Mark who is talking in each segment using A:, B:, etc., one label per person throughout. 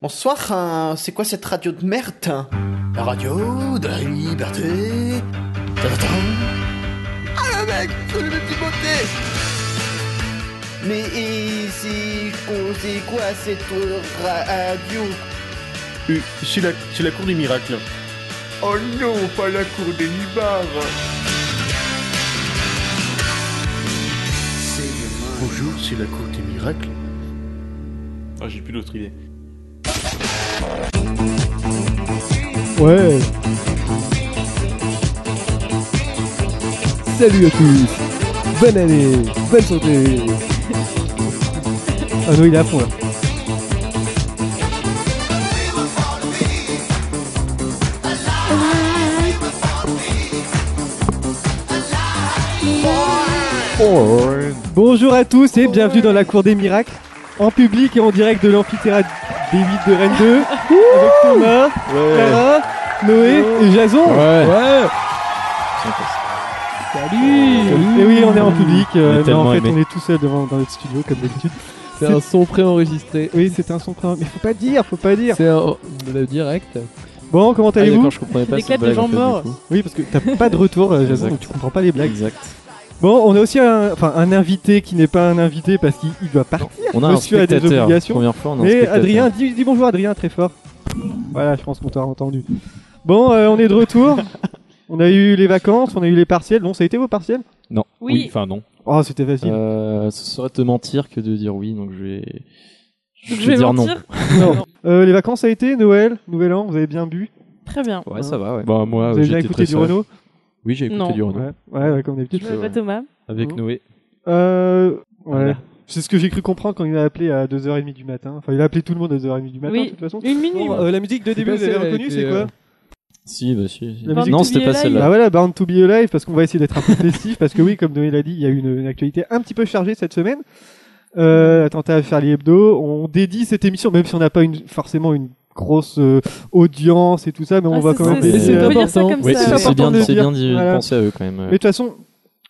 A: Bonsoir, hein, c'est quoi cette radio de merde hein La radio de la liberté.
B: Euh,
A: Tadadam. Ah le mec, c'est le petit beauté Mais et c'est quoi- c'est quoi cette euh, ra- radio
B: Euh, C'est la, c'est la cour des miracles.
A: Oh non, pas la cour des libards
B: Bonjour, c'est la cour des miracles. Ah, j'ai plus d'autre idée.
C: Ouais. Salut à tous. Bonne année. Bonne santé. Ah non, il est à fond là. Bonjour à tous et bienvenue dans la cour des miracles, en public et en direct de l'amphithéâtre des 8 de Rennes 2, avec Thomas, Clara, Noé et Jason.
D: Ouais.
C: Salut Et oui, on est en public, euh,
D: On est
C: mais en
D: tellement
C: fait,
D: aimé.
C: on est tout seul devant dans notre studio comme d'habitude.
D: C'est un son préenregistré.
C: Oui, c'était un son train, mais faut pas dire, faut pas dire.
D: C'est un le direct.
C: Bon, comment
D: Ah,
C: allez-vous
D: d'accord, je comprenais pas
E: Des
D: cette
E: claps de
D: blague,
E: gens
D: en fait,
E: morts.
D: du coup.
C: Oui, parce que t'as pas de retour, euh, Jason,
D: Exact.
C: donc tu comprends pas les blagues.
D: Exact.
C: Bon, on a aussi un, enfin, un invité qui n'est pas un invité parce qu'il il doit partir.
D: On a
C: Monsieur
D: un
C: a des
D: spectateur.
C: obligations.
D: Première fois, on a un
C: Mais
D: spectateur.
C: Adrien, dis, dis bonjour Adrien, très fort. Voilà, je pense qu'on t'a entendu. Bon, euh, on est de retour. on a eu les vacances, on a eu les partiels. Bon, ça a été vos partiels
D: Non.
E: Oui.
D: Enfin non.
C: Oh, c'était facile.
D: Euh, ce serait te mentir que de dire oui, donc je vais. Je,
E: Donc,
D: vais dire
E: mentir.
C: Non. Euh, les vacances, ça a été Noël, Nouvel An, vous avez bien bu
E: Très bien.
D: non. Ouais, ça va. Ouais. Bah moi,
C: Vous avez bien écouté du Renault
D: Oui, j'ai écouté
E: Non.
D: du Renault
C: Ouais, ouais, ouais, comme d'habitude.
E: Je me pas Bah, Thomas.
D: avec
C: Mhm.
D: Noé.
C: Euh, ouais.
D: Voilà.
C: C'est ce que j'ai cru comprendre quand il a appelé à 2h30 du matin. Enfin, il a appelé tout le monde à 2h30 du matin,
E: Oui.
C: de toute façon.
E: Une minute.
C: Bon, euh, la musique de début, vous
D: passé
C: avez
D: avec
C: reconnu,
D: les,
C: c'est quoi
D: euh, Si, bah si. si.
C: La musique
D: Non,
E: de
D: c'était
E: Be
D: pas
E: Alive.
D: celle-là.
C: Bah voilà, Born to be Alive, parce qu'on va essayer d'être un peu festif, parce que oui, comme Noé l'a dit, il y a eu une, une actualité un petit peu chargée cette semaine. Euh, attentat à Charlie Hebdo, on dédie cette émission, même si on n'a pas une, forcément une grosse euh, audience et tout ça, mais on
E: Ah,
C: va
E: c'est-
C: quand même
E: c'est-
D: Mais
C: essayer.
D: c'est
E: on peut
C: Mais de
E: dire ça
D: important.
E: comme
D: Oui,
E: ça,
D: c'est
E: ouais.
D: c'est bien,
C: de
D: c'est
C: dire.
D: bien d'y
C: Voilà.
D: penser à eux quand même. euh.
C: toute façon,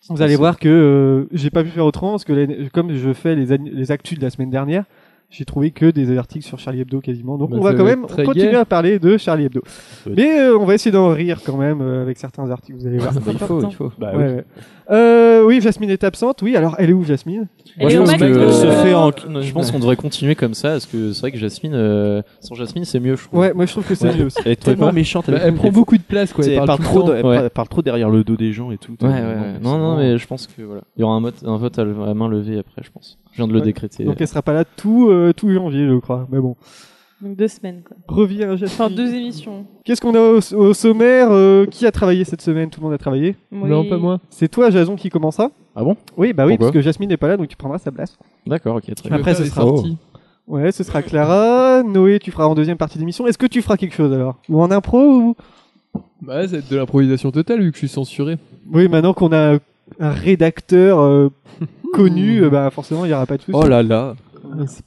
C: vous allez voir que euh, j'ai pas pu faire autrement, parce que la- comme je fais les, an- les actus de la semaine dernière, j'ai trouvé que des articles sur Charlie Hebdo quasiment. Donc
D: Bah,
C: on va
D: ça
C: quand
D: va
C: même
D: être très
C: continuer
D: gai.
C: à parler de Charlie Hebdo.
D: Ouais.
C: Mais euh, on va essayer d'en rire quand même euh, avec certains articles, vous allez voir.
D: Bah, il faut, il faut.
C: Ouais, ouais. Euh, oui, Jasmine est absente. Oui, alors elle est où, Jasmine
D: Moi,
E: Et
D: je
E: au
D: pense
E: McDo.
D: que se fait en-
C: Ouais.
D: Je pense qu'on devrait continuer comme ça parce que c'est vrai que Jasmine, euh, sans Jasmine, c'est mieux, je trouve.
C: Ouais, moi je trouve que c'est
D: Ouais.
C: mieux aussi.
D: Elle est tellement
C: Tellement
D: méchante.
F: Bah, elle prend beaucoup de place quoi.
D: Tu sais,
F: Elle
D: elle
F: parle,
D: parle
F: tout
D: trop
F: le temps.
D: de- elle parle-
F: trop derrière le dos des gens et tout.
D: Ouais, ouais, ouais. Non, non, mais je pense que voilà. Il y aura un, vote- un vote à, le- à main levée après, je pense. Je viens de le
C: Ouais.
D: décréter.
C: Donc elle sera pas là tout, euh, tout janvier, je crois. Mais bon,
E: Donc deux semaines, quoi.
C: reviens,
E: Enfin,
C: Jasmine.
E: deux émissions.
C: Qu'est-ce qu'on a au, au sommaire euh, Qui a travaillé cette semaine Tout le monde a travaillé.
E: Oui.
F: Non, pas moi.
C: C'est toi, Jason, qui commence ça
D: Ah bon
C: Oui, bah oui,
D: Pourquoi
C: parce que Jasmine n'est pas là, donc tu prendras sa place.
D: D'accord, ok, très bien.
C: Après, ce
F: Elle est
C: sera-
F: sortie.
C: Ouais, ce sera Clara. Noé, tu feras en deuxième partie d'émission. Est-ce que tu feras quelque chose alors Ou en impro ou...
F: Bah, c'est de l'improvisation totale vu que je suis censuré.
C: Oui, maintenant qu'on a un rédacteur euh, connu, euh, bah forcément, il y aura pas de soucis.
F: Hmm. Oh
C: Euh,
F: là là.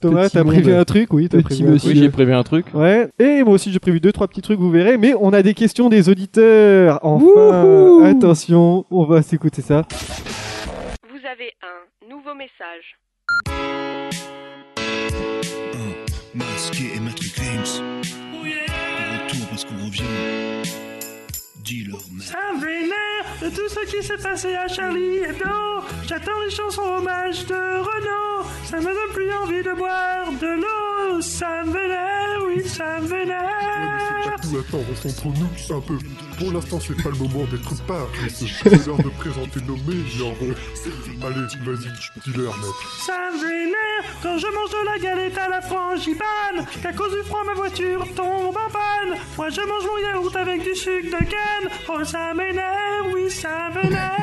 C: Thomas,
F: petit
C: t'as prévu
F: monde.
C: un truc Oui, t'as
F: Petit
C: prévu un
F: monsieur.
C: truc.
F: Oui, j'ai prévu un truc.
C: Ouais, et moi aussi j'ai prévu deux trois petits trucs, vous verrez, mais on a des questions des auditeurs. Enfin,
F: Wouhou
C: attention, on va s'écouter ça.
G: Vous avez un nouveau message.
H: masquer et mettre les claims. De retour parce qu'on revient. Dis leur merde.
I: Un vénère de tout ce qui s'est passé à Charlie Hebdo. J'attends les chansons hommage de Renaud. Ça me donne plus envie de boire de l'eau. Ça me vénère, oui, ça me vénère.
J: Tout attend, reste entre nous un peu. Pour l'instant, c'est pas le moment d'être par. C'est l'heure de présenter nos meilleurs. euh, Allez, vas-y, dis-leur, mec.
I: Ça me vénère quand je mange de la galette à la frangipane. Qu'à cause du froid, ma voiture tombe en panne. Moi, je mange mon yaourt avec du sucre de canne. Oh, ça m'énerve, oui, ça m'énerve.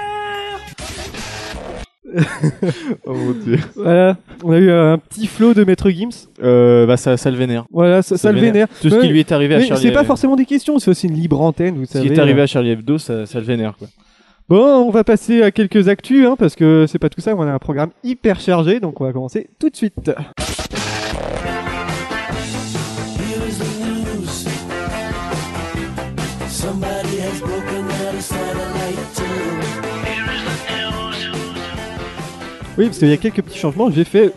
F: Oh mon dieu.
C: Voilà, on a eu un petit flot de Maître Gims.
D: Euh, bah, ça, ça le vénère.
C: Voilà, ça, ça le vénère.
D: Tout
C: Ouais,
D: ce qui lui est arrivé à
C: mais
D: Charlie
C: c'est pas forcément des questions, c'est aussi une libre antenne, vous
D: Ce
C: savez. euh.
D: qui est arrivé à Charlie Hebdo, ça, ça le vénère, quoi.
C: Bon, on va passer à quelques actus, hein, parce que c'est pas tout ça, on a un programme hyper chargé, donc on va commencer tout de suite. Oui, parce qu'il y a quelques petits changements. J'ai fait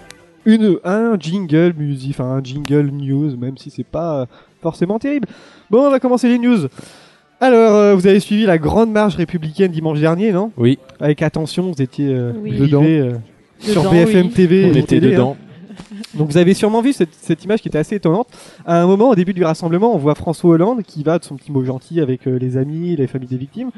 C: une, un jingle musique, enfin un jingle news, même si c'est pas euh, forcément terrible. Bon, on va commencer les news. Alors, euh, vous avez suivi la grande marche républicaine dimanche dernier, non
D: Oui,
C: Avec attention, vous étiez euh,
E: Oui.
C: rivés,
F: Dedans.
C: euh, sur
E: Dedans,
C: BFM
E: oui.
C: TV.
D: on
C: et
D: était
C: télé, hein.
D: dedans.
C: Donc vous avez sûrement vu cette, cette image qui était assez étonnante. À un moment, au début du rassemblement, on voit François Hollande qui va de son petit mot gentil avec euh, les amis, les familles des victimes.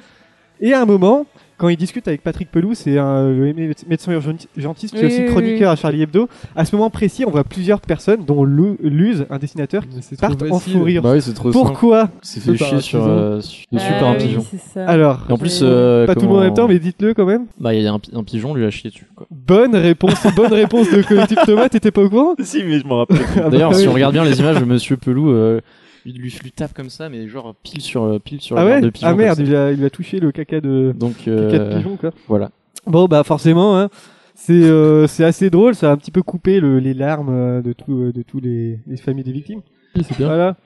C: Et à un moment, quand il discute avec Patrick Pelou, c'est un euh, le mé- médecin urgentiste qui est
E: Oui,
C: aussi
E: oui,
C: chroniqueur à Charlie Hebdo. À ce moment précis, on voit plusieurs personnes, dont Lu- Luz, un dessinateur,
F: Mais c'est
C: qui
F: trop
C: partent en
F: facile.
C: fou rire.
D: Bah oui, c'est trop simple.
C: Pourquoi
D: C'est
F: C'est
D: fait
F: par un
D: chier sur
F: pigeon.
D: euh, su-
E: Bah
D: dessus par un
E: oui,
D: pigeon.
E: c'est ça.
C: Alors,
D: Et en plus,
E: Mais-
D: euh,
C: pas tout le
D: comment-
C: monde en même temps, mais dites-le quand même.
D: Bah, il y a un, pi- un pigeon, lui a chié dessus. quoi.
C: Bonne réponse, bonne réponse de collectif Thomas, t'étais pas au courant
D: Si, mais je m'en rappelle.
C: bah
D: D'ailleurs, si
C: oui.
D: on regarde bien les images, de Monsieur Pelou, euh, il lui, lui tape comme ça, mais genre pile sur euh, pile sur
C: Ah
D: la
C: ouais
D: garde de pigeon.
C: Ah
D: comme
C: merde,
D: ça.
C: il a, il a touché le caca de,
D: Donc
C: caca de
D: euh,
C: pigeon quoi.
D: voilà.
C: Bon, bah forcément, hein. c'est euh, c'est assez drôle, ça a un petit peu coupé le- les larmes euh, de tous euh, de tous les, les familles des victimes.
F: C'est bien.
C: Voilà.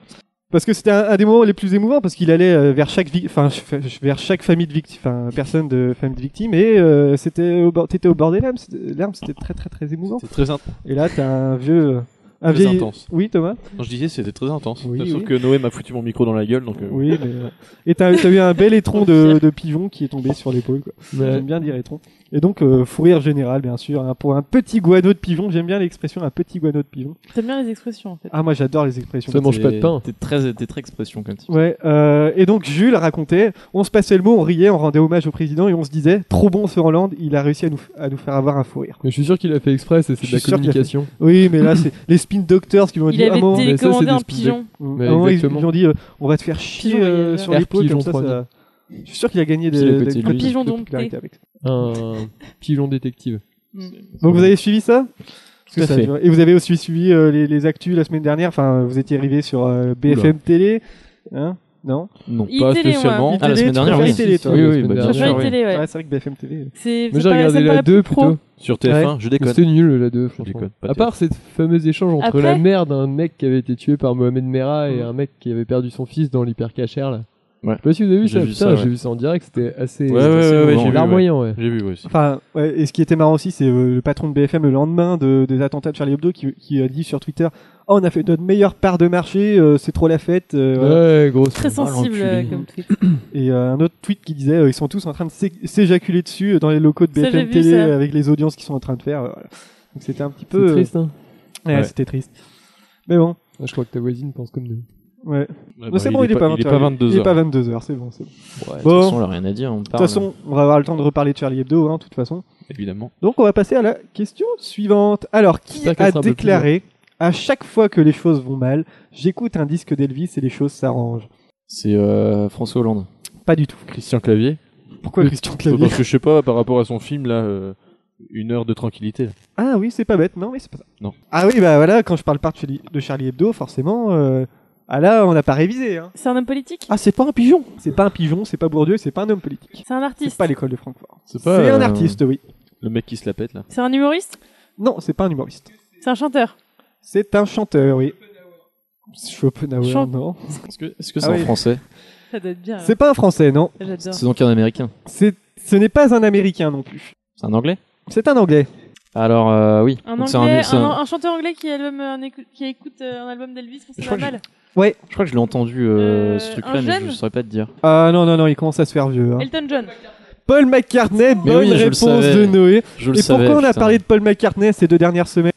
C: Parce que c'était un, un des moments les plus émouvants parce qu'il allait euh, vers chaque vi- enfin ch- ch- vers chaque famille de victimes, enfin personne de famille de victimes et euh, c'était au bord t'étais au bord des larmes, c'était- larmes, c'était très très très émouvant.
B: C'était très, in-
C: Et là t'as Ah, un vieux euh, un
B: très
C: vieil
B: intense.
C: Oui Thomas.
B: Non, je disais, c'était très intense.
C: Oui,
B: Sauf
C: oui.
B: que Noé m'a foutu mon micro dans la gueule, donc. euh,
C: Oui mais ouais. et t'as t'as eu un bel étron de, de pigeon qui est tombé sur l'épaule quoi. J'aime bien dire étron. Et donc euh, fou rire général bien sûr hein, pour un petit guano de pigeon, j'aime bien l'expression un petit guano de pigeon.
E: T'aimes bien les expressions en fait.
C: Ah moi j'adore les expressions.
F: Ça mange pas de pain.
D: T'es très, t'es très expression comme type.
C: Ouais, euh, et donc Jules racontait, on se passait le mot, on riait, on rendait hommage au président et on se disait, trop bon ce Hollande, il a réussi à nous, à nous faire avoir un fou rire.
F: Mais je suis sûr qu'il a fait exprès, c'est c'est de
C: Je
F: la
C: suis sûr qu'il a fait-
F: communication.
C: Oui, mais là, c'est les spin doctors qui lui ont
E: Il
C: dit, ah,
E: avait
C: bon,
F: mais ça,
E: télécommandé
F: c'est
E: un
F: des speed-
E: pigeon.
C: Mm.
F: Mais
C: Ah ouais, ils
F: exactement.
C: lui ont dit, euh, on va te faire chier
E: Pigeon
C: euh,
E: voyageur.
C: sur
F: Air
C: l'épaule,
F: pigeon
C: comme ça,
F: froid.
C: ça- Je suis sûr qu'il a gagné
D: Qui est à
C: des,
D: côté
C: des
D: de lui.
E: Pigeon
C: de
E: dompté.
C: popularité avec.
F: Un pigeon détective.
C: Donc vous avez suivi ça
D: Tout à
C: Ça,
D: fait.
C: tu vois. Et vous avez aussi suivi euh, les, les actus la semaine dernière, enfin, vous étiez arrivé sur euh, BFM Télé, hein Non
D: Non.
E: Il
B: pas
E: télé,
B: spécialement.
E: moi.
D: Ah, la
C: télé,
D: semaine
C: tu
D: dernière,
C: préfères
D: oui.
C: les télé, toi,
D: oui,
F: la
D: oui,
F: semaine
D: bah, bien
E: Je
F: dernière.
D: sûr.
E: préfère
D: oui.
E: les télé, ouais.
C: Ouais, c'est vrai que BFM Télé.
E: C'est-
F: Moi
E: ça
F: j'ai
E: paraît-
F: regardé
E: ça me
F: la
E: paraît
F: 2
E: plus pro.
F: plutôt.
B: Sur TF1, je
F: Mais
B: déconne.
F: C'était nul la 2, franchement.
B: déconne, pas
F: À part cette fameuse échange entre
E: Après-
F: la mère d'un mec qui avait été tué par Mohamed Merah et un mec qui avait perdu son fils dans l'hypercachère là.
D: Ouais.
F: Je sais pas si vous avez vu
D: J'ai
F: ça,
D: vu
F: putain,
D: ça,
F: j'ai
D: ouais.
F: vu ça en direct, c'était assez
B: Ouais, ouais, ouais,
F: assez
B: ouais,
F: émouvant.
B: j'ai vu,
F: larmoyant, ouais.
B: J'ai vu, ouais. aussi.
C: Enfin, ouais, et ce qui était marrant aussi, c'est euh, le patron de BFM le lendemain de- des attentats de Charlie Hebdo qui, qui a dit sur Twitter Oh, on a fait notre meilleure part de marché, euh, c'est trop la fête. euh, voilà.
F: Ouais, grosse.
E: Très sensible
D: l'enculé.
E: euh, comme tweet.
C: Et euh, un autre tweet qui disait euh, Ils sont tous en train de s'é- s'éjaculer dessus euh, dans les locaux de
E: Ça, j'ai
C: BFM
E: vu
C: Télé
E: ça.
C: avec les audiences qu'ils sont en train de faire. euh, voilà. Donc c'était un petit
F: C'est
C: peu. euh,
F: triste, hein.
C: ouais,
B: Ouais.
C: c'était triste. Mais bon,
F: Ah, Je crois que ta voisine pense comme nous.
C: ouais.
B: Ouais,
C: Mais c'est
B: bah,
C: bon, il, est pas,
B: il est
C: 22h.
B: pas
C: Il est
B: 22h.
C: pas 22h, c'est bon. c'est bon.
D: Ouais, de
C: Bon.
D: toute façon, on n'a rien à dire. On
C: De toute
D: parle.
C: façon, on va avoir le temps de reparler de Charlie Hebdo, hein, de toute façon.
B: Évidemment.
C: Donc on va passer à la question suivante. Alors, qui
F: J'espère qu'elle
C: a
F: sera un peu plus
C: déclaré à chaque fois que les choses vont mal, j'écoute un disque d'Elvis et les choses s'arrangent
D: c'est euh, François Hollande.
C: Pas du tout.
B: Christian Clavier.
C: Pourquoi Christian Clavier
B: Parce que je sais pas, par rapport à son film là, euh, une heure de tranquillité. là.
C: Ah oui, c'est pas bête, non, mais c'est pas ça.
B: Non.
C: Ah oui, bah voilà, quand je parle pas de Charlie, de Charlie Hebdo, forcément, euh, ah là, on n'a pas révisé. Hein.
E: C'est un homme politique
C: Ah, c'est pas un pigeon C'est pas un pigeon, c'est pas Bourdieu, c'est pas un homme politique.
E: C'est un
C: C'est
E: artiste
C: pas euh, l'école de Francfort.
D: C'est
C: C'est un artiste, oui.
B: Le mec qui se la pète là.
E: C'est un humoriste
C: Non, c'est pas un humoriste.
E: C'est un chanteur
C: C'est un chanteur, oui. Schopenhauer,
E: Chan-
C: non.
D: Est-ce que est-ce que
C: Ah
D: c'est en
C: oui.
D: français
E: Ça doit être bien.
C: C'est pas un français, non.
E: alors. J'adore.
D: C'est donc un américain.
C: C'est, ce n'est pas un américain non plus.
D: C'est un anglais
C: C'est un anglais.
D: Alors, euh, oui.
E: Un,
D: Donc, c'est
E: anglais,
D: c'est
E: un, un chanteur anglais qui, album, un écou- qui écoute euh, un album d'Elvis quand ça va
D: crois que
E: mal.
D: Je crois que je l'ai entendu euh,
E: Euh,
D: ce
E: un
D: truc-là, mais je
E: jeune
D: ne saurais pas te dire.
C: Ah non, non, non, il commence à se faire vieux. hein.
E: Elton John.
C: Paul McCartney, bonne
D: oui, je le
C: réponse
D: savais.
C: de Noé.
D: Je le
C: Et
D: savais.
C: pourquoi on a
D: putain.
C: parlé de Paul McCartney ces deux dernières semaines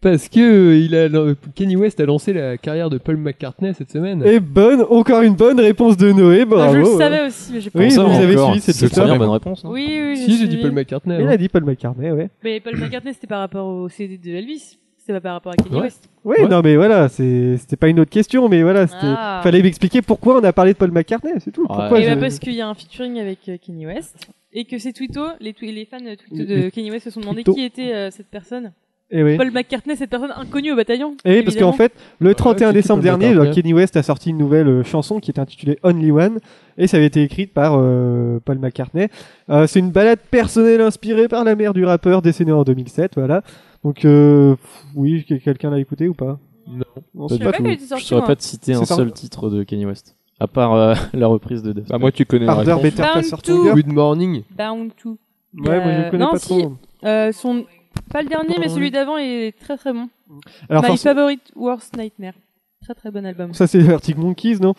F: Parce que euh, il a, lan- Kanye West a lancé la carrière de Paul McCartney cette semaine.
C: Et Eh bonne, encore une bonne réponse de Noé,
E: Ah,
C: bravo.
E: je le
C: ouais.
E: savais aussi, mais j'ai pas.
C: Oui,
E: Oui,
C: vous
D: Comment ça,
C: avez
D: encore
C: suivi cette
D: C'est la
C: histoire
D: première bonne réponse. hein. non
E: oui, oui.
F: si, j'ai dit Paul
E: McCartney.
F: McCartney. hein.
C: Il
F: avant.
C: a dit Paul McCartney, ouais.
E: Mais Paul McCartney, c'était par rapport au CD de Elvis. C'était pas par rapport à Kanye
F: Ouais.
E: West.
C: Oui,
F: Ouais.
C: non, mais voilà, c'est- c'était pas une autre question, mais voilà, c'était-
E: Ah.
C: fallait m'expliquer pourquoi on a parlé de Paul McCartney, c'est tout.
D: Ouais.
C: Pourquoi
E: Et
C: je-
E: bah parce qu'il y a un featuring avec euh, Kanye West et que ces twittos, les, twi- les fans twittos de
C: Les
E: Kanye West se sont demandé
C: twittos.
E: qui était euh, cette personne.
C: Eh oui.
E: Paul McCartney, cette personne inconnue au bataillon.
C: Eh oui, parce qu'en
E: évidemment.
C: fait, le
F: Ouais,
C: 31
F: c'est qui
C: décembre
F: peut le
C: dernier,
F: mettre
C: euh,
F: après
C: Kanye West a sorti une nouvelle euh, chanson qui est intitulée Only One, et ça avait été écrite par euh, Paul McCartney. Euh, c'est une balade personnelle inspirée par la mère du rappeur décédé en 2007, voilà. Donc, euh, pff, oui, quel- quelqu'un l'a écouté ou pas
F: Non.
C: Non,
D: Pas
C: c'est
D: du tout.
E: savais pas qu'elle était
D: Je
E: sortie,
D: saurais
E: moi.
D: pas te citer
C: C'est
D: un
C: ça.
D: seul titre de Kanye West. À part euh, la reprise de Death.
B: Bah, moi, tu connais la
C: Harder,
B: réponse.
C: Better,
E: Bound
C: Faster,
E: to-
C: Stronger.
F: Good morning.
E: Bound to.
C: Ouais, moi je
E: Euh,
C: connais
E: non,
C: pas
E: si.
C: trop.
E: Euh, son Pas le dernier, mais celui d'avant est très très bon.
C: Alors,
E: My
C: forc-
E: Favorite Worst Nightmare. Très très bon album.
C: Ça, c'est Arctic Monkeys, non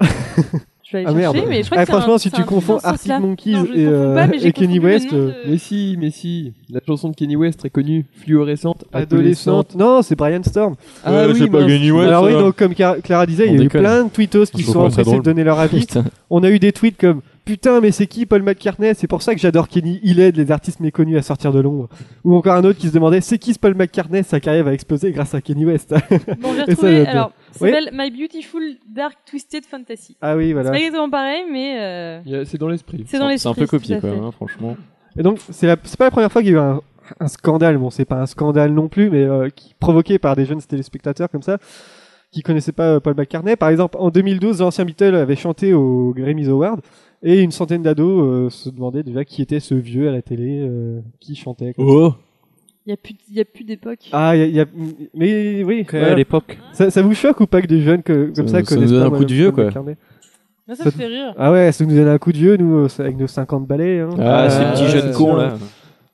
E: Je vais aller
C: Ah,
E: chercher,
C: merde.
E: mais je crois
C: Ah,
E: que c'est un-
C: franchement, si
E: c'est
C: tu
E: un
C: confonds
E: dans ce
C: Arctic
E: sens-là.
C: Monkeys
E: Non, je
C: et,
E: confonds
C: euh,
E: pas, mais j'ai
C: et Kenny
E: confondu le
C: West,
E: nom
C: euh,
E: de-
F: Mais si, mais si, la chanson de Kenny West très connue, fluorescente, adolescente.
C: Adolescente. Non, c'est Brian Storm.
F: Ah oui,
K: c'est pas
F: mince.
K: Kenny West,
C: Alors oui,
K: ça.
C: donc comme Car- Clara disait, il
K: On
C: y a eu
K: déconne.
C: plein de tweetos qui
K: Je trouve
C: sont
K: pas ça
C: empressés de
K: drôle.
C: donner leur avis.
K: Putain.
C: On a eu des tweets comme Putain, mais c'est qui Paul McCartney C'est pour ça que j'adore Kenny. Il aide les artistes méconnus à sortir de l'ombre. Ou encore un autre qui se demandait C'est qui ce Paul McCartney Sa carrière va exploser grâce à Kenny West.
E: Bon, j'ai
C: Et ça,
E: retrouvé.
C: j'adore.
E: alors, ça
C: Oui.
E: s'appelle My Beautiful Dark Twisted Fantasy.
C: Ah oui, voilà.
E: C'est pas exactement pareil, mais. euh,
F: C'est dans l'esprit.
E: C'est dans l'esprit.
D: C'est un peu copié,
E: tout
D: quand
E: à
D: même,
E: fait.
D: hein, franchement.
C: Et donc, c'est la- c'est pas la première fois qu'il y a eu un, un scandale. Bon, c'est pas un scandale non plus, mais euh, qui, provoqué par des jeunes téléspectateurs comme ça, qui connaissaient pas euh, Paul McCartney. Par exemple, en 2012, l'ancien Beatle avait chanté au Grammy Award, et une centaine d'ados euh, se demandaient déjà qui était ce vieux à la télé, euh, qui chantait. quoi.
E: Il y a plus, il y a plus d'époque.
C: Ah, y a- y a- mais oui.
D: à l'époque.
C: Ça, ça vous choque ou pas que des jeunes que- comme ça,
D: Ça- ça nous
C: connaissent
D: donne
C: pas
D: un coup de
C: Paul
D: vieux, quoi.
C: McCartney
E: Moi, ça me fait rire.
C: Ah ouais, ça nous donne un coup de vieux, nous, euh, avec nos 50 balais. hein.
K: Ah, ces petits jeunes cons, là.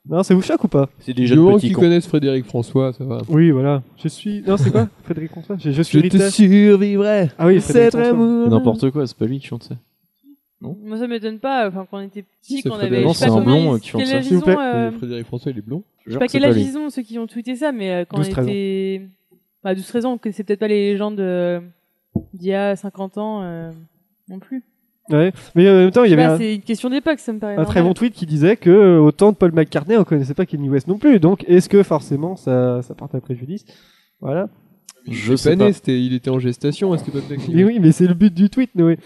C: Non, ça vous choque ou pas
K: C'est
F: Du
K: des jeunes
F: moment
K: petits
F: qu'ils
K: cons.
F: connaissent Frédéric François, ça va.
C: Oui, voilà. Je suis. Non, c'est quoi Frédéric François Je, je suis
F: Je te
C: Rita.
F: survivrai.
C: Ah oui, Frédéric
F: C'est
C: François.
F: amour.
D: C'est N'importe quoi, c'est pas lui qui chante ça.
E: Moi, ça m'étonne pas. Enfin, quand on était petits,
F: C'est
E: qu'on
F: Frédéric
E: avait.
D: Non,
E: je sais
D: c'est
E: pas
D: un
E: combien
D: blond,
E: ils-
D: euh, qui chante
E: quel
D: ça.
E: âge
D: S'il
E: ils
D: vous plaît.
E: ont, euh,
F: Et Eh, Frédéric François, il est blond.
E: Je sais pas quel
D: c'est
E: âge
D: pas lui.
E: ils ont ceux qui ont tweeté ça, mais euh, quand
C: 12,
E: on
C: 13 ans.
E: était. Bah, 12-13 ans, on connaissait peut-être pas les légendes euh, d'il y a 50 ans euh, non plus.
C: Ouais. Mais euh, en même temps, il y
E: Je sais
C: avait
E: pas,
C: un,
E: C'est une question d'époque, ça me paraît.
C: un Ah, très bon
E: normal.
C: tweet qui disait que euh, autant de Paul McCartney, on connaissait pas Kenny West non plus. Donc, est-ce que forcément ça, ça porte à préjudice Voilà.
D: Je
F: Cette
D: sais pas.
F: année, c'était, il était en gestation, hein, c'était pas Black
C: Mais oui, mais c'est le but du tweet, Noé.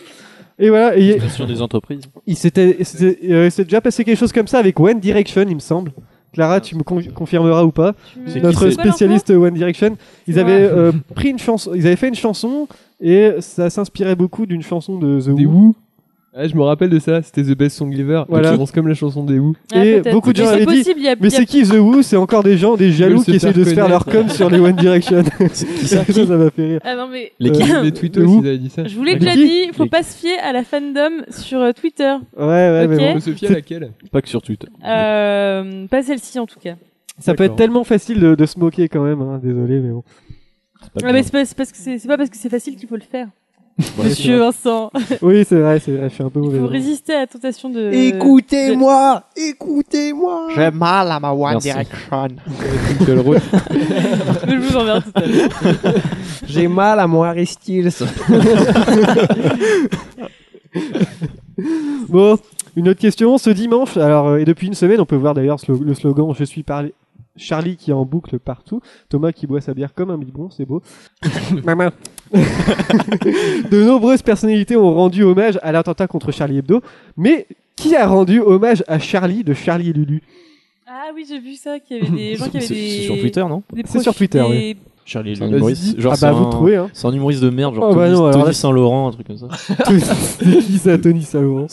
C: Et voilà. Et,
K: Sur des entreprises.
C: il s'était il s'était- euh, il s'est déjà passé quelque chose comme ça avec One Direction, il me semble. Clara, tu me con- confirmeras ou pas
E: Tu me-
K: C'est qui,
C: notre
K: c'est-
C: spécialiste One Direction. Ils
E: C'est
C: avaient
E: vrai.
C: euh, pris une chanson, ils avaient fait une chanson et ça s'inspirait beaucoup d'une chanson de The
F: Des
C: Who.
F: Who ah, Je me rappelle de ça, c'était The Best Song Ever.
C: Voilà.
F: Voilà. Ça commence comme la chanson des Who.
E: Ah,
C: Et
E: peut-être.
C: beaucoup de
E: Mais
C: gens
E: c'est
C: avaient dit,
E: possible, il y a-
C: Mais
E: il y a-
C: c'est qui The Who C'est encore des gens, des jaloux
F: se
C: qui essaient
F: faire
C: de se faire leur com
F: connaître.
C: sur les One Direction.
K: Qui
C: ça,
K: ça
C: ça m'a fait rire.
E: Ah non, mais.
K: Les
C: Euh,
K: qui
F: Les tweetos,
C: Who.
F: ils avaient dit ça.
E: Je vous l'ai
C: Mais
E: déjà
C: qui
E: dit, faut
K: Mais-
E: pas se fier à la fandom sur euh, Twitter.
C: Ouais, ouais, mais
E: Ok.
C: bon.
K: Hein
F: On peut se fier à laquelle
K: Pas que sur Twitter.
E: Euh, pas celle-ci en tout cas.
C: Ça peut être
F: D'accord.
C: tellement facile de, de se moquer quand même, hein, désolé, mais bon.
K: C'est pas
E: Ah, mais
K: bien.
E: c'est pas, c'est parce que c'est c'est pas parce que c'est facile qu'il faut le faire.
K: Ouais, c'est
E: Monsieur Vincent,
C: Oui, c'est vrai, c'est vrai, je suis un peu
E: il
C: mauvais.
E: faut résister à la tentation de.
A: Écoutez-moi, écoutez-moi. J'ai mal à ma One
D: Merci.
A: Direction.
F: Michael Rowe.
E: Mais je vous emmerde tout à l'heure.
A: J'ai mal à mon Harry Styles.
C: Bon, une autre question. Ce dimanche, alors, euh, et depuis une semaine, on peut voir d'ailleurs slo- le slogan Je suis parlé. Charlie qui est en boucle partout, Thomas qui boit sa bière comme un biberon, c'est beau. Maman. de nombreuses personnalités ont rendu hommage à l'attentat contre Charlie Hebdo, mais qui a rendu hommage à Charlie de Charlie et Lulu
E: Ah oui, j'ai vu ça, qu'il y avait des gens qui avaient
D: C'est-
E: des.
D: C'est sur Twitter, non
E: des
C: C'est sur
E: profils,
C: Twitter,
E: des-
C: oui.
D: Charlie et
F: Ça,
D: le
F: vas-y.
D: humoriste. Genre,
C: Ah
D: c'est
C: bah vous
D: un-
C: trouvez, hein
D: C'est un humoriste de merde, genre
C: Oh bah
D: Tony,
C: non, alors
D: Tony
C: là-
D: Saint-Laurent, un truc comme ça.
C: C'est qui ça, Tony Salourant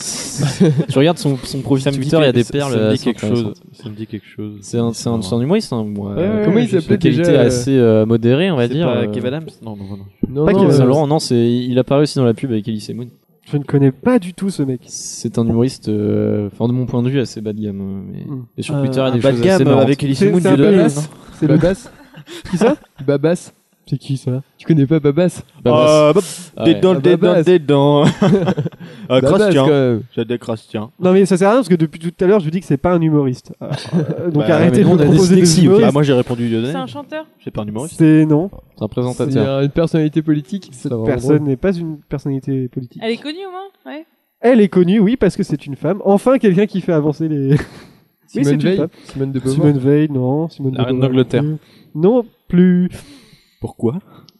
D: tu regardes son, son profil
K: Ça me dit
D: Twitter, il y a
K: que-
D: des
K: ça-
D: perles. euh,
K: Ça me dit
D: assez
K: quelque chose.
D: intéressantes.
K: Ça me dit quelque chose.
D: C'est un, c'est un, c'est un humoriste, hein, moi,
F: Ouais,
D: euh,
F: comment il
D: juste de
F: s'appelait
D: qualité
F: déjà, euh,
D: assez euh, modérée, on va
K: C'est
D: dire.
K: pas
D: euh,
K: Kevin Adams Non, non, non.
F: Non,
C: Pas qu'il y
F: non,
D: Kevin
C: avait-
F: euh,
D: Saint-Laurent, non, c'est, il apparaît aussi dans la pub avec Elise Moon.
C: Je ne connais pas du tout ce mec.
D: C'est un humoriste, euh, enfin, de mon point de vue, assez bas de gamme. euh, mais-
C: Mm.
D: Et sur Twitter, il y a des
K: bas
D: choses
K: de
D: assez
K: gamme
D: marrantes.
K: avec Elise
C: C'est
K: Moon
C: c'est un
K: du
C: peu
K: Dollar,
C: le-
K: non
C: c'est le-
F: Babas
C: Qui ça
F: Babas
C: C'est qui ça
F: Tu connais pas Babas
D: Babas.
K: Euh, bah,
D: Ah ouais.
K: Dedans,
F: Ah, bah,
K: dedans,
F: bah,
K: dedans.
D: Euh,
K: Ah,
F: Babas, quand
K: Crastien.
F: même.
K: J'adore Crastien.
C: Non mais ça sert à rien parce que depuis tout à l'heure je vous dis que c'est pas un humoriste. Alors, euh, donc
K: Bah,
C: arrêtez
D: mais
C: de me
D: nous, on a hein.
C: proposer
D: décidé que
C: des
D: si, ok.
C: humoristes.
K: Ah, moi j'ai répondu
E: C'est
K: Lionel.
E: un chanteur
K: C'est pas un humoriste.
C: C'est non.
D: C'est un
F: C'est
D: présentateur.
F: une personnalité politique. ça va rendre
C: Personne n'est pas une personnalité politique.
E: Elle est connue au moins Ouais.
C: Elle est connue, oui, parce que c'est une femme. Enfin, quelqu'un qui fait avancer les. Oui, c'est
F: Simone
C: une
F: Veil.
C: femme.
F: Simone de Beauvoir.
C: Simone Veil, non. Simone
K: La
C: de
K: reine
C: Beauvoir
K: d'Angleterre.
C: non plus. Non plus.
K: Pourquoi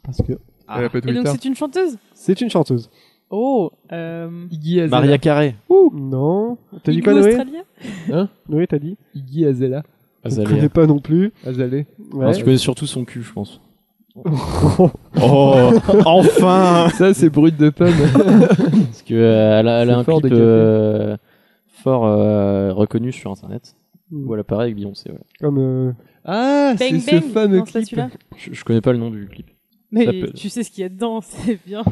C: Parce que
D: Ah,
F: Elle a pas
E: Et donc
F: Twitter.
E: c'est une chanteuse
C: c'est une chanteuse.
E: Oh euh...
F: Iggy Azalea.
K: Maria Carré.
C: Non. T'as dit
E: Iggy
C: quoi, Noé
E: Australien
C: Noé, t'as dit
F: Iggy Azalea.
C: Je
D: Azalea.
C: connais pas non plus.
F: Azalea.
C: Ouais.
D: Alors, tu connais surtout son cul, je pense.
K: Oh, enfin
F: Ça, c'est brut de pomme.
D: Parce que euh, elle a, elle a
F: C'est
D: un
F: fort
D: clip
F: de café.
D: euh, fort euh, reconnu sur internet.
C: Mm.
D: Où elle apparaît avec Beyoncé. Voilà.
C: Comme. euh,
F: ah, c'est
E: Bang
F: ce
E: Bang
F: fameux
E: Non, c'est pas
F: clip.
E: celui-là.
D: Je, je connais pas le nom du clip.
E: Mais
K: Ça peut-
E: tu sais ce qu'il y a dedans, c'est bien.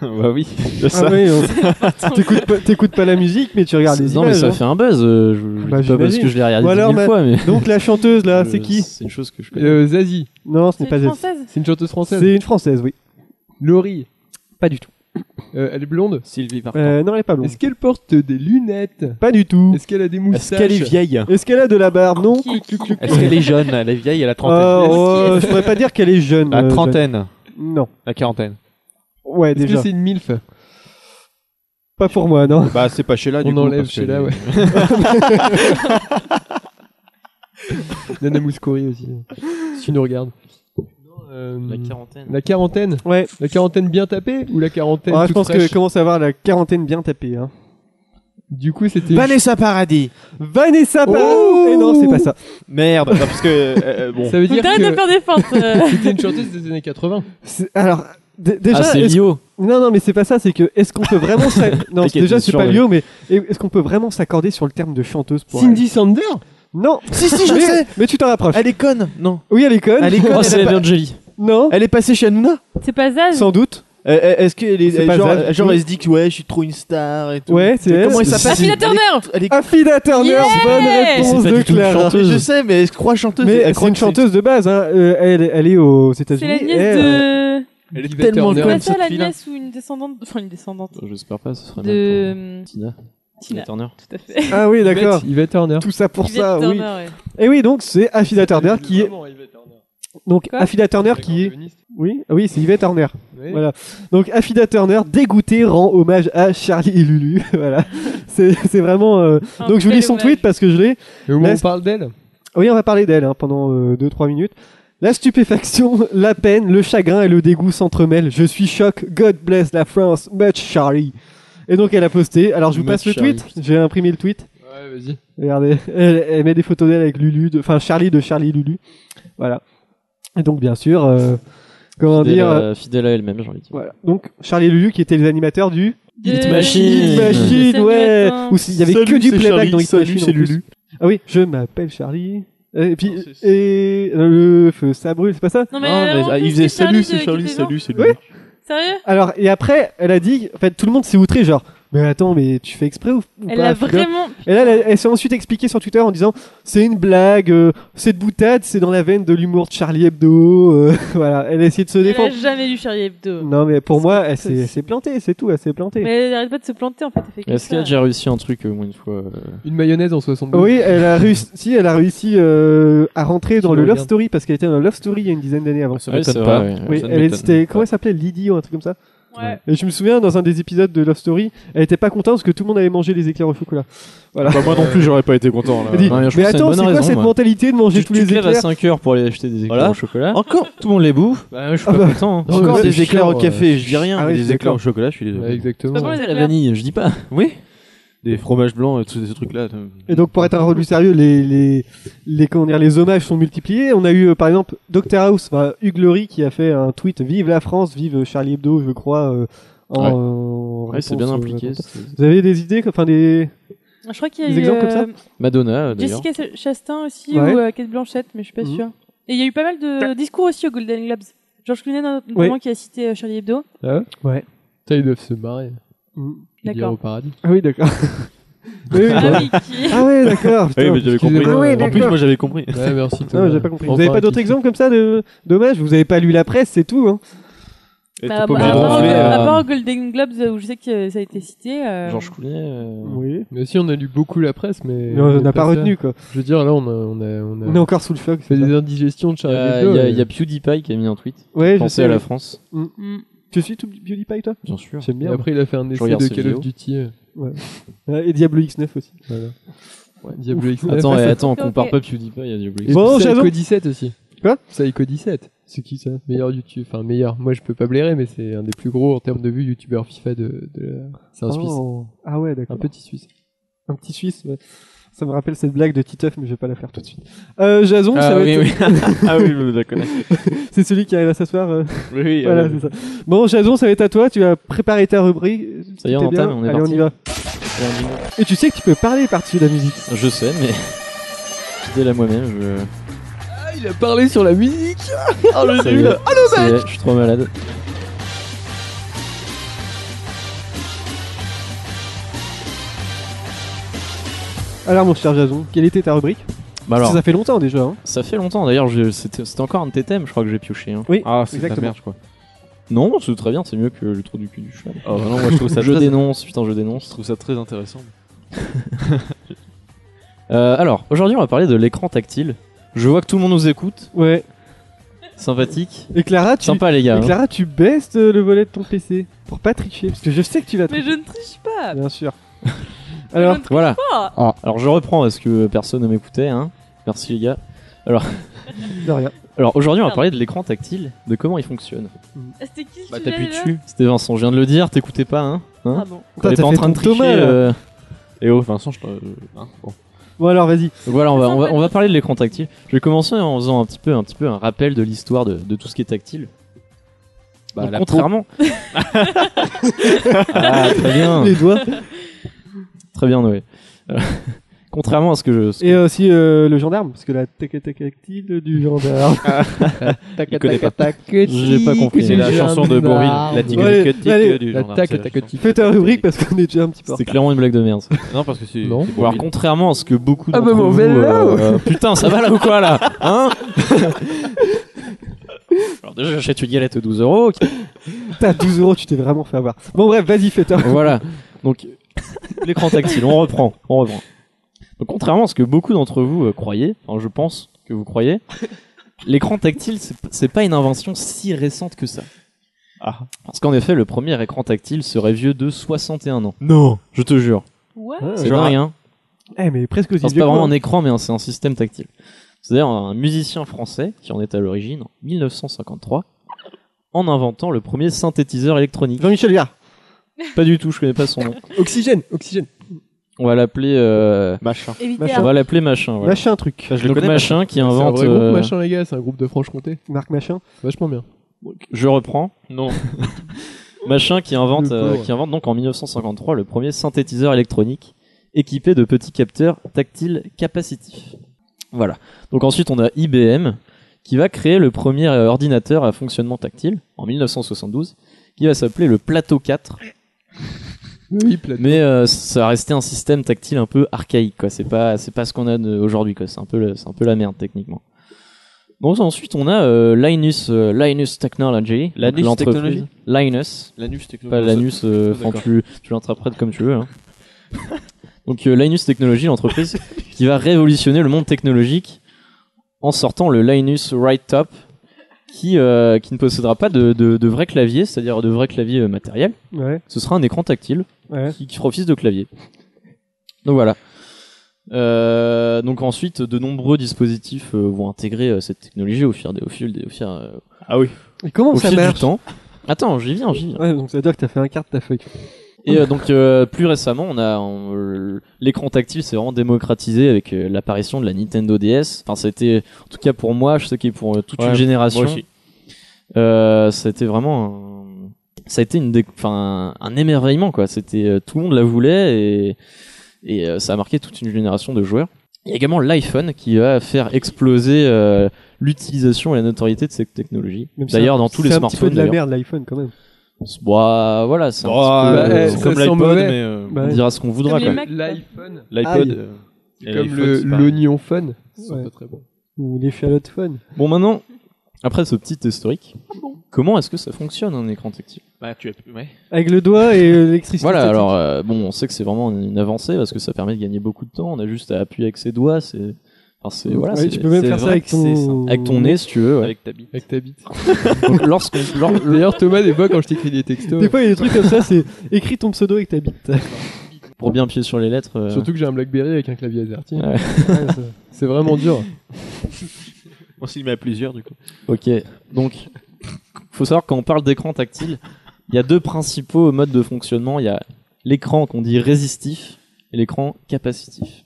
K: bah oui, je sais.
C: Ah ouais, on- t'écoutes pas, t'écoutes pas la musique, mais tu regardes les
D: Non, mais
C: images,
D: ça
C: hein.
D: fait un buzz. euh, je- je-
C: Bah,
D: pas parce
C: j'imagine.
D: que je l'ai regardé
C: Ou
D: 10
C: alors,
D: 000
C: ma-
D: fois, mais.
C: Donc la chanteuse là, Euh, c'est qui
D: Euh, C'est une chose que je connais.
F: Euh, Zazie.
C: Non, ce n'est
E: C'est
C: pas
E: une
C: elle.
E: Française
F: C'est une chanteuse française.
C: C'est une française, oui.
F: Laurie.
C: Pas du tout.
F: Euh, elle est blonde
K: Sylvie, par
C: Euh, non, elle est pas blonde.
F: Est-ce qu'elle porte des lunettes
C: Pas du tout.
F: Est-ce qu'elle a des
K: Est-ce
F: moustaches
K: qu'elle est vieille
C: Est-ce qu'elle a de la barbe Non.
K: Est-ce qu'elle est jeune Elle est vieille, elle a
C: Ah,
K: trentaine.
C: oh, je pourrais pas dire qu'elle est jeune.
K: La
C: euh,
K: trentaine.
C: jeune. Non.
K: La quarantaine.
C: Ouais,
F: Est-ce que
C: déjà.
F: c'est une MILF
C: Pas pour moi, non.
K: Bah, c'est pas chez là, du
F: On
K: coup.
F: enlève
K: parce que-
F: Sheila, ouais. Nana Mouskouri aussi. Si tu nous regardes. Euh,
D: La quarantaine.
F: la quarantaine
C: Ouais.
F: La quarantaine bien tapée ou la quarantaine
C: Ah, je
F: toute
C: pense que
F: fraîche
C: je commence à avoir la quarantaine bien tapée. Hein.
F: Du coup, c'était...
C: Bah,
K: Vanessa Paradis.
C: Vanessa Paradis Et non, c'est pas ça.
K: Merde, bah, parce que euh, bon.
F: Ça veut
E: Donc
F: dire
E: t'arrêtes de
F: que
E: faire des feintes. euh.
F: c'était une chanteuse des années 80.
C: C'est- Alors, d- déjà,
K: Ah, c'est
C: est-ce-
K: Lio.
C: non, non, mais c'est pas ça. C'est que est-ce qu'on peut vraiment s'a- non,
K: T'inquiète,
C: déjà,
K: bien
C: c'est
K: sûr,
C: pas
K: oui.
C: Lio, mais est-ce qu'on peut vraiment s'accorder sur le terme de chanteuse pour elle
F: Cindy Sander
C: Non.
K: Si, si, je
C: mais,
K: sais.
C: Mais tu t'en rapproches.
K: Elle est conne, non
C: Oui, elle est conne.
K: Elle est conne,
D: Oh,
K: elle,
D: c'est
K: a pas-
D: Virgili.
C: Non.
K: elle est passée chez Hanouna
E: C'est pas Zaz
C: Sans doute.
K: Euh, euh, Est-ce qu'elle est,
C: C'est pas
K: genre,
C: Zaz.
K: genre elle se dit que ouais, je suis trop une star et tout.
C: Ouais, c'est elle.
K: Comment il s'appelle
E: Affina
K: Elle est-
E: Ah, Turner
K: Elle est
C: Affida Turner,
E: Yeah
C: bonne
E: Mais
C: réponse
K: pas
C: de
K: du tout une
C: Clara.
K: chanteuse. Je sais, mais elle se croit chanteuse.
C: Mais
K: elle
C: c'est
K: croit
C: une
K: que c'est-
C: chanteuse de base, hein. Euh, elle, elle est aux
E: C'est
C: États-Unis.
E: la nièce
C: et, euh,
E: de.
K: Elle est
F: Guy
K: tellement
F: Turner.
E: C'est pas
K: conne
E: ça
K: cette
E: la
K: fille.
E: nièce ou une descendante Enfin, une descendante.
D: Oh, J'espère pas, ce serait mal
E: De. euh,
D: pour Tina. Tina
E: Tina,
D: Turner.
E: tout à fait.
C: Ah oui, d'accord.
F: Yvette, Yvette Turner.
C: Tout ça pour
E: Yvette
C: ça, oui.
E: Turner, ouais.
C: Et oui, donc c'est Affida Turner qui est. Donc
E: Quoi
C: Affida Turner qui est. Oui, ah oui, c'est Yvette Turner. Voilà. Donc Affida Turner, dégoûtée, rend hommage à Charlie et Lulu. voilà. C'est c'est vraiment. euh,
E: Un
C: Donc je vous lis
E: bel
C: son
E: hommage.
C: tweet parce que je l'ai.
F: Et au moins, on
C: Laisse-
F: parle d'elle.
C: Oui, on va parler d'elle hein, pendant 2-3 minutes. La stupéfaction, la peine, le chagrin et le dégoût s'entremêlent. Je suis choc. God bless la France. Much Charlie. Et donc elle a posté. Alors je vous
K: Much
C: passe le
K: Charlie,
C: tweet. J'ai imprimé le tweet.
F: Ouais, vas-y.
C: Regardez, elle, elle met des photos d'elle avec Lulu, de- enfin Charlie de Charlie et Lulu. Voilà. Et donc bien sûr, euh, comment
D: Fidèle
C: dire,
D: à-
C: euh,
D: Fidèle à elle-même, j'ai envie de dire.
C: voilà. Donc Charlie et Lulu qui étaient les animateurs du
E: De-
D: Hit Machine.
C: Hit Machine,
E: Salut,
C: ouais.
E: attends.
C: Où s'il y avait
K: Salut,
C: que du
K: c'est
C: playback
K: Charlie,
C: dans Hit
K: salut,
C: Machine. en
K: c'est
C: plus.
K: Lulu.
C: Ah oui, je m'appelle Charlie. Et puis
K: Non, c'est-
C: et euh, le feu ça brûle, c'est pas ça
E: Non, mais,
K: Non, mais,
E: euh, en
K: ah,
E: plus,
K: il faisait
E: c'est
K: salut,
E: de-
K: c'est
E: qui
K: Charlie,
E: fait genre.
K: salut, c'est lui.
E: Sérieux
C: Alors et après, elle a dit, en fait tout le monde s'est outré genre, mais attends, mais tu fais exprès ou, ou
E: Elle
C: pas
E: a
C: Frida
E: vraiment.
C: Et là, elle, elle s'est ensuite expliquée sur Twitter en disant c'est une blague, euh, cette boutade, c'est dans la veine de l'humour de Charlie Hebdo. euh, voilà, elle a essayé de se
E: Elle a
C: défendre.
E: jamais lu Charlie Hebdo.
C: Non, mais pour moi, elle s'est elle s'est plantée, c'est tout, elle s'est plantée.
E: Mais elle arrête pas de se planter en fait. elle fait que
D: Mais Est-ce
E: ça.
D: qu'elle a déjà réussi un truc euh, au moins une fois euh,
F: Une mayonnaise en 72.
C: Oui, elle a réussi, elle a réussi euh, à rentrer dans
F: Qui
C: le
F: nous
C: Love
F: regarde.
C: Story parce qu'elle était dans le Love Story il y a une dizaine d'années avant.
K: Ça
D: ouais,
K: m'étonne
D: c'est
K: pas.
D: vrai, ouais.
C: Oui,
D: Ça ne
C: elle
D: m'étonne
C: était,
D: pas.
C: comment elle s'appelait Lydie ou un truc comme ça
E: Ouais.
C: Et je me souviens dans un des épisodes de Love Story, elle était pas contente parce que tout le monde avait mangé les éclairs au chocolat.
K: Bah, moi non plus, j'aurais pas été content là.
C: Elle dit,
D: ouais, Ah, je
C: mais
D: pense que c'est une
C: attends,
D: bonne
C: c'est quoi
D: raison,
C: cette
D: moi.
C: mentalité de manger
D: Tu,
C: tous
D: tu te
C: les
D: lèves à
C: éclairs
D: 5 heures pour aller acheter des éclairs
K: Voilà.
D: au chocolat.
K: Encore,
D: Tout le monde les bouffe. Bah, je suis
C: Ah
D: pas
C: bah.
D: content. hein.
F: Oh,
K: encore
F: c'est
K: des
F: chiant,
K: éclairs au
F: ouais.
K: café, je dis rien.
C: Ah
K: mais
C: oui,
K: des
C: c'est
K: éclairs
C: clar.
K: au chocolat, je suis
F: Ouais,
K: désolé.
E: C'est pas
F: exactement.
E: bon, les
D: La
E: éclairs.
D: vanille, je dis pas.
K: Oui. Des fromages blancs et tous ces trucs là.
D: euh,
C: Et donc pour être un revenu sérieux, les les les comment dire, les hommages sont multipliés. On a eu euh, par exemple Dr House, enfin, Hugues Laurie qui a fait un tweet "Vive la France, vive Charlie Hebdo", je crois. euh, en,
D: Ouais.
C: en
D: Ouais, c'est
C: réponse
D: bien
C: aux
D: impliqué.
C: attentats. Vous avez des idées, enfin des.
E: Je crois qu'il y a
C: Des
E: eu
C: exemples comme ça
E: euh,
D: Madonna, euh, d'ailleurs.
E: Jessica Ch- Chastain aussi
C: Ouais.
E: ou euh, Kate Blanchett, mais je suis pas
C: Mhm.
E: sûre. Et il y a eu pas mal de discours aussi au Golden Globes. George Clooney notamment
C: Ouais.
E: qui a cité euh, Charlie Hebdo.
F: Putain, ils doivent se barrer. Ils iront
E: D'accord.
F: au paradis.
C: Ah oui, d'accord. Oui, oui,
E: Ah
C: bah-
E: oui, qui-
C: ah ouais, d'accord.
K: Ah oui,
C: putain.
K: mais j'avais compris.
F: Excusez-moi.
C: Ah oui,
K: en plus,
C: d'accord.
K: moi j'avais compris.
F: Ouais, merci.
C: Non,
F: Thomas.
C: j'ai pas compris. Vous
F: Enfin,
C: avez pas d'autres
F: qui-
C: exemples comme ça de dommage Vous avez pas lu la presse, c'est tout. Hein
K: Et
E: Bah,
K: t'es pas obligé
E: bah, à,
K: de
D: bon,
E: part,
K: ronfler,
D: euh,
K: euh,
E: à part au Golden Globes euh, où je sais que euh, ça a été cité. euh,
D: Georges Clooney. euh,
C: Oui.
F: Mais si, on a lu beaucoup la presse, mais.
C: Mais on
F: mais
C: n'a pas
F: ça.
C: retenu quoi.
F: Je veux dire, là, on a, on a, on a
C: On est encore sous le choc.
F: fait
C: c'est
F: des indigestions de
D: Il y
F: Charlie
D: a-
F: Hebdo.
D: il y a-
F: mais-
D: il y a PewDiePie qui a mis un tweet.
C: ça. Ouais, je
D: Pensez
C: sais.
D: à la France.
E: mm.
C: Tu suis tout PewDiePie toi
D: Bien sûr.
C: J'aime
F: Et
C: bien.
F: après, il a fait un essai
D: regarde
F: de
D: ses
F: Call of
D: vidéos.
F: Duty. euh,
C: Ouais. Et Diablo X9 aussi.
F: Voilà. Diablo X9.
D: Attends, et attends, on
E: Ok.
D: compare pas PewDiePie à
F: Et
D: Diablo.
C: Bon,
F: puis
C: Jason.
F: Psycho 17 aussi.
C: Quoi
F: Psycho 17.
C: C'est qui ça
F: Meilleur YouTube. Enfin, meilleur. Moi, je peux pas blairer, mais c'est un des plus gros en termes de vues youtubeur FIFA de. de la- C'est un Suisse.
C: Oh. Ah ouais,
F: Un
C: d'accord.
F: petit Suisse.
C: Un petit Suisse. ouais. Ça me rappelle cette blague de Titeuf, mais je vais pas la faire tout de suite. Euh, Jason,
D: Ah
C: ça va être-
K: ah oui, je la connais.
C: c'est celui qui arrive à s'asseoir. euh,
K: Oui, oui.
C: voilà,
K: euh,
C: c'est ça. Bon, Jason, ça va être à toi. Tu vas préparer ta rubrique. Euh,
D: Ça y est, on
C: T'es bien
D: entame, on est
C: Allez,
D: parti.
C: on y va. Et tu sais que tu peux parler par-dessus la musique.
D: Je sais, mais. Fidèle à moi-même, je.
F: Ah, il a parlé sur la musique.
C: Oh,
D: Ah
F: le
D: Ça y
F: nul.
D: est,
F: Ah le
D: ça y
F: mec.
D: est, Je suis trop malade.
C: Alors, mon cher Jason, quelle était ta rubrique
D: Bah alors.
C: Parce que Ça fait longtemps déjà. hein.
D: Ça fait longtemps d'ailleurs, je- c'était c'était encore un de tes thèmes, je crois que j'ai pioché. hein.
C: Oui,
K: Ah, c'est de la
C: exactement.
K: merde, je crois.
D: Non, c'est très bien, c'est mieux que le trou du cul du cheval.
K: Ah bah non, moi, je trouve ça
D: je
K: très-
D: dénonce, putain, je dénonce.
K: Je trouve ça très intéressant.
D: Euh, alors, aujourd'hui, on va parler de l'écran tactile. Je vois que tout le monde nous écoute.
C: Ouais.
D: Sympathique.
C: Et Clara, tu.
D: Sympa, les gars. hein.
C: Et Clara, tu baisses euh, le volet de ton PC pour pas tricher, parce que je sais que tu vas
E: Mais
C: tricher.
E: je ne triche pas. Oh,
C: Bien sûr. Alors,
E: ne triche
D: voilà.
E: pas.
D: Ah. Alors, je reprends parce que personne ne m'écoutait. Hein. Merci, les gars. Alors,
C: De rien.
D: alors aujourd'hui, on va
E: Pardon.
D: parler de l'écran tactile, de comment il fonctionne.
E: Ah, C'était qui le
D: Bah,
E: sujet,
D: t'appuies
E: déjà
D: dessus. C'était Vincent, je viens de le dire, t'écoutais pas, hein, hein
E: Ah bon.
D: T'es
C: Putain,
D: pas
C: t'as
D: en
C: fait
D: train de
C: ton
D: tricher.
C: Thomas, là.
D: euh,
K: Et oh, Vincent, je t'en- euh, hein, bon.
C: Bon, alors, vas-y.
D: Voilà, on va, on, va, on va parler de l'écran tactile. Je vais commencer en faisant un petit peu un, petit peu un rappel de l'histoire de, de tout ce qui est tactile.
K: Bah,
D: Donc,
K: la peau.
D: contrairement. ah, très bien.
C: Les doigts.
D: Très bien, Noé. Euh, contrairement à ce que je. ce que-
C: Et aussi euh, le gendarme, parce que la tac tac tactile du gendarme.
D: Il connaît pas. J'ai pas compris.
K: C'est la chanson de Bourvil, la tique
C: Ouais,
K: tique
C: allez.
K: tique du gendarme. c'est la chanson.
C: Fais ta rubrique parce qu'on est déjà un petit peu. en
D: C'est clairement une blague de merde. ça.
K: Non, parce que c'est.
F: Non.
K: c'est
D: Ou alors,
K: Bourvil.
D: contrairement à ce que beaucoup
F: Ah
D: d'entre
F: bah, mon
D: vous, euh,
F: vélo.
D: Putain, ça va là ou quoi là Hein Alors déjà, j'achète une galette 12 euros. ok.
C: retard. T'as 12 euros, tu t'es vraiment fait avoir. Bon, bref, vas-y, fais ta.
D: voilà. Donc, l'écran tactile, on reprend, on reprend. Donc, contrairement à ce que beaucoup d'entre vous euh, croyaient, enfin, je pense que vous croyez, l'écran tactile, c'est p- c'est pas une invention si récente que ça.
K: Ah.
D: Parce qu'en effet, le premier écran tactile serait vieux de 61 ans.
K: Non.
D: Je te jure.
E: Ouais.
D: C'est
K: Genre-
D: dingue, hein.
C: Eh, mais presque aussi
D: Enfin, c'est
C: vieux
D: pas
C: que
D: vraiment
C: moi.
D: un écran, mais un- c'est un système tactile. C'est-à-dire un musicien français qui en est à l'origine en 1953 en inventant le premier synthétiseur électronique.
C: Jean-Michel Jarre.
D: Pas du tout, je connais pas son nom.
F: Oxygène, oxygène.
D: On va l'appeler. euh,
K: Machin.
E: Éviter
C: Machin.
D: On va l'appeler machin. Voilà.
C: Machin truc.
K: Je le
D: Donc
K: connais.
D: machin qui
F: C'est un
D: invente.
F: vrai
D: euh,
F: groupe machin les gars, c'est un groupe de Franche-Comté.
C: Marc Machin.
F: Vachement bien.
D: Je reprends.
K: Non.
D: Machin qui invente,
F: Le
D: euh,
F: pauvre.
D: qui invente donc en 1953 le premier synthétiseur électronique équipé de petits capteurs tactiles capacitifs. Voilà. Donc ensuite on a IBM qui va créer le premier euh, ordinateur à fonctionnement tactile en 1972 qui va s'appeler le Plateau 4.
F: Oui, plate.
D: Mais euh, ça a resté un système tactile un peu archaïque, quoi. C'est pas, c'est pas ce qu'on a de- aujourd'hui, quoi. C'est un peu, le- c'est un peu la merde techniquement. Donc ensuite on a euh, Linus, euh, Linus Technology,
K: Linus
D: l'entreprise-
K: Technology
D: Linus,
K: L'anus
D: pas
K: technologique.
D: l'anus. euh,
K: D'accord.
D: enfin, tu, tu l'interprètes comme tu veux. hein. Donc euh, Linus Technology, l'entreprise qui va révolutionner le monde technologique en sortant le Linus Right Top, qui euh, qui ne possédera pas de, de, de vrai clavier, c'est-à-dire de vrai clavier euh, matériel.
C: Ouais,
D: Ce sera un écran tactile
C: ouais.
D: qui, qui fera office de clavier. Donc voilà. Euh, donc ensuite, de nombreux dispositifs euh, vont intégrer euh, cette technologie au fil des, au fil des, au fil, euh,
K: Ah oui.
C: Et comment
D: au
C: ça
D: fil du
C: marche
D: temps. Attends, j'y viens, j'y viens.
C: Ouais, donc ça veut dire que t'as fait un quart de ta feuille.
D: Et euh, donc euh, plus récemment, on a on, euh, l'écran tactile s'est vraiment démocratisé avec euh, l'apparition de la Nintendo DS. Enfin, c'était en tout cas pour moi, je sais qu'il est pour euh, toute
K: Ouais,
D: une génération.
K: moi aussi.
D: Euh, ça a été vraiment un- ça a été une dé- enfin un émerveillement quoi c'était euh, tout le monde la voulait et et euh, ça a marqué toute une génération de joueurs il y a également l'iPhone qui va faire exploser euh, l'utilisation et la notoriété de cette technologie
C: Même si c'est
D: d'ailleurs
C: un-
D: dans tous les
C: C'est un petit peu
D: smartphones
C: de la
D: d'ailleurs
C: merde l'iPhone quand même.
D: bah voilà c'est un
K: Bah,
D: petit
K: eh,
D: peu,
F: euh,
D: euh,
F: ça
K: c'est comme
F: sent
K: l'iPod,
F: mauvais.
K: mais euh,
C: Bah,
D: on dira ce qu'on voudra
E: Comme
D: quoi.
E: les Mac, quoi.
F: L'iPhone.
K: l'iPod.
C: Aïe.
K: euh, et
F: Comme
K: l'iPhone,
F: le-
K: c'est pareil.
F: l'oignon fun. C'est
C: Ouais.
F: pas très bon.
C: Ou les chalotes fun.
D: bon maintenant après ce petit historique comment est-ce que ça fonctionne un écran tactile
K: Bah, tu as pu- ouais.
C: Avec le doigt et euh, l'électricité.
D: Voilà,
C: statique.
D: alors euh, bon, on sait que c'est vraiment une avancée parce que ça permet de gagner beaucoup de temps. On a juste à appuyer avec ses doigts. C'est, enfin, c'est voilà,
C: Ouais,
D: c'est-
C: tu peux même
D: c'est
C: faire ça
D: vrai
C: avec
D: que c'est
C: ton-
D: ça. Avec ton nez, si tu veux. ouais.
K: Avec ta bite.
F: Avec ta bite.
D: Donc, lorsqu'on, lor-
F: D'ailleurs, Thomas, des fois, quand je t'écris des
D: euh,
F: textos,
C: Des fois, il y a des trucs comme ça, c'est écris ton pseudo avec ta bite.
D: pour bien appuyer sur les lettres, euh,
F: surtout que j'ai un Blackberry avec un clavier AZERTY,
D: Ouais.
F: c'est vraiment dur.
K: On s'y met à plusieurs, du coup.
D: Ok, donc faut savoir quand on parle d'écran tactile, il y a deux principaux modes de fonctionnement. Il y a l'écran qu'on dit résistif et l'écran capacitif.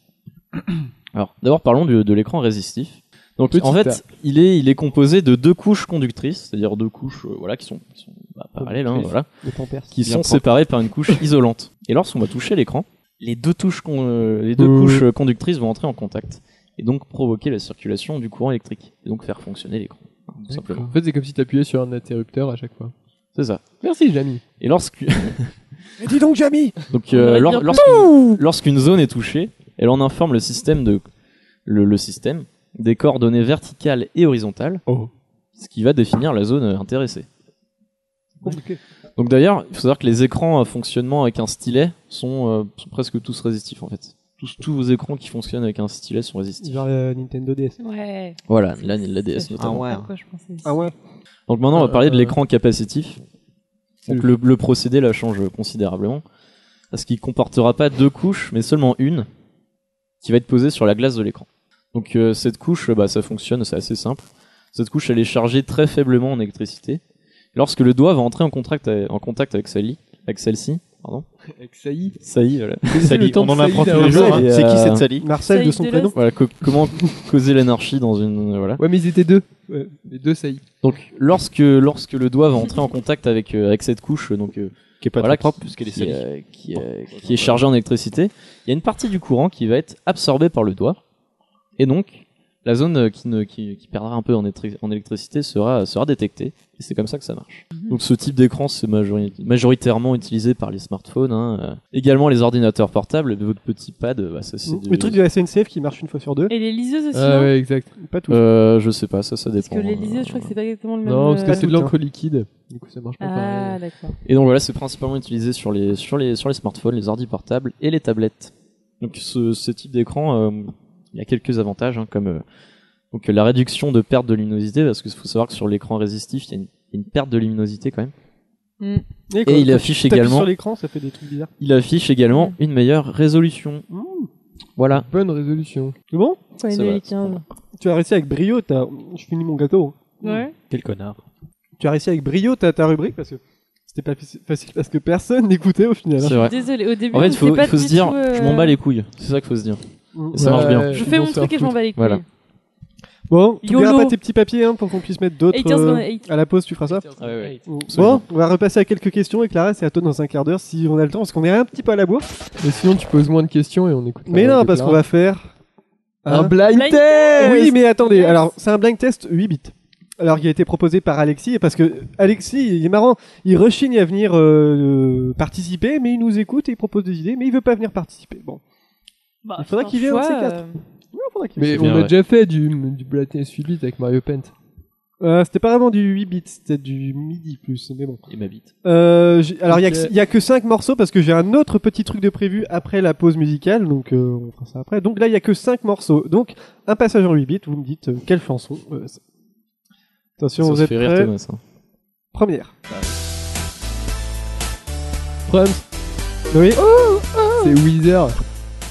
D: Alors d'abord parlons du- de l'écran résistif. Donc
F: Petit
D: en fait,
F: A.
D: il est, il est composé de deux couches conductrices, c'est-à-dire deux couches euh, voilà, qui sont, qui sont, bah, parallèles, hein,
F: Conductrices.
D: voilà,
C: Le temps perse.
D: qui
K: Bien
D: sont
K: propre.
D: séparées par une couche isolante. Et lorsqu'on va toucher l'écran, les deux, touches con- euh, les deux
C: Ouh.
D: couches euh, conductrices vont entrer en contact. et donc provoquer la circulation du courant électrique et donc faire fonctionner l'écran. hein, tout simplement.
F: En fait, c'est comme si t'appuyais sur un interrupteur à chaque fois.
D: C'est ça.
F: Merci, Jamie.
D: Et lorsque
L: dis donc, Jamie
D: Donc, euh,
L: On va
D: lor-
L: dire
D: lorsqu'une lorsqu'une zone est touchée, elle en informe le système de le, le système des coordonnées verticales et horizontales, ce qui va définir la zone euh, intéressée. Donc d'ailleurs, il faut savoir que les écrans à fonctionnement avec un stylet sont, euh, sont presque tous résistifs en fait. Tous, tous vos écrans qui fonctionnent avec un stylet sont résistifs. Ah,
C: Genre la Nintendo DS.
E: Ouais.
D: Voilà, là, la DS notamment.
E: C'est à quoi je pensais.
C: Ah ouais.
D: Donc maintenant, on va
C: Euh,
D: parler de
C: euh,
D: l'écran capacitif. Donc le, le procédé là change considérablement, parce qu'il comportera pas deux couches, mais seulement une, qui va être posée sur la glace de l'écran. Donc euh, cette couche, bah, ça fonctionne, c'est assez simple. Cette couche, elle est chargée très faiblement en électricité. Lorsque le doigt va entrer en contact, a- en contact avec celle-ci, avec celle-ci, pardon.
F: Avec Saï.
D: Saillie, voilà.
F: Saillie,
D: Saillie,
F: on en apprend tous les jours, hein.
D: Et,
F: C'est qui,
D: euh,
F: cette Saillie Marcel, de son
D: Saillie
F: prénom.
D: Voilà, co- comment causer l'anarchie dans une voilà.
F: Ouais, mais ils étaient deux. Ouais, les deux Saï.
D: Donc lorsque lorsque le doigt va entrer en contact avec euh, avec cette couche euh, donc euh,
K: qui est pas
D: voilà,
K: très propre,
D: qui-
K: puisqu'elle est
D: qui,
K: salie.
D: euh, qui, euh, qui est chargée en électricité, il y a une partie du courant qui va être absorbée par le doigt et donc la zone euh, qui ne qui, qui perdra un peu en, électri- en électricité sera sera détectée et c'est comme ça que ça marche. Donc ce type d'écran c'est majori- majoritairement utilisé par les smartphones, hein, euh, également les ordinateurs portables, votre petit pad, euh, bah, ça c'est
C: Mmh. Le truc de la SNCF qui marche une fois sur deux.
E: Et les liseuses aussi.
D: Ah
E: non
D: ouais,
F: exact.
C: Pas tout.
D: Euh, je sais pas, ça ça dépend. hein.
E: Parce que les liseuses, je crois que c'est pas exactement le même.
F: Non, parce
E: euh,
F: que c'est de l'encre liquide. Du coup, ça marche pas
E: Ah, d'accord.
D: Et donc voilà, c'est principalement utilisé sur les, sur les, sur les smartphones, les ordi portables et les tablettes. Donc ce, ce type d'écran, euh, il y a quelques avantages, hein, comme euh, donc, euh, la réduction de perte de luminosité, parce qu'il faut savoir que sur l'écran résistif, il y a une, une perte de luminosité quand même.
C: Mm.
D: Et,
C: quand-
D: il
C: quand
D: affiche
C: tu tapis
D: également,
C: sur l'écran, ça fait des trucs bizarres. Mmh.
D: il affiche également une meilleure résolution. Voilà.
F: Bonne résolution.
C: C'est bon
E: Ouais,
D: C'est
E: les
D: vrai.
E: 15.
C: Tu as réussi avec brio, t'as- je finis mon gâteau. hein.
E: Ouais.
K: Quel connard.
C: Tu as réussi avec brio ta, ta rubrique parce que c'était pas faci- facile parce que personne n'écoutait au final. hein.
D: C'est vrai.
E: Désolé, au début,
D: en fait,
E: on
D: il faut,
E: s'est pas
D: il faut
E: du
D: se dire,
E: tout, euh,
D: je m'en bats les couilles. C'est ça qu'il faut se dire.
C: Mm.
D: Et ça marche
C: Ouais.
D: bien.
E: Je fais mon
C: Bon,
E: truc et je m'en bats les couilles.
D: Voilà.
C: Bon, tu
E: YOLO.
C: verras pas tes petits papiers hein, pour qu'on puisse mettre d'autres.
E: 18
C: euh,
E: on a 8.
C: à la pause, tu feras ça
D: Bon,
C: Bon, on va repasser à quelques questions et Clara, c'est à toi dans un quart d'heure si on a le temps parce qu'on est un petit peu à la bourre.
F: Mais sinon, tu poses moins de questions et on écoute.
C: Mais
F: la
C: non,
F: voix de
C: parce
F: Clara.
C: qu'on va Hein faire
F: Un blind Blind test
C: Oui, mais attendez, alors c'est un blind test 8 bits. Alors il a été proposé par Alexis et parce que Alexis, il est marrant, il rechigne à venir euh, euh, participer, mais il nous écoute et il propose des idées, mais il veut pas venir participer. Bon, il faudra
E: c'est
C: qu'il
E: un
C: vienne un de ces
E: choix,
C: quatre.
E: euh,
C: Ouais, faudra qu'il
F: Mais
C: vienne.
F: on a déjà fait du, du Blind Test 8 avec Mario Paint.
C: Euh, c'était pas vraiment du 8 bits, c'était du midi plus, mais bon.
D: Et ma bite.
C: Euh, j'ai- alors il
F: Ok.
C: y, a que 5 morceaux parce que j'ai un autre petit truc de prévu après la pause musicale, donc euh, on fera ça après. Donc là il y a que 5 morceaux, donc un passage en 8 bits, vous me dites euh, quelle chanson. euh, c'est- Attention,
D: Ça
C: vous
D: se
C: êtes
D: fait rire,
C: prêts
D: Thomas, hein.
C: Première.
F: Prums.
C: Oui.
F: C'est Weezer.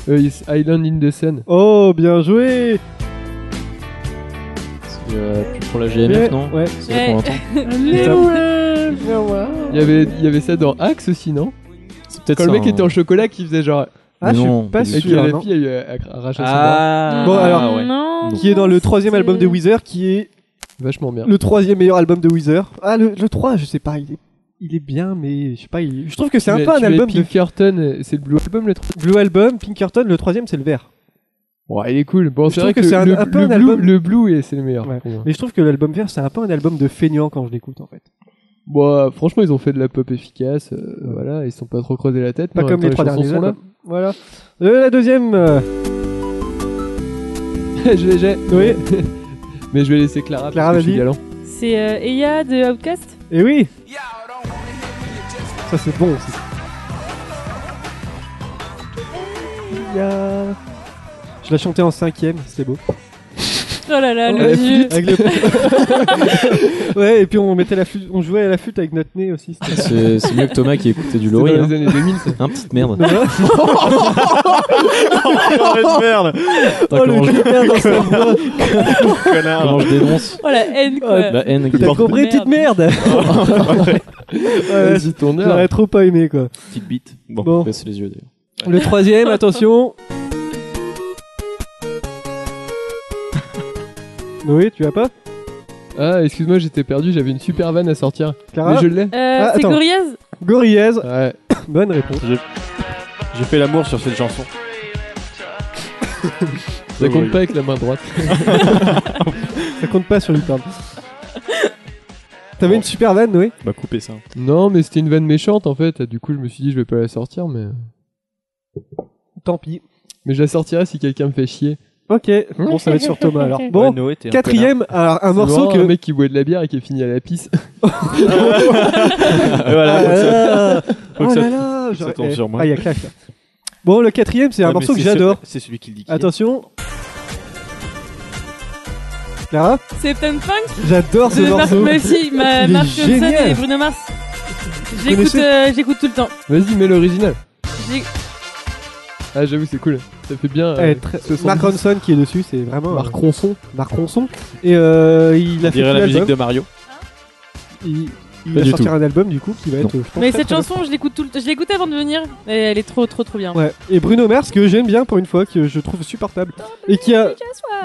F: Euh, it's Island in the Sun.
C: Oh, bien joué
D: C'est, euh, plus pour la GMF,
F: Ouais.
D: non
F: Ouais.
D: C'est là qu'on l'entend.
E: euh,
F: Il y avait, il y avait ça dans Axe aussi, non
D: C'est peut-être
F: Quand le
D: ça,
F: mec
D: hein.
F: était en chocolat, qui faisait genre.
C: Ah,
D: Mais
C: je
D: non,
C: suis pas
D: pas du
F: Et
C: sûr.
F: que la
C: non.
F: fille a eu à, à- à arracher
D: Ah,
C: Bon, alors,
D: ouais.
C: qui est dans le troisième album de Weezer, qui est
F: son bras. Vachement bien.
C: le troisième meilleur album de Weezer. Ah, le, le 3, je sais pas, il est, il est bien, mais je sais pas, il- je trouve que c'est un peu un album de...
F: Pinkerton, euh, c'est le Blue Album le troisième.
C: Blue Album, Pinkerton, le troisième c'est le vert.
F: Ouais, il est cool. Bon,
C: Je
F: c'est vrai
C: trouve que
F: que,
C: c'est un-
F: le,
C: un peu
F: le
C: un
F: blue,
C: album-
F: le blue, et c'est le meilleur. pour moi.
C: Mais je trouve que l'album vert, c'est un peu un album de feignant quand je l'écoute en fait.
F: Bon, euh, franchement, ils ont fait de la pop efficace. euh, voilà, ils se sont pas trop creusés la tête.
C: Pas
F: mais en
C: comme
F: même
C: les
F: temps,
C: trois
F: chansons
C: derniers
F: sont là.
C: albums. Voilà. Euh, la deuxième. euh,
F: je j'ai.
C: Oui.
F: mais je vais laisser Clara.
C: Clara,
F: parce que je suis
C: vas-y.
F: galant.
E: C'est euh, Eya de Outcast
C: Et eh oui. Ça c'est bon. aussi. Ya. Je la chantais en cinquième, c'était beau.
E: Oh là là,
C: la
E: le vieux.
C: flûte, avec le- ouais, et puis on mettait la flûte, on jouait à la flûte avec notre nez aussi. c'était-
D: C'est c'est mieux que Thomas qui écoutait du
F: C'était dans
D: Laurie. hein.
F: les années 2000, ça.
D: Un petite merde.
C: Non, non.
K: merde.
D: Attends,
C: Oh,
D: comment,
C: le
D: je,
C: connard dans sa voix.
D: comment je dénonce
E: Oh la haine, quoi.
C: bah.
D: la haine qui
C: T'as compris, petite merde Ouais,
F: Vas-y, ton heure.
C: J'aurais trop pas aimé quoi.
K: Petite bite. Bon.
C: Bon,
D: baisse les yeux d'ailleurs.
C: le troisième, attention. Noé, tu vas pas
F: Ah, excuse-moi, j'étais perdu. J'avais une super vanne à sortir.
C: Clara
F: Mais je l'ai.
E: Euh,
C: Ah,
E: c'est
C: attends.
E: Gorillaz
C: Gorillaz,
F: Ouais.
C: bonne réponse.
K: J'ai fait l'amour sur cette chanson.
F: Ça compte pas avec la main droite.
C: ça compte pas sur l'hyperbe. T'avais une super vanne, Noé
K: Bah, coupez ça.
F: Non, mais c'était une vanne méchante en fait. Du coup, je me suis dit, je vais pas la sortir, mais.
C: Tant pis.
F: Mais je la sortirai si quelqu'un me fait chier.
C: Ok, bon, ça va être sur Thomas alors. Bon,
F: Ouais, Noé, t'es un
C: quatrième, alors un
F: C'est
C: morceau
F: vraiment
C: que.
F: Un mec qui boit de la bière et qui est fini à la pisse.
C: Ah là là.
K: faut que
C: Oh
K: ça-
C: là là,
K: faut que ça
C: j'aurais-
K: tombe
C: eh,
K: sur moi.
C: Ah, il y a clash là. Bon, le quatrième, c'est
K: Ouais, mais
C: un morceau que
K: c'est ce-
C: j'adore.
K: c'est celui qui le dit qui est.
C: Attention. Clara
E: Septem Funk
C: J'adore ce
E: de Marc-
C: morceau.
E: Mais si, ma-
C: Il est
E: Mark Johnson
C: génial.
E: et Bruno Mars.
F: Vous
E: J'écoute
F: connaissez
E: euh, j'écoute tout le temps.
F: Vas-y, mets l'original.
E: J'ai-
F: Ah, j'avoue, c'est cool. Ça fait bien. euh,
C: Eh, très- Mark Ronson qui est dessus, c'est vraiment.
F: Marc
C: Ronson. Marc Ronson. Et euh, il a
K: On
C: fait
K: dirait
C: tout
K: la musique
C: l'album.
K: de Mario.
C: Il, il
K: Pas
C: va
K: du
C: sortir
K: tout.
C: un album du coup qui va être. je pense,
E: Mais
C: très,
E: cette
C: très bien.
E: chanson, je l'écoute tout le temps. Je l'écoute avant de venir et elle est trop trop trop bien.
C: Ouais. Et Bruno Mars que j'aime bien pour une fois, que je trouve supportable. Et qui a.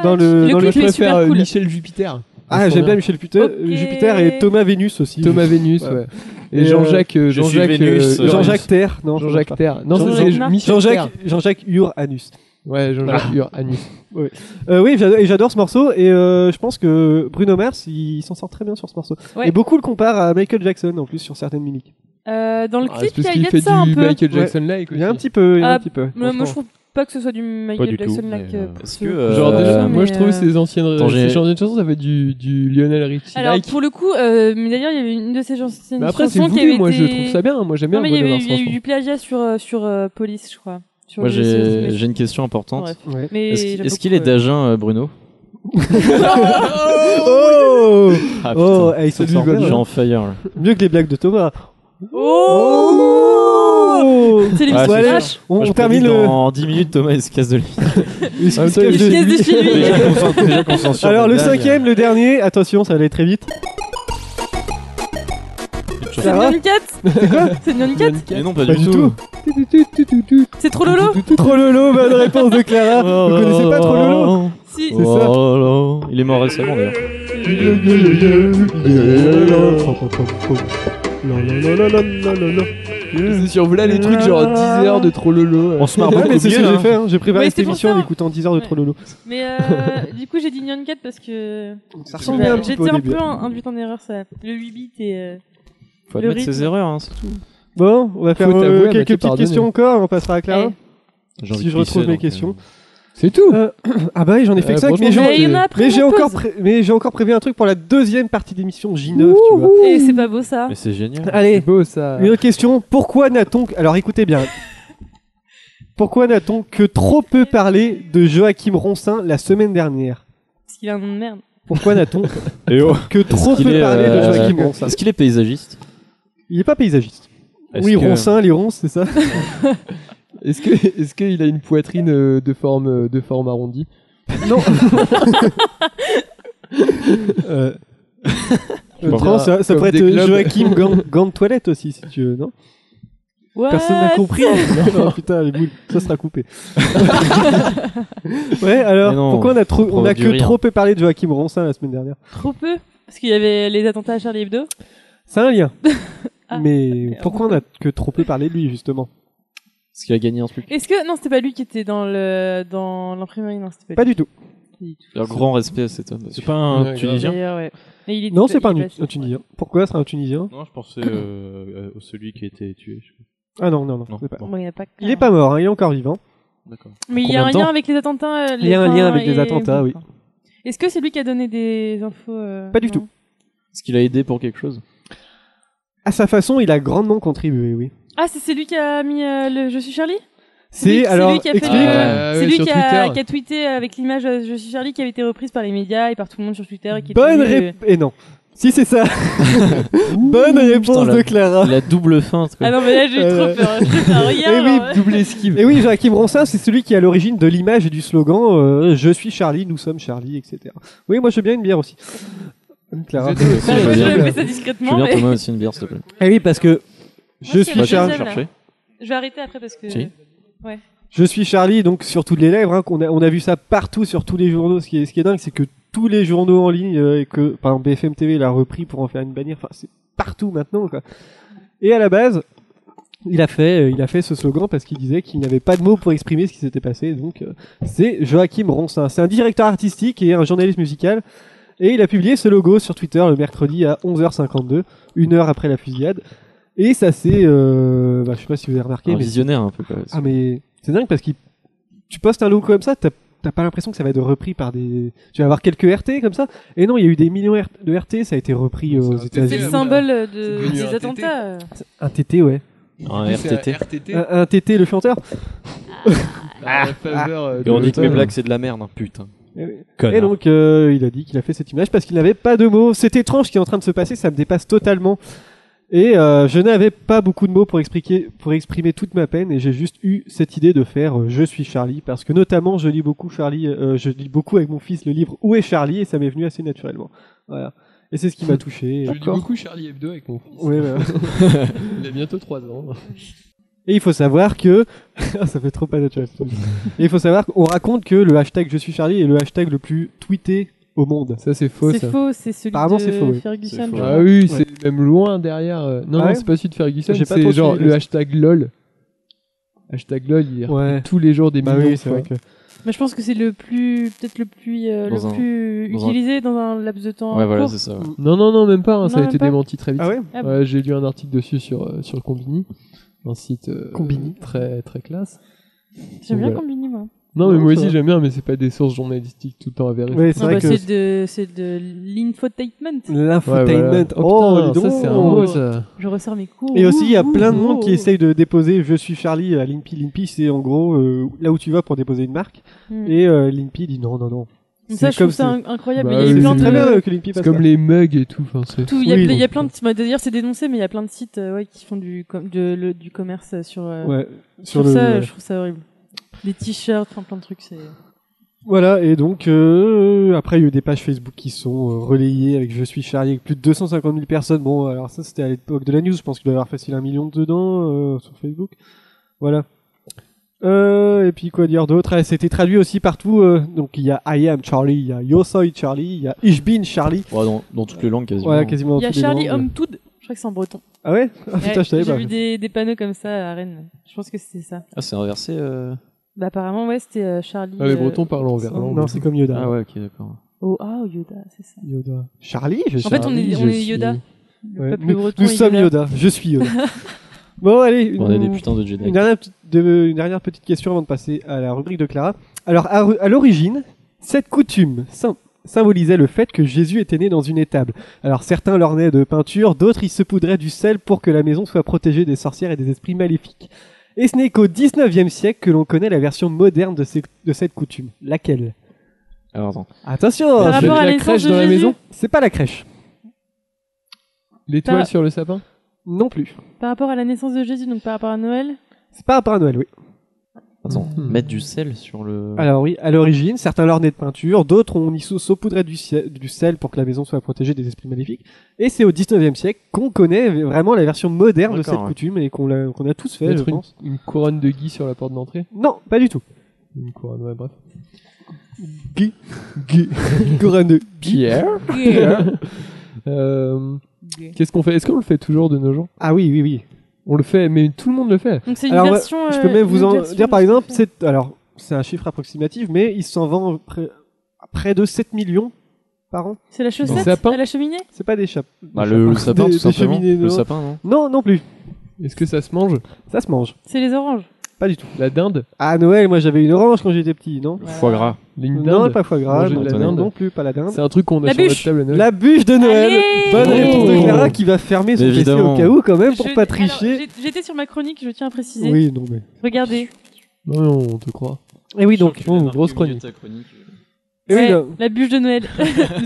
C: Dans le,
E: Le
C: dans
E: clip
F: Je
E: est super
F: préfère euh,
E: cool.
F: Michel Jupiter.
C: Ah, j'aime bien Michel Puter- Jupiter et Thomas Vénus aussi.
F: Thomas Vénus,
C: Ouais.
F: ouais.
C: Et,
F: Et Jean-Jacques.
C: euh,
F: euh,
C: je suis
F: Jean-Jacques.
C: Vénus,
F: euh,
C: Jean-Jacques Terre, non, je sais
F: Jean-Jacques
C: pas.
F: Terre. Non,
C: Jean-Jacques
F: c'est
C: Marc.
F: Michel Terre.
C: Jean-Jacques Jean-Jacques Ur Anus.
F: Ouais, Jean-Jacques
C: Voilà.
F: Ur Anus.
C: Ouais. Euh, oui, j'ado- et j'adore ce morceau et euh, je pense que Bruno Mars il s'en sort très bien sur ce morceau.
E: Ouais.
C: Et beaucoup le comparent à Michael Jackson en plus sur certaines mimiques.
E: Euh, dans le
F: Ah,
E: clip,
F: c'est
E: il y a- il
F: parce qu'il
E: y a de
F: fait
E: ça
F: du
E: un peu.
F: Michael Jackson-like
C: Il y a un petit peu, il y a un petit peu.
E: moi, moi, je
C: franchement.
E: trouve pas que ce soit du Michael Jackson-like. euh,
D: Est-ce
E: ce-
D: que,
F: Genre,
D: euh,
F: déjà,
D: mais,
F: moi je trouve
D: euh,
F: ces anciennes,
D: attends, j'ai-
F: ces anciennes chansons, ça fait du, du Lionel Richie.
E: Alors
F: like.
E: pour le coup, euh, mais d'ailleurs il y avait une de ces chansons
F: Mais après, c'est
E: chansons qui
F: voulu,
E: avait
F: moi, je
E: été-
F: trouve ça bien, moi, j'aime bien
E: Non, mais il y
F: Bruno
E: avait-
F: Mars,
E: il y a eu
F: franchement.
E: du plagiat sur euh, sur euh, Police, je crois. Sur
D: Moi,
E: le-
D: j'ai
E: ce-
D: j'ai une question importante.
E: Ouais. Ouais. Mais
D: Est-ce
E: j'aime
D: qu'il- est-ce
E: beaucoup,
D: qu'il est
E: euh.
D: d'Agen, euh, Bruno
C: Oh,
D: Ah,
C: oh,
D: putain.
C: eh, il s'en
D: Celui
C: sort bien,
D: va bien.
C: hein.
D: J'ai en fire, là.
C: Mieux que les blagues de Thomas.
E: Oh
C: Oh
E: C'est les
D: Oh Ah,
C: Bon,
D: c'est
C: allez,
D: sûr.
C: on,
D: Moi, je
C: on termine
D: prédis
C: le.
D: Dans 10 minutes, Thomas, il se casse de lui.
C: Il se
D: En même temps,
C: cache
D: il-
C: de
D: il se casse de chez lui. Déjà qu'on s'en- déjà qu'on s'en sort
C: Alors
D: de
C: le
D: dingue.
C: cinquième, le dernier. Attention, ça allait très vite.
E: C'est
C: Ça va
E: Nyan Cat C'est quoi C'est Nyan Cat
D: Mais non, pas du tout.
E: C'est trop lolo
C: Trop lolo, bonne réponse de Clara. Vous connaissez pas Trop lolo
E: Si.
C: C'est ça.
D: Oh là là. Il est mort récemment d'ailleurs.
F: C'est sur voilà les trucs genre 10 heures de trop lolo.
D: On se marre beaucoup
C: mais c'est ce
D: mieux,
C: que
D: là.
C: j'ai fait. hein. J'ai préparé
E: Ouais,
C: cette
E: c'était pour
C: émission en
E: ça.
C: écoutant 10 heures de Trop lolo.
E: Mais euh, du coup j'ai dit Nyan Cat parce que
C: Ça ressemblait un petit peu au
E: J'étais un
C: début.
E: peu un- induite en erreur ça. Le 8 bits et euh,
D: Faut
E: le
D: admettre ses
E: rythme.
D: erreurs, hein, c'est tout.
C: Bon, on va faire
F: Faut
C: euh,
F: t'avouer, Mathieu,
C: quelques petites
F: pardonne.
C: questions encore. On passera à Clara.
D: J'ai envie
C: Si
D: de
C: je retrouve
D: pisser,
C: mes
D: donc, euh,
C: questions.
F: C'est tout.
C: ah bah oui, j'en ai fait
F: Euh,
C: que 5 mais j'en-
F: franchement,
E: Mais il y en a après
C: mais
E: la
C: j'ai
E: pause.
C: encore pré- mais j'ai encore prévu un truc pour la deuxième partie d'émission J9, tu vois.
E: Et c'est pas beau ça.
D: Mais c'est génial.
C: Allez,
F: beau ça.
C: Une autre question, pourquoi n'a-t-on alors écoutez bien. Pourquoi n'a-t-on que trop peu parlé de Joachim Roncin la semaine dernière
E: Parce qu'il a un nom de merde.
C: Pourquoi n'a-t-on
D: Et oh.
C: que trop
D: Est-ce qu'il
C: peu
D: est,
C: parlé de
D: euh,
C: Joachim Roncin
D: Est-ce qu'il est paysagiste
C: Il est pas paysagiste.
D: Est-ce
C: Oui,
D: que-
C: Roncin, les ronces, c'est ça
F: Est-ce que est-ce qu'il a une poitrine euh, de forme euh, de forme arrondie
C: Non. Euh, euh,
F: Bon.
C: trans, ça, ça
F: Comme
C: pourrait
F: des
C: être
F: clubs.
C: Joachim Gant, Gant de toilette aussi, si tu veux, non
E: What
C: Personne n'a compris. Non, putain, les boules, ça sera coupé. ouais, alors,
D: Mais non,
C: pourquoi on a, trop, on a
D: provoque du
C: que
D: rire.
C: trop peu parlé de Joachim Roncin la semaine dernière
E: Trop peu Parce qu'il y avait les attentats à Charlie Hebdo.
C: C'est un lien.
E: Ah.
C: Mais pourquoi on a que trop peu parlé de lui, justement
D: Est-ce qu'il a gagné un truc
E: Est-ce que non c'était pas lui qui était dans le dans l'imprimerie non c'était pas,
C: Pas
E: lui.
C: du tout.
D: Un grand respect à cet homme. C'est pas
K: un Ouais,
D: Tunisien
E: D'ailleurs, ouais. Mais il est-
C: Non, c'est
E: il
C: pas
E: est
C: un,
E: passé.
C: un Tunisien. Pourquoi c'est un Tunisien
K: Non, je pensais euh, à- à celui qui a été tué. je crois.
C: Ah non, non, non.
K: Non,
C: c'est pas.
K: bon.
E: Bon, il y a pas que-
C: Il est pas mort, hein, il est encore vivant.
K: D'accord.
E: Mais il y
D: Combien
E: a
D: de
E: un
D: temps
E: lien avec les attentats. euh,
C: Il y a
E: les
C: un lien
E: fins
C: avec les
E: et-
C: attentats, oui.
E: Est-ce que c'est lui qui a donné des infos euh,
C: Pas du
E: non
C: tout.
D: Est-ce qu'il a aidé pour quelque chose
C: À sa façon, il a grandement contribué, oui.
E: Ah, c'est c'est lui qui a mis euh, le Je suis Charlie
C: C'est-
E: lui-
C: alors,
E: lui qui a fait
C: explique.
E: le-
F: Ah,
E: c'est
F: ouais,
E: lui
F: sur
E: qui a,
F: Twitter.
E: qui a tweeté avec l'image euh, Je suis Charlie qui avait été reprise par les médias et par tout le monde sur Twitter. et qui était
C: Bonne
E: lui, euh,
C: réponse. Et non. Si c'est ça. Bonne réponse
D: putain, la-
C: de Clara.
D: La double feinte, quoi.
E: Ah non, mais là j'ai eu
C: Euh,
E: trop peur. J'ai eu peur.
C: Eh
E: Regarde.
C: oui,
E: alors, ouais.
F: Double esquive.
C: Et oui, Joachim Roncin, c'est celui qui est à l'origine de l'image et du slogan euh, Je suis Charlie, nous sommes Charlie, etc. Oui, moi je veux bien une bière aussi. Clara.
F: Vous êtes-
E: Moi,
D: Je
E: je
D: veux
E: fais
D: bien.
E: ça
D: Je veux
E: discrètement.
D: bien,
E: mais-
D: Thomas, aussi une bière, s'il te plaît.
C: Eh oui, parce que je
E: Moi,
C: suis,
E: c'est
C: Char-
E: Charlie.
D: chercher.
E: Je vais arrêter après parce que.
D: Si.
E: Ouais.
C: je suis Charlie, donc sur toutes les lèvres. hein, qu'on a, on a vu ça partout sur tous les journaux. Ce qui est, ce qui est dingue, c'est que tous les journaux en ligne, euh, et que par exemple BFM TV l'a repris pour en faire une bannière, enfin c'est partout maintenant. Quoi. Et à la base, Il a fait, euh, il a fait ce slogan parce qu'il disait qu'il n'avait pas de mots pour exprimer ce qui s'était passé. Donc, euh, c'est Joachim Ronsin. C'est un directeur artistique et un journaliste musical. Et il a publié ce logo sur Twitter le mercredi à 11h52, une heure après la fusillade. Et ça c'est, euh, bah, je sais pas si vous avez remarqué,
D: Un
C: mais
D: visionnaire un peu quand même.
C: ah mais c'est dingue parce que tu postes un logo comme ça, t'as t'as pas l'impression que ça va être repris par des, tu vas avoir quelques RT comme ça. Et non, il y a eu des millions de RT, ça a été repris aux
E: C'est
C: États-Unis.
E: le symbole de,
M: devenu
E: des
M: un TT.
E: attentats. euh.
C: Un TT, ouais.
D: Un
M: C'est un
D: RTT.
M: RTT.
C: Un, un TT, le chanteur.
F: À la faveur, euh,
D: Et on dit que mes
F: l'automne.
D: blagues c'est de la merde, hein, putain.
C: Eh Et donc, euh, il a dit qu'il a fait cette image parce qu'il n'avait pas de mots. C'est étrange ce qui est en train de se passer, ça me dépasse totalement. Et euh, je n'avais pas beaucoup de mots pour expliquer, pour exprimer toute ma peine, et j'ai juste eu cette idée de faire euh, Je suis Charlie parce que notamment je lis beaucoup Charlie, euh, je lis beaucoup avec mon fils le livre Où est Charlie et ça m'est venu assez naturellement. Voilà. Et c'est ce qui m'a touché.
F: Je lis beaucoup Charlie Hebdo avec mon fils.
C: Ouais, bah.
F: Il a bientôt 3 ans.
C: Et il faut savoir que. Ah, ça fait trop pas naturel. Et il faut savoir qu'on raconte que le hashtag Je suis Charlie est le hashtag le plus tweeté au monde.
F: Ça, c'est faux.
E: C'est
F: ça.
E: faux, c'est celui
C: Apparemment,
E: de
C: c'est faux, oui.
E: Ferguson. je
F: Ah
E: crois.
F: oui,
C: Ouais.
F: c'est même loin derrière. euh,
C: Ah
F: Non, non,
C: ouais
F: c'est pas celui de Ferguson,
C: J'ai pas trop
F: c'est genre
C: suivi,
F: le
C: mais-
F: hashtag LOL. Hashtag LOL, il est repris
C: Ouais.
F: tous les jours des
C: Bah
F: millions.
C: oui, c'est vrai que.
E: Mais je pense que c'est le plus, peut-être le plus, euh, le
F: Dans un-
E: plus
F: dans un-
E: utilisé dans un laps de
C: Eh,
E: temps. court.
F: Non, non, non, même pas, hein,
E: Non,
F: ça a
E: même
F: été
E: pas.
F: démenti très vite.
E: Ah ouais Ah bon.
F: J'ai lu un article dessus sur, euh, sur Combini, un site euh, très, très classe.
E: J'aime bien
F: Voilà.
E: Combini,
C: hein.
E: moi.
F: Non, mais
C: Non,
F: moi
C: ça
F: aussi
C: va.
F: j'aime bien, mais c'est pas des sources journalistiques tout le temps avérées.
C: Ouais, c'est
E: Non,
C: vrai
E: bah,
C: que-
E: c'est de, c'est de l'infotainment.
C: L'infotainment.
F: Ouais, voilà.
C: Oh, dis
F: Ça,
C: donc.
F: c'est un mot, ça.
E: Je resserre mes cours.
C: Et aussi, il y a
E: Ouh,
C: plein de
E: ouh,
C: monde qui
E: ouh.
C: essaye de déposer Je suis Charlie à Limpy. Limpy, c'est en gros euh, là où tu vas pour déposer une marque.
E: Mm.
C: Et euh, Limpy dit non, non, non.
E: Mais ça,
C: C'est
E: je trouve
C: comme
E: ça
C: c'est-
E: incroyable.
C: Bah
E: il y a
C: oui,
E: plein
C: c'est
E: de.
C: très bien que Limpy
F: C'est
C: fasse
F: comme
C: ça.
F: les mugs et tout. enfin, c'est-
E: Tout, il y a,
C: Oui,
E: ple- il y a
C: donc, euh.
E: plein de. bah, D'ailleurs, c'est dénoncé, mais il y a plein de sites euh, ouais, qui font du, com- de- le- du commerce euh, sur, euh,
C: Ouais,
E: sur,
C: sur le-
E: ça.
C: ouais.
E: Je trouve ça horrible. Des t-shirts, enfin, plein de trucs. c'est...
C: Voilà, et donc euh, après il y a eu des pages Facebook qui sont euh, relayées avec Je suis Charlie avec plus de 250 000 personnes. Bon, alors ça c'était à l'époque de la news, je pense qu'il doit y avoir facile un million dedans euh, sur Facebook. Voilà. Euh, et puis quoi dire d'autre Ah, C'était traduit aussi partout. euh, donc il y a I am Charlie, il y a Yo soy Charlie, il y a Ich bin Charlie.
D: Ouais, dans, dans toutes les langues quasiment.
C: Ouais, quasiment dans
E: Il y a
C: toutes les
E: Charlie
C: langues.
E: Hometood. Je crois que c'est en breton.
C: Ah ouais Ah putain,
E: Ouais,
C: je savais
E: J'ai
C: pas.
E: vu des, des panneaux comme ça à Rennes. Je pense que c'était ça.
D: Ah, c'est inversé. euh,
E: Bah, apparemment, ouais, c'était euh, Charlie.
F: Ah, les
E: euh,
F: Bretons parlent en verlan.
C: Non, c'est comme Yoda.
D: Ah ouais, ok, d'accord.
E: Oh, ah, oh, Yoda, c'est ça.
C: Yoda. Charlie, je
E: En
C: suis
E: fait, on est,
C: Charlie,
E: on
C: je
E: est
C: suis-
E: Yoda.
C: Ouais,
E: Le peuple
C: nous
E: breton
C: nous
E: est
C: sommes Yoda. je suis Yoda. bon, allez. Une,
D: On est des putains de Jedi.
C: Une dernière, petite- de- une dernière petite question avant de passer à la rubrique de Clara. Alors, à, à l'origine, cette coutume sym- symbolisait le fait que Jésus était né dans une étable. Alors, certains l'ornaient de peinture, d'autres ils saupoudraient du sel pour que la maison soit protégée des sorcières et des esprits maléfiques. Et ce n'est qu'au 19e siècle que l'on connaît la version moderne de, ces- de cette coutume. Laquelle
D: Alors attends.
C: Attention
F: Par
C: je-
F: rapport à La naissance crèche de dans la Jésus maison
C: C'est pas la crèche.
F: L'étoile
E: Ah.
F: sur le sapin
C: Non plus.
E: Par rapport à la naissance de Jésus, donc par rapport à Noël.
C: C'est pas rapport à Noël, oui.
D: Attends,
C: Hmm.
D: mettre du sel sur le.
C: Alors oui, à l'origine, certains l'ornaient de peinture, d'autres on y sau- saupoudrait du, ciel- du sel pour que la maison soit protégée des esprits maléfiques. Et c'est au 19e siècle qu'on connaît vraiment la version moderne de
F: D'accord,
C: cette
F: ouais.
C: coutume et qu'on l'a- qu'on a tous fait, je
F: Mettre une,
C: pense.
F: une couronne de Guy sur la porte d'entrée
C: Non, pas du tout.
F: Une couronne, ouais, bref.
C: Guy. Guy. Une couronne de Guy.
F: Pierre.
C: Pierre.
F: Euh, Qu'est-ce qu'on fait Est-ce qu'on le fait toujours de nos jours
C: Ah oui, oui, oui.
F: On le fait, mais tout le monde le fait.
E: Donc c'est une
C: Alors,
E: version.
C: bah, je
E: euh,
C: peux même
E: une
C: vous en
E: version
C: dire par
E: de-
C: exemple, c'est alors c'est un chiffre approximatif, mais il s'en vend près, près de 7 millions par an.
E: C'est la
F: Des
E: chaussette
F: sapins
E: à la cheminée
C: C'est pas des chapeaux.
D: Bah, le, le sapin,
C: Des-
D: tout
C: des
D: simplement.
C: cheminées,
D: le
C: non.
D: sapin, non
C: Non, non plus.
F: Est-ce que ça se mange
C: Ça se mange.
E: C'est les oranges.
C: Pas du tout.
F: La dinde
C: À Noël, moi j'avais une orange quand j'étais petit, non
D: Le Foie gras.
F: Une
C: Non,
F: dinde Euh,
C: pas foie gras,
F: Manger de
C: non,
F: la
C: non,
F: dinde.
C: non plus, pas la dinde.
F: C'est un truc qu'on a
E: La
F: sur
E: bûche.
F: notre table à Noël.
C: Hein La bûche de Noël
E: Allez
C: Bonne réponse de
F: Oh.
C: Clara qui va fermer son
D: Mais
C: PC au
D: évidemment.
C: cas où quand même pour
E: Je-
C: pas
E: alors,
C: tricher.
E: j'ai- J'étais sur ma chronique, je tiens à préciser.
C: Oui, non mais.
E: Regardez.
F: Non, mais on te croit.
C: Et oui donc,
E: oh,
F: Bon, grosse chronique.
C: Eh oui,
E: Ouais,
C: non.
E: la bûche de Noël.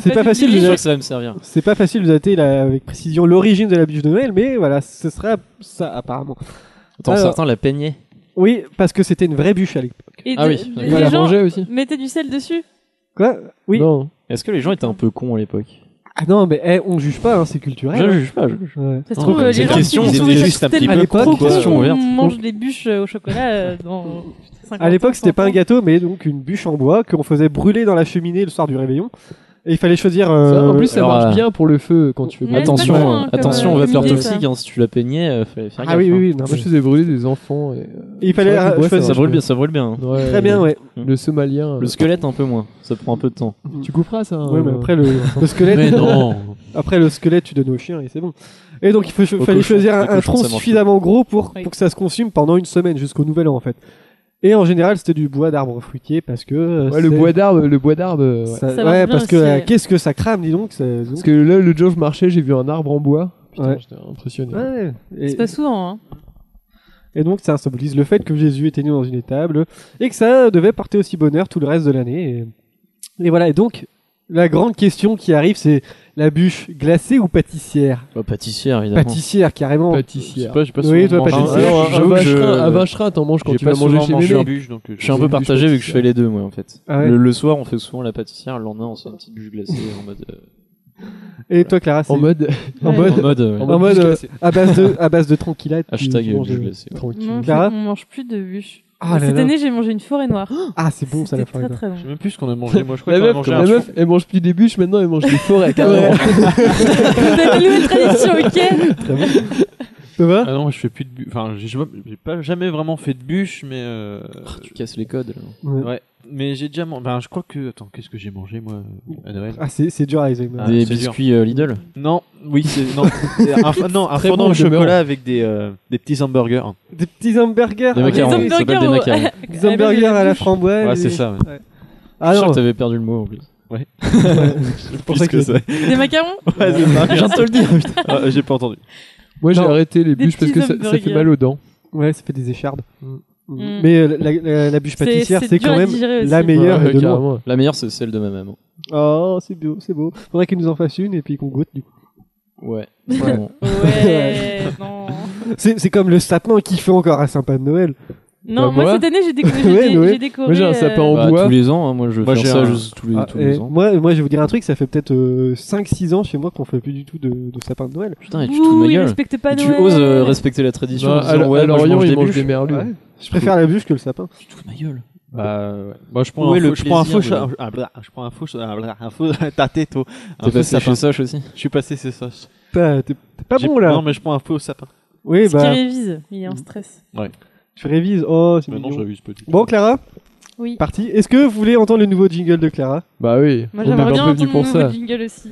C: c'est pas facile
D: Je suis
C: de
D: sûr que ça va me servir.
C: C'est pas facile de dater là, avec précision l'origine de la bûche de Noël, mais voilà, ce sera ça apparemment.
D: Attends,
C: Alors,
D: certains la peignaient.
C: Oui, parce que c'était une vraie bûche à l'époque.
E: Et
D: Ah
E: de-
D: oui.
E: de-
D: Il
E: les
D: va la
E: gens
D: manger aussi.
E: Mettez du sel dessus.
C: Quoi Oui.
D: Est-ce que les gens étaient un peu cons à l'époque
C: Ah non, mais eh, on juge pas, hein, c'est culturel.
D: Je
C: hein.
D: juge pas, je juge.
C: Ouais.
E: Ça se trouve, euh, les gens
D: question,
E: qui
D: ils
E: sont
D: étaient
E: sur
D: juste un
E: cette
D: petit
E: table
D: peu
E: trop
D: cons,
E: cons,
D: question ouverte.
E: On mange des bûches euh, au chocolat euh, dans 50
C: À l'époque, c'était pas un gâteau, mais donc une bûche en bois qu'on faisait brûler dans la cheminée le soir du réveillon. Et il fallait choisir. euh,
F: Ça, en plus, ça marche bien pour le feu quand tu fais brûler.
D: Attention,
F: Ouais.
D: euh, attention,
F: Ouais,
D: vapeur
F: c'est ça.
D: toxique. hein, si tu la peignais, euh, fallait faire
C: Ah
D: gaffe.
C: oui, oui, oui,
D: hein.
C: non,
F: Moi, je faisais brûler des enfants. Et...
C: Il fallait,
F: C'est vrai que
C: euh,
F: le bois,
C: choisir-
D: Ça brûle
F: marche
D: bien, ça brûle bien. hein.
F: Ouais,
C: Très bien, ouais.
F: Le Somalien. euh,
D: Le squelette un peu moins. Ça prend un peu de temps.
F: Tu couperas ça.
C: Ouais,
F: euh,
C: mais après le, le squelette.
D: Mais non.
C: Après le squelette, tu donnes au chien et c'est bon. Et donc il faut,
D: Au
C: fallait
D: cochon.
C: choisir un,
D: Les
C: un
D: cochons,
C: tronc
D: ça mange
C: suffisamment gros pour,
D: Oui.
C: pour que ça se consume pendant une semaine jusqu'au nouvel an en fait. Et en général, c'était du bois d'arbre fruitier parce que. euh,
F: Ouais, le
C: c'est-
F: bois d'arbre, le bois d'arbre. euh, ouais.
C: ça- ouais, parce que euh, qu'est-ce que ça crame, dis donc. ça-
F: Parce que là, le jour je marchais, j'ai vu un arbre en bois. Putain,
C: Ouais. Ah,
F: j'étais impressionné.
C: Ouais, et-
E: C'est pas souvent, hein.
C: Et donc ça symbolise le fait que Jésus était né dans une étable et que ça devait porter aussi bonheur tout le reste de l'année. Et... et voilà, et donc la grande question qui arrive c'est la bûche glacée ou pâtissière
D: Bah, pâtissière, évidemment.
C: Pâtissière carrément.
F: Pâtissière.
K: Je sais pas, j'ai pas
C: Oui,
K: souvent
C: toi
K: mangé.
C: pâtissière.
D: Ah,
K: Alors,
F: un
K: j'avoue que
F: vacherin-
K: je-
F: un vacherin, t'en manges quand
K: j'ai
F: tu vas
K: pas
F: manger
K: souvent
F: chez
K: mangé
F: Mémé.
K: un bûche, donc, euh,
D: Je suis un
K: j'ai
D: peu
K: une bûche
D: partagé vu que je
K: pâtissière.
D: fais les deux, moi, en fait.
C: Ah ouais.
D: le, le soir, on fait souvent la pâtissière. Le lendemain, on se fait une petite bûche glacée en mode. euh,
C: Et toi Clara c'est-
F: En mode.
C: en
D: Ouais.
C: mode
D: En mode, ouais.
C: en mode,
F: bûche
C: euh,
F: glacée.
C: à base de à base de tranquillade. tu-
D: Hashtag
C: tu manges,
D: bûche
C: euh,
D: glacée.
F: Tranquille.
E: Non,
C: Clara
E: on mange plus de bûches.
C: Ah là
E: Cette
C: là.
E: année, j'ai mangé une forêt noire.
C: Ah c'est bon ça la
E: C'était
C: forêt.
E: très très
K: Je
E: bon.
K: sais même plus ce qu'on a mangé. Moi, je crois
F: La
K: qu'on a
F: meuf,
K: mangé
F: la
K: un chou.
F: meuf, elle mange plus des bûches, maintenant elle mange des forêts. carrément.
E: Vous avez une nouvelle tradition, ok
C: Thomas
K: Ah non, je fais plus de bûche. Enfin, j'ai jamais- j'ai pas jamais vraiment fait de bûche, mais. euh,
D: Ah, Tu casses les codes, là.
C: Ouais.
K: Ouais. Mais j'ai déjà mangé. Ben, je crois que. Attends, qu'est-ce que j'ai mangé, moi, à Noël
C: Ah c'est c'est dur à Alzheimer.
K: Ah,
D: Des
K: c'est dur.
D: biscuits euh, Lidl.
K: Non, oui, c'est. Non, c'est un, f- non, un
F: Très
K: fondant
F: bon,
K: au
F: demeurant.
K: chocolat avec des, euh, des petits hamburgers.
C: Ah, Des petits hamburgers.
D: Des macarons. ça s'appelle des macarons.
C: Des hamburgers
E: Ah,
C: à
E: bah,
C: la framboise.
K: Ouais,
C: et-
K: c'est ça, ouais.
C: Ah
D: je suis sûr
C: non.
D: que t'avais perdu le mot en plus.
K: C'est
C: pour ça que-
E: Des macarons
K: Ouais, c'est ça.
D: Je viens de te le dire. putain.
K: Ah, J'ai pas entendu.
F: Moi j'ai
C: Non.
F: arrêté les
E: Des
F: bûches parce
E: petits
F: que ça, ça fait
E: hamburgers.
F: mal aux dents.
C: Ouais, ça fait des échardes.
F: Mm.
E: Mm.
C: Mais euh, la, la- la bûche
E: C'est-
C: pâtissière,
E: c'est
C: c'est
E: dur
C: quand
E: à
C: même
E: digérer aussi.
C: la meilleure
F: Ouais,
C: de loin.
F: carrément.
D: La meilleure, c'est celle de ma maman.
C: Oh, c'est beau, c'est beau. Faudrait qu'il nous en fasse une et puis qu'on goûte du coup.
D: Ouais. Vraiment.
E: Ouais, non.
C: Bah, C'est c'est comme le sapin qui fait encore un sapin de Noël.
E: Non,
F: Bah,
E: moi,
F: moi-
E: cette année, j'ai déco- j'ai
C: Ouais,
E: dé-
C: Noël.
E: j'ai décoré.
F: Moi, j'ai un sapin en-
E: euh,
D: Bah,
F: bois.
D: tous les ans, hein, moi je
K: Moi,
D: fais
K: j'ai
D: ça
K: un-
D: juste tous les,
C: Ah,
D: tous les
C: et
D: ans.
C: moi, moi, je vais vous dire un truc, ça fait peut-être euh, 5-6 ans chez moi qu'on fait plus du tout de, de sapin de Noël.
D: Putain, et tu te fous de
E: Ouh,
D: ma
E: il
D: gueule.
E: respecte pas
D: Et tu
E: Noël.
D: oses euh, respecter la tradition
F: Bah,
D: en disant
F: à,
D: ouais,
F: à
D: moi, je
F: Lorient,
D: mange
F: ils
D: des
F: mangent
D: bûches.
F: des merlus.
C: Ouais. Je préfère la bûche que le sapin.
D: Tu te fous de ma gueule.
K: Bah, ouais. Moi, je prends
D: Où
K: un
D: est le
K: faux. Je prends un faux.
D: plaisir,
K: cha- ah, blah, Je prends un faux. cha- ah, blah, Un faux. T'as toi.
D: T'es passé chez Soch aussi
K: Je suis passé, c'est ça.
C: Pas, t'es t'es pas
K: J'ai-
C: bon là.
K: Non, mais je prends un faux sapin.
C: Oui,
E: Parce
C: bah,
E: qu'il révise, il est en stress.
C: tu révises. Oh, c'est mignon.
K: révise petit.
C: Bon, Clara,
E: Oui.
C: parti. Est-ce que vous voulez entendre le nouveau jingle de Clara
F: Bah oui,
E: Moi,
F: on est
E: j'aimerais bien
F: un peu venu
E: entendre mon
F: pour
E: nouveau
F: ça.
E: jingle aussi.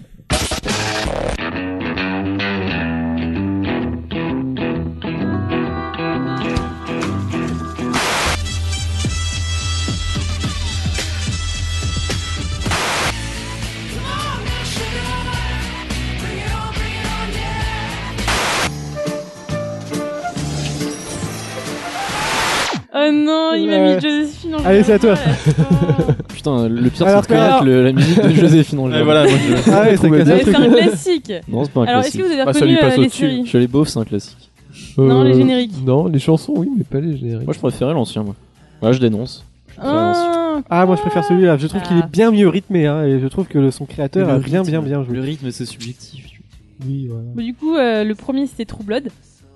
E: Oh non, il m'a
C: Ouais.
E: mis Joséphine en
C: Allez, c'est à toi.
D: Putain, le pire,
C: Alors,
D: c'est de connaître
C: Clara-
D: le- la musique de Joséphine Angèle.
K: Et voilà, moi, je-
C: Ah ouais, ça
F: Trouver
C: casse
F: des-
C: le
E: Ouais, c'est
C: truc.
E: un classique.
D: Non, c'est pas un
E: Alors, est-ce
D: classique.
E: que vous avez
K: Ah, ça lui
E: reconnu
K: passe
E: euh, les
K: au-dessus.
E: séries
D: Chez les beaufs, c'est un classique.
E: Non, les
F: Euh,
E: génériques.
F: Non, les chansons, oui, mais pas les génériques.
D: Moi, je préférais l'ancien, moi. Voilà, je dénonce. Je dénonce.
E: Ah,
C: Ah, moi je préfère celui-là. Je trouve
E: Ah.
C: qu'il est bien mieux rythmé hein, et je trouve que le- son créateur
D: Le
C: a bien,
D: rythme,
C: bien, bien joué.
D: Le rythme, c'est subjectif.
C: Oui, voilà.
E: Bon, du coup, euh, le premier c'était True Blood.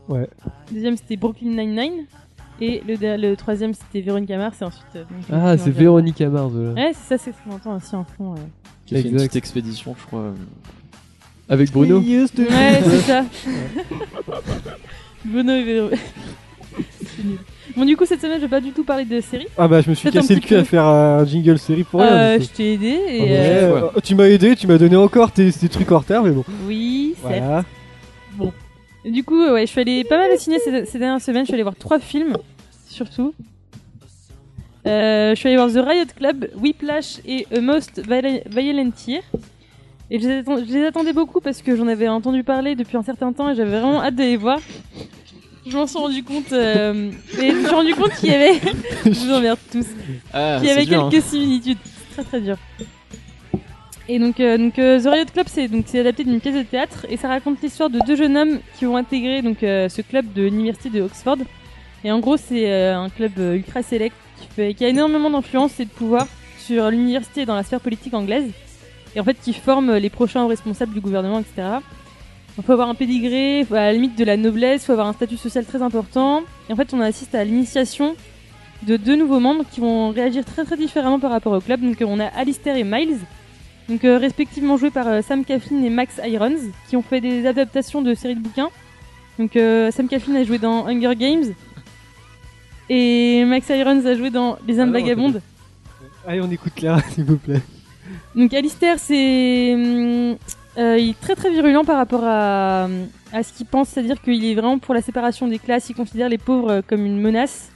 C: Ouais.
E: Le deuxième c'était Brooklyn Nine-Nine. Et le, der- le troisième c'était Véronica Mars. Et ensuite. euh, donc,
F: Ah, c'est
E: Véronica
F: Véronica Mars,
E: Mars.
F: là.
E: Ouais, c'est ça, c'est ce qu'on entend aussi en fond. euh. Ouais,
D: Qui a fait une
F: Exact.
D: petite expédition, je crois.
F: Avec Bruno.
E: Ouais, c'est ça. Bruno et Véro. C'est nul. Bon, du coup, cette semaine, je vais pas du tout parler de séries.
C: Ah bah je me suis
E: Peut-être
C: cassé
E: un
C: le
E: petit
C: cul à
E: peu.
C: faire un jingle série pour rien.
E: Euh,
C: du
E: je
C: coup.
E: t'ai aidé. Et,
F: Ah,
C: Ouais,
E: euh,
D: ouais.
C: euh, Tu m'as aidé, tu m'as donné encore tes, tes trucs en retard, mais bon.
E: Oui, certes.
C: Voilà.
E: Du coup, euh, ouais, je suis allée pas mal au ciné ces, ces dernières semaines. Je suis allée voir trois films, surtout. Euh, je suis allée voir The Riot Club, Whiplash et A Most Viol- Violent Year. Et je les, atten- je les attendais beaucoup parce que j'en avais entendu parler depuis un certain temps et j'avais vraiment hâte de les voir. Je m'en suis rendu compte. euh, et je me suis rendu compte qu'il y avait. je vous emmerde tous
D: Ah,
E: il y avait quelques similitudes. C'est très très dur. Et donc, euh, donc euh, The Riot Club, c'est donc c'est adapté d'une pièce de théâtre et ça raconte l'histoire de deux jeunes hommes qui ont intégré donc euh, ce club de l'université de Oxford. Et en gros, c'est euh, un club euh, ultra sélect qui, fait- qui a énormément d'influence et de pouvoir sur l'université et dans la sphère politique anglaise. Et en fait, qui forme euh, les prochains responsables du gouvernement, etc. Il faut avoir un pédigré, faut- à la limite de la noblesse, faut avoir un statut social très important. Et en fait, on assiste à l'initiation euh, de deux nouveaux membres qui vont réagir très très différemment par rapport au club. Donc on a Alistair et Miles donc euh, respectivement joués par euh, Sam Coughlin et Max Irons, qui ont fait des adaptations de séries de bouquins. Donc euh, Sam Coughlin a joué dans Hunger Games et Max Irons a joué dans Les Indes
C: Ah non,
E: Vagabondes.
C: Allez, on écoute Clara, s'il vous plaît.
E: Donc Alistair, c'est hum, euh, il est très très virulent par rapport à, hum, à ce qu'il pense, c'est-à-dire qu'il est vraiment pour la séparation des classes, il considère les pauvres euh, comme une menace.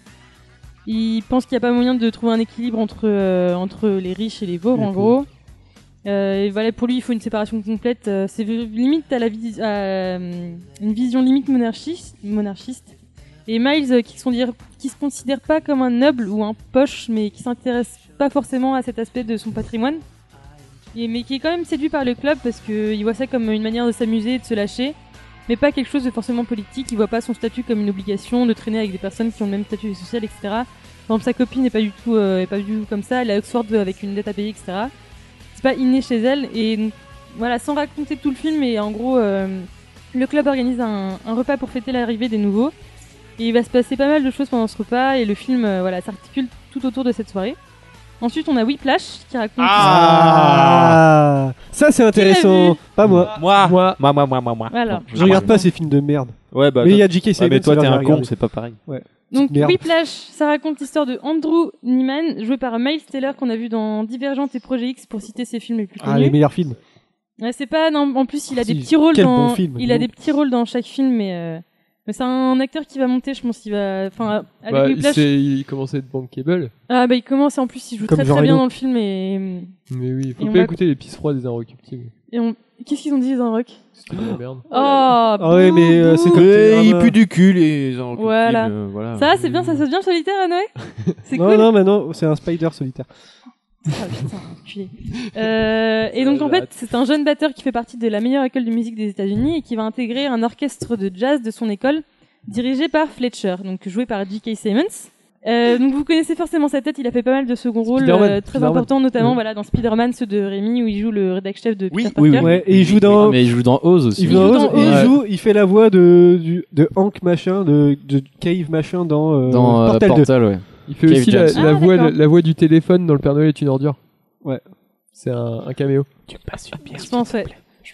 E: Il pense qu'il n'y a pas moyen de trouver un équilibre entre, euh, entre les riches et les pauvres, en gros. Euh, et voilà, pour lui, il faut une séparation complète. euh, c'est limite à la vis- à, hum, une vision limite monarchiste. monarchiste. Et Miles, euh, qui se, considère, qui se considère pas comme un noble ou un poche, mais qui s'intéresse pas forcément à cet aspect de son patrimoine. Et- mais qui est quand même séduit par le club parce qu'il voit ça comme une manière de s'amuser et de se lâcher, mais pas quelque chose de forcément politique. Il voit pas son statut comme une obligation de traîner avec des personnes qui ont le même statut social, etc. Par exemple, sa copine n'est pas du tout, euh, est pas du tout comme ça. Elle est à Oxford avec une dette à payer, etc. C'est pas inné chez elle. Et donc, voilà, sans raconter tout le film, et en gros, euh, le club organise un, un repas pour fêter l'arrivée des nouveaux. Et il va se passer pas mal de choses pendant ce repas, et le film, euh, voilà, s'articule tout autour de cette soirée. Ensuite, on a Whiplash qui raconte.
C: Ah, Ça, c'est intéressant.
E: vu
C: Pas moi.
M: Moi,
K: Ah,
M: moi, moi, moi, moi, moi.
E: Voilà.
C: Je regarde pas ces films de merde.
M: Ouais, bah,
C: Mais
K: Ah,
C: il y a
M: toi-
C: J.K.
M: ouais,
C: Simmons,
M: mais toi,
C: alors
M: t'es
C: j'ai
M: un con,
C: regardé.
M: c'est pas pareil.
C: Ouais.
E: Donc
C: Merde.
E: Whiplash, ça raconte l'histoire de Andrew Neiman, joué par Miles Taylor qu'on a vu dans Divergente et Projet X pour citer ses films les plus
C: Ah,
E: connus.
C: les meilleurs films.
E: Ouais, c'est pas non, en plus il a
C: Si,
E: des petits rôles
C: quel
E: dans
C: bon film,
E: il a
C: dis
E: des
C: donc.
E: petits rôles dans chaque film mais euh, mais c'est un acteur qui va monter je pense il va enfin avec
F: Bah, il,
E: Whiplash-
F: s'est- il commençait de bankable.
E: Ah bah il commence et en plus il joue
F: Comme
E: très
F: Jean
E: très bien
F: Reno.
E: dans le film et
F: Mais oui, il faut
E: Et on
F: pas
E: va-
F: écouter les pisses froides des inrecuptibles.
E: et on qu'est-ce qu'ils ont dit dans Rock
F: C'était de la merde.
E: Oh Ah
C: ouais, mais euh, c'est
M: Ouais,
C: Télérama.
M: il pue du cul et ils en
E: voilà.
M: euh, voilà.
E: Ça va, c'est bien ça se devient solitaire à Noé C'est
C: Non,
E: cool.
C: non, mais non, c'est un spider solitaire.
E: Ah, putain, enculé. Euh, et donc en fait, c'est un jeune batteur qui fait partie de la meilleure école de musique des États-Unis et qui va intégrer un orchestre de jazz de son école, dirigé par Fletcher, donc joué par J.K. Simmons. Euh, donc vous connaissez forcément sa tête, il a fait pas mal de second rôle
C: Spider-Man,
E: euh, très
C: Spider-Man.
E: important, notamment
C: Oui.
E: voilà dans Spider-Man, ceux de Rémi où il joue le rédac chef de Peter
C: oui,
E: Parker.
C: Ouais, et il joue dans.
D: Mais il joue dans Oz aussi.
C: Il, joue dans Oz, et il joue- il fait la voix de, du, de Hank machin, de, de Cave machin dans, euh,
D: Dans, euh,
C: Portal 2.
D: Portal, ouais.
F: Il fait
D: Cave
F: aussi la,
D: Johnson.
F: la
D: Ah,
F: voix, la,
D: d'accord.
F: voix du téléphone dans Le Père Noël est une ordure.
C: Ouais.
F: C'est un, un caméo. Tu passes
E: Je pense ouais.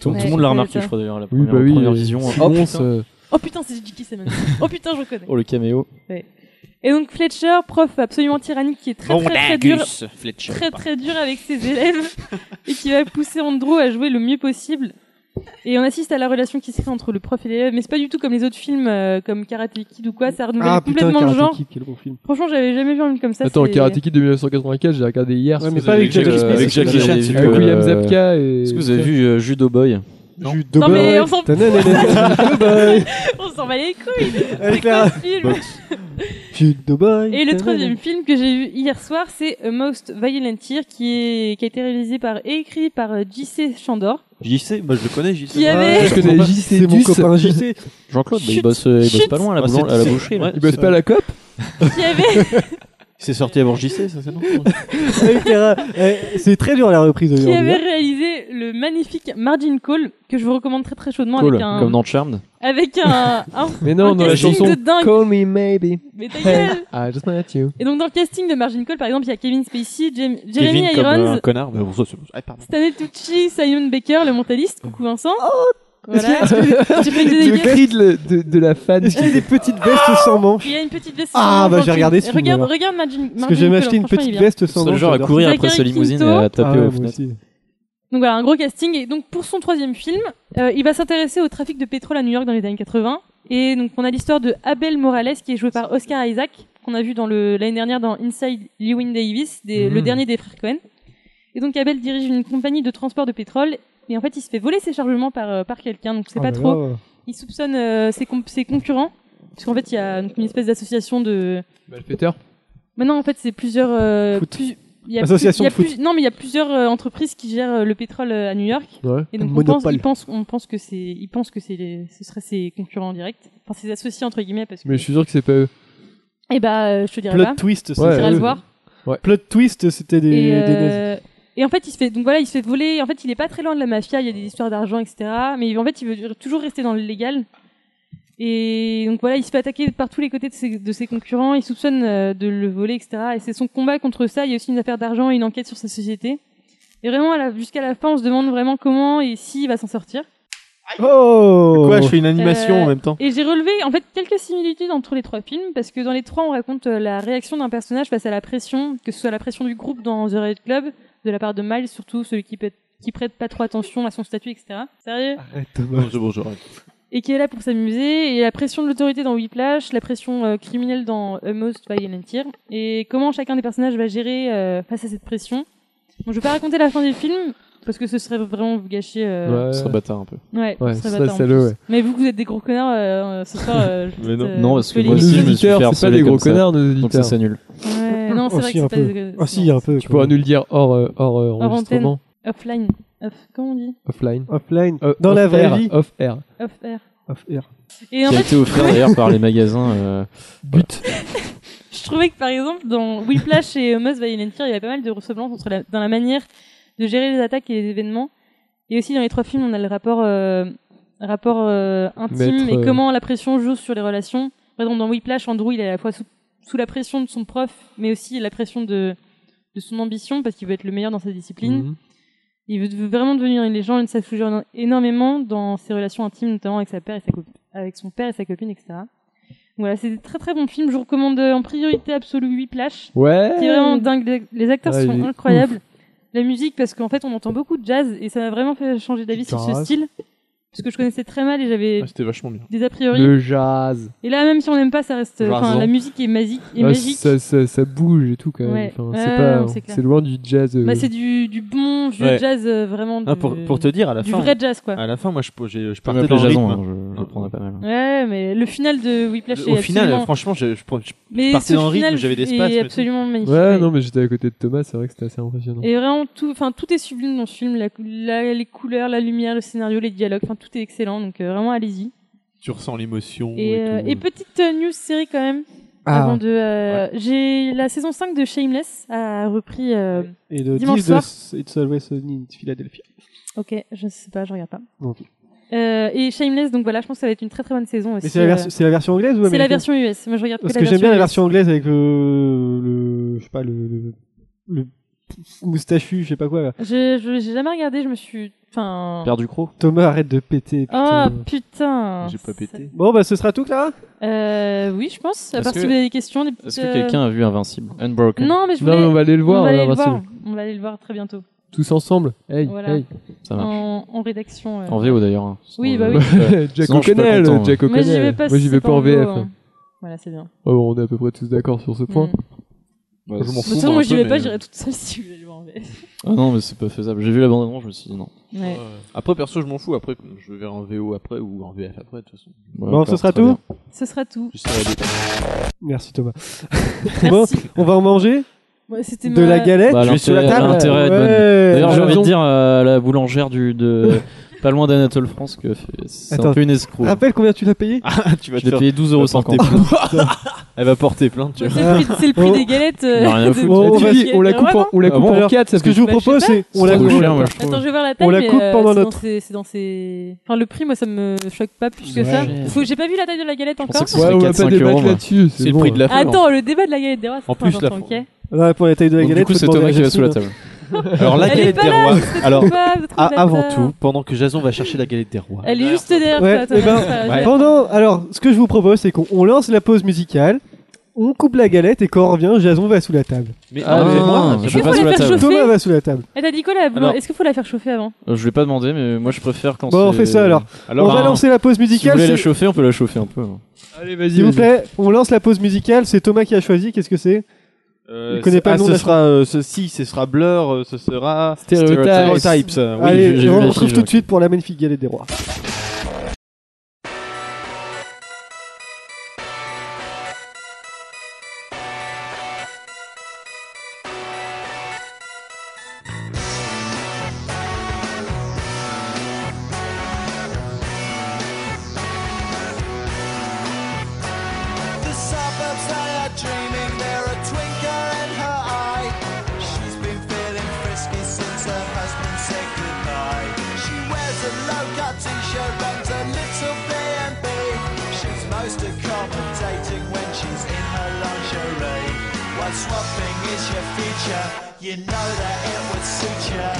D: Tout, tout le monde l'a remarqué, je crois d'ailleurs, à la
F: Oui,
D: première,
F: bah oui,
D: première
F: euh,
D: vision.
F: Simon, ça-
E: Oh putain, c'est J.K. Simmons. oh putain, je reconnais.
D: Oh, le caméo.
E: Ouais. Et donc Fletcher, prof absolument tyrannique, qui est très
D: Bon,
E: très, très
D: Dingus,
E: dur,
D: Fletcher,
E: très
D: pardon.
E: très dur avec ses élèves, et qui va pousser Andrew à jouer le mieux possible. Et on assiste à la relation qui se crée entre le prof et l'élève, mais c'est pas du tout comme les autres films, euh, comme Karate Kid ou quoi, ça renouvelle
C: Ah, putain,
E: complètement le
C: Karate
E: genre.
C: Kid, quel bon film.
E: Franchement, j'avais jamais vu un film comme ça.
F: Attends,
E: c'est-
F: Karate Kid de 1984, j'ai regardé hier.
C: Ouais,
F: c'est
C: mais
F: ça,
C: pas avec Jackie Chan,
F: avec
C: c'est
F: Jackie
C: celui-là.
F: Chan,
C: J'ai
F: c'est
C: vu,
F: avec William
D: euh,
F: Zapka et.
D: Est-ce que vous avez vu euh, Judo Boy
C: Judo
E: Non, mais on s'en-
C: Judo Boy.
E: On s'en bat les couilles.
C: Avec
E: C'est quoi
C: la-
E: ce film
C: Box. Judo Boy.
E: Et le troisième film que j'ai vu hier soir, c'est A Most Violent Tear, qui, est, qui a été réalisé par et écrit par euh, J.C. Chandor.
M: JC, moi je le connais, JC.
E: Qui avait-
F: Je connais JC
C: C'est mon
F: Duss.
C: copain JC.
D: Jean-Claude, bah, il
E: Chut,
D: bosse, euh, il bosse
E: chut.
D: pas loin à la,
M: Ah,
D: boulan-
M: c'est-
D: à la
M: c'est-
D: boucherie. là.
F: Il bosse pas à la COP
E: Qui avait.
M: C'est sorti avant JC, ça c'est non
C: Avec Clara. Eh, C'est très dur la reprise
E: qui
C: aujourd'hui.
E: avait
C: hein.
E: réalisé le magnifique Margin Call que je vous recommande très très chaudement
D: Cool,
E: avec un
D: comme dans Charmed.
E: avec un, un-
F: Mais non,
E: un
F: dans
E: Oh,
F: la
E: casting
F: chanson
E: de dingue.
F: Call Me Maybe.
E: Mais ta
F: Hey,
E: gueule.
F: I just met you.
E: Et donc dans le casting de Margin Call par exemple, il y a Kevin Spacey, Jem- Jeremy
M: Kevin comme
E: Irons,
M: un connard. Mais bon, ça c'est. Ah, pardon.
E: Stanley Tucci, Simon Baker, le mentaliste, coucou Vincent.
C: Oh,
E: voilà.
F: Est-ce qu'il y a-
E: Tu fais une
F: Le
E: dégueu.
F: cri de, la- de- de la fan.
C: Est-ce qu'il y a des petites vestes sans manches
E: Il y a une petite veste.
C: Ah,
E: sans
C: bah,
E: manche
C: j'ai
E: dans le
C: regardé
E: film.
C: ce film,
E: Regarde,
C: alors.
E: regarde Margin.
C: Parce que j'ai acheté une petite veste sans
D: C'est le
C: manche.
D: genre à
C: j'adore.
D: courir
E: Zachary
D: après sa limousine et
E: Quinto.
D: à taper
C: Ah ouais,
D: aux
C: moi
D: fenêtres.
C: aussi.
E: Donc voilà, un gros casting. Et donc pour son troisième film, euh, il va s'intéresser au trafic de pétrole à New York dans les années 80. Et donc on a l'histoire de Abel Morales qui est joué par Oscar Isaac, qu'on a vu dans le l'année dernière dans Inside Lewin Davis,
C: Mmh.
E: des-
G: Mhm.
E: le dernier des frères Cohen. Et donc Abel dirige une compagnie de transport de pétrole. Et en fait, il se fait voler ses chargements par, euh, par quelqu'un, donc c'est
C: Oh
E: pas
C: là
E: trop.
C: là.
E: Il soupçonne euh, ses, com- ses concurrents, parce qu'en fait, il y a donc, une espèce d'association de.
F: Malfaiteur.
E: Maintenant, en fait, c'est plusieurs. euh, plus- il y a plus-
C: Association
E: il y a
C: de foot.
E: plus- Non, mais il y a plusieurs euh, entreprises qui gèrent euh, le pétrole euh, à New York.
C: Ouais.
E: Et donc
C: Un
E: on pense,
C: monopole.
E: ils pensent- on pense que c'est, ils pensent que c'est, les- ce serait ses concurrents directs, enfin ses associés entre guillemets parce que.
F: Mais je suis sûr que c'est pas eux.
E: Eh bah, euh, je te dirai
C: Plot
E: pas.
C: twist,
E: Tu iras
C: c'est
E: le voir.
C: Plot twist, c'était des,
E: Et,
C: des nazis.
E: euh, et en fait, il se fait, donc voilà, il se fait voler. En fait, il est pas très loin de la mafia. Il y a des histoires d'argent, etc. Mais en fait, il veut toujours rester dans le légal. Et donc voilà, il se fait attaquer par tous les côtés de ses, de ses concurrents. Il soupçonne euh, de le voler, etc. Et c'est son combat contre ça. Il y a aussi une affaire d'argent et une enquête sur sa société. Et vraiment, à la- jusqu'à la fin, on se demande vraiment comment et s'il va s'en sortir.
M: Oh Quoi, je fais une animation
E: Euh,
M: en même temps
E: Et j'ai relevé en fait quelques similitudes entre les trois films parce que dans les trois on raconte euh, la réaction d'un personnage face à la pression, que ce soit la pression du groupe dans The Riot Club, de la part de Miles surtout, celui qui, pète- qui prête pas trop attention à son statut, etc. Sérieux
M: Bon, c'est bon, j'arrête.
E: Et qui est là pour s'amuser, et la pression de l'autorité dans Whiplash, la pression euh, criminelle dans A Most Violent Year, et comment chacun des personnages va gérer euh, face à cette pression. Bon, je vais pas raconter la fin du film parce que ce serait vraiment vous gâcher. euh,
D: Ce serait bâtard un peu.
E: Ouais,
D: Ouais,
E: ce serait
D: ça,
E: bâtard en
D: salaud,
E: plus.
D: ouais.
E: Mais vous, vous êtes des gros connards euh, ce soir. euh, je vais
D: Mais non.
E: te-
D: Non, parce que
E: te
D: moi
E: les-
D: aussi, je me suis
F: auditeurs,
D: fait
F: c'est pas
D: harceler
F: des
D: comme
F: gros
D: ça.
F: connards, nos
D: Donc
F: auditeurs.
D: ça, c'est nul.
E: Ouais, non, c'est vrai que c'est pas des-
C: Ah si, un peu.
F: Tu pourras nous le dire hors, euh, hors, euh,
E: Hors antenne.
F: enregistrement.
E: Offline. Off, comment on dit
F: Offline.
C: Offline.
F: Euh,
C: Dans
F: off
C: la vraie
F: air,
C: vie.
F: Off air.
E: Off air.
C: Off air.
E: Et en
D: Qui a
E: fait,
D: été offert d'ailleurs par les magasins. euh,
F: But.
E: je trouvais que par exemple, dans Whiplash et Must Violent Tear, il y avait pas mal de ressemblances entre la- dans la manière de gérer les attaques et les événements. Et aussi, dans les trois films, on a le rapport, euh, rapport euh, intime
N: Maître,
E: et
N: euh,
E: comment la pression joue sur les relations. Par exemple, dans Whiplash, Andrew, il est à la fois sous, sous la pression de son prof, mais aussi la pression de, de son ambition, parce qu'il veut être le meilleur dans sa discipline.
F: Mhm.
E: Il veut veut vraiment devenir une légende, il s'afflige énormément dans ses relations intimes, notamment avec, sa père et sa cop- avec son père et sa copine, etc. Voilà, c'est des très très bons films. Je vous recommande euh, en priorité absolue Whiplash.
F: Ouais.
E: Qui est vraiment dingue. Les- Les acteurs
F: Ouais, il
E: sont
F: est
E: incroyables. La musique, parce qu'en fait, on entend beaucoup de jazz et ça m'a vraiment fait changer d'avis sur ce
F: Guitare.
E: style. Parce que je connaissais très mal et j'avais
K: Ah, c'était vachement bien.
E: des a priori.
F: Le jazz.
E: Et là, même si on n'aime pas, ça reste. Enfin,
F: Jazzant.
E: la musique est magique. Est
F: Ah,
E: magique.
F: ça, ça, ça bouge et tout quand même.
E: Ouais.
F: Enfin,
E: Ouais,
F: c'est
E: ouais,
F: pas-
E: non, c'est clair.
F: c'est loin du jazz. euh,
E: Bah, c'est du, du bon vieux
K: Ouais.
E: jazz euh, vraiment.
K: Ah,
E: du-
K: pour, pour te dire, à la
E: du
K: fin.
E: vrai jazz quoi.
K: À la fin, moi, je, je, je
D: peux
K: partais
D: m'appeler
K: dans le
D: Jason,
K: rythme.
D: hein, je, je prendrais pas mal.
E: Ouais, mais le final de Whiplash est
K: Au final,
E: absolument-
K: franchement, je, je, je
E: Mais
K: partais
E: ce
K: dans le rythme,
E: final
K: j'avais des
E: est
K: spasmes. et tout.
E: absolument magnifique.
F: Ouais, non, mais j'étais à côté de Thomas, c'est vrai que c'était assez impressionnant.
E: Et vraiment, tout, enfin, tout est sublime dans ce film. La, cou- la- les couleurs, la lumière, le scénario, les dialogues, enfin, tout est excellent. Donc, euh, vraiment, allez-y.
K: Tu ressens l'émotion.
E: Et,
K: Et,
E: euh,
K: tout.
E: et petite euh, news série quand même.
K: Ah.
E: Avant de, euh, j'ai la saison 5 de Shameless a repris. euh,
C: Et le
E: dimanche
C: 10 de
E: soir.
C: S- It's Always Sunny in Philadelphia.
E: Ok, je sais pas, je regarde pas.
C: Ok.
E: Euh, et Shameless, donc voilà, je pense que ça va être une très très bonne saison aussi.
C: Mais c'est la, version-
E: euh,
C: c'est la version anglaise ou
E: C'est la
C: américaine
E: version US. Moi, je regarde
C: Parce
E: que
C: que,
E: la
C: j'aime bien la
E: US.
C: version anglaise avec le, le je sais pas le, le, le moustachu, je sais pas quoi. Là.
E: Je je- j'ai jamais regardé, je me suis, enfin.
C: croc. Thomas, arrête de péter.
E: Oh
C: putain.
E: putain.
K: pas pété.
C: Bon bah ce sera tout là.
E: Euh, oui, je pense. À
D: Est-ce
E: part si
D: que-
E: vous avez des questions, des petites.
D: Est-ce que
E: euh,
D: quelqu'un a vu Invincible Unbroken
E: Non, mais je voulais... On va aller le voir. On va aller le voir très bientôt.
F: Tous ensemble. Hey,
E: Voilà.
F: hey.
D: Ça marche.
E: En, en rédaction. euh.
D: En VO d'ailleurs. hein.
E: Oui, bah
D: Sinon,
E: oui.
D: euh,
F: Jack
D: sinon, je suis pas
F: O'Connell,
D: content, hein.
F: Jack
E: Moi, j'y
F: O'Connell.
E: vais pas.
F: Moi,
E: si
F: j'y vais
E: c'est
F: pas
E: VO,
F: en VF.
E: hein. Mm. Voilà, c'est bien.
F: Oh, bon, on est à peu près tous d'accord sur ce point.
D: Bah,
F: je m'en
E: De toute
F: fous.
E: façon,
F: moi,
E: moi,
F: un
E: j'y
F: peu,
E: vais
F: mais-
E: pas, j'irai toute seule si vous voulez le voir en VF.
D: Ah non, mais c'est pas faisable. J'ai vu la bande avant, je me suis dit non.
E: Ouais.
K: Après, perso, je m'en fous. Après, je verrai en VO après ou en VF après, de toute façon.
D: Bon,
C: Bon, ce sera tout.
E: Ce sera tout.
C: Merci Thomas. Bon, on va en manger.
E: Ouais, c'était
C: de
E: ma-
C: la galette.
D: Bah,
C: je suis sur la
D: l'intérêt-
C: table.
D: l'intérêt est de bonne.
C: Ouais,
D: D'ailleurs, j'ai
C: raison.
D: envie de dire à la boulangère du, de, pas loin d'Anatole France que c'est un
C: Attends. Ah,
D: peu une escroc.
C: Rappelle combien tu l'as payé
K: tu vas
D: Je l'ai payé 12,50 euros.
K: Elle va porter plainte, tu
E: C'est le prix- c'est le prix des galettes. euh,
D: Non, rien à
E: de-
D: foutre.
E: de-
C: On
F: Eh,
E: de-
C: va-
E: de-
C: Oh, on la
E: de-
C: coupe en-
E: vraiment.
F: Ah
C: on la coupe en quatre, ce que je vous
E: Bah, sais
C: propose,
E: pas.
C: c'est- on la
D: C'est trop
C: coupe-
D: cher, moi, je trouve.
E: Attends, je vais voir la taille.
C: On la
E: mais,
C: coupe
E: euh,
C: pendant
E: c'est dans
C: notre-
E: ces- C'est dans ces. Enfin, le prix, moi, ça me choque pas plus que
D: Ouais.
E: ça.
D: Ouais.
E: Faut que j'ai pas vu la taille de la galette encore.
D: pensais que c'était
F: Ouais, on va
D: 4-5
F: pas débattre
D: euros, moi.
F: là-dessus.
D: C'est le
F: bon.
D: prix de la fin.
E: Attends, le débat de la galette des rois,
K: En
E: c'est
K: plus, la
E: important, ok
C: Là, pour la taille de la
K: Donc,
C: galette,
K: du coup,
C: faut
K: c'est
C: demander
K: Thomas
C: à
K: qui va sous la
C: Justine.
K: table. Alors, la
E: Elle est
K: galette
E: pas
K: des
E: là,
K: rois.
E: vous êtes
K: Alors,
E: pas- vous êtes
K: a-
E: trop
K: avant
E: bâtards.
K: tout, pendant que Jason va chercher la galette des rois.
E: Elle est juste derrière toi,
C: Ouais,
E: toi.
C: eh ben,
E: Thomas, ça va,
K: ouais.
E: je-
C: Pendant, alors, ce que je vous propose, c'est qu'on on lance la pause musicale, on coupe la galette et quand on revient, Jason va sous la table.
K: Mais
D: Ah, mais moi, je vais
E: faut
D: pas sous
E: les
D: la
E: faire
D: table.
E: chauffer.
C: Ah, Thomas va sous la table.
E: Eh, t'as dit quoi là boulon-
D: Alors-
E: Est-ce qu'il faut la faire chauffer avant
D: Euh, Je l'ai pas demandé, mais moi je préfère quand
C: Bon, on
D: c'est-
C: fait ça alors. on va
D: Enfin,
C: lancer la pause
D: Si vous
C: musicale.
D: voulez la
C: c'est-
D: chauffer, on peut la chauffer un peu. hein.
F: Allez,
C: S'il vous plaît, on lance la pause musicale. C'est Thomas qui a choisi. Qu'est-ce que c'est
K: Euh,
C: Il connaît
K: c'est-
C: pas
K: ah,
C: le nom de
K: ce
C: la
K: sera euh, ceci, ce sera Blur, euh, ce sera
F: Stereotypes.
K: Stereotypes, euh, oui, j'ai-
C: Allez,
K: j'ai
C: on
K: vu la
C: retrouve
K: fiche,
C: tout
K: ok.
C: de suite pour la magnifique galette des rois.
O: The suburbs they are dreaming, there a twinkle in her eye. She's been feeling frisky since her husband said goodbye. She wears a low-cut t-shirt, runs a little B&B. She's most accommodating when she's in her lingerie. While swapping is your future. You know that it would suit you.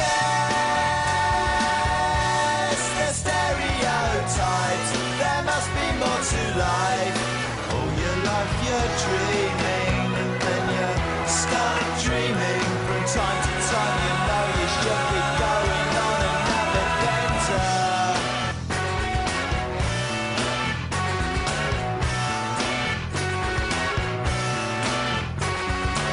O: Yes, there's stereotypes. There must be more to life. All your life you're dreaming, and then you start dreaming. From time to time, you know you should be going on another bender.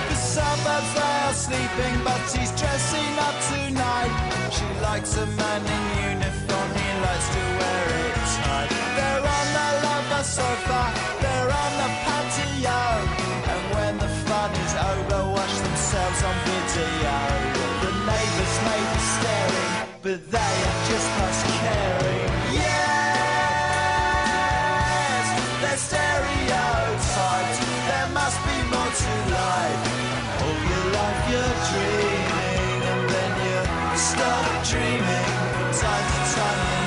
O: The suburbs they are sleeping, but she's dressing up tonight. She likes a man in uniform, he likes to wear it tight. They're on the lover sofa, they're on the patio. And when the fun is over, watch themselves on video. The neighbors may be staring, but they are just not caring. Yes, they're stereotyped. There must be more to life. All your life you're dreaming, and then you stop dreaming. From time to time you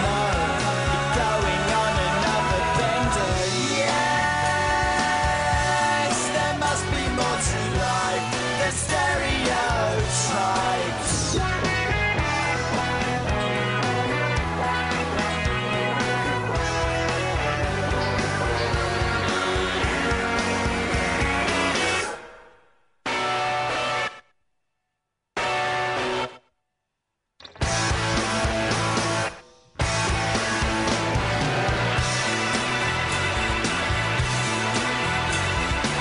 O: know you're going on another bender. Yes, there must be more to life. There's stereotypes.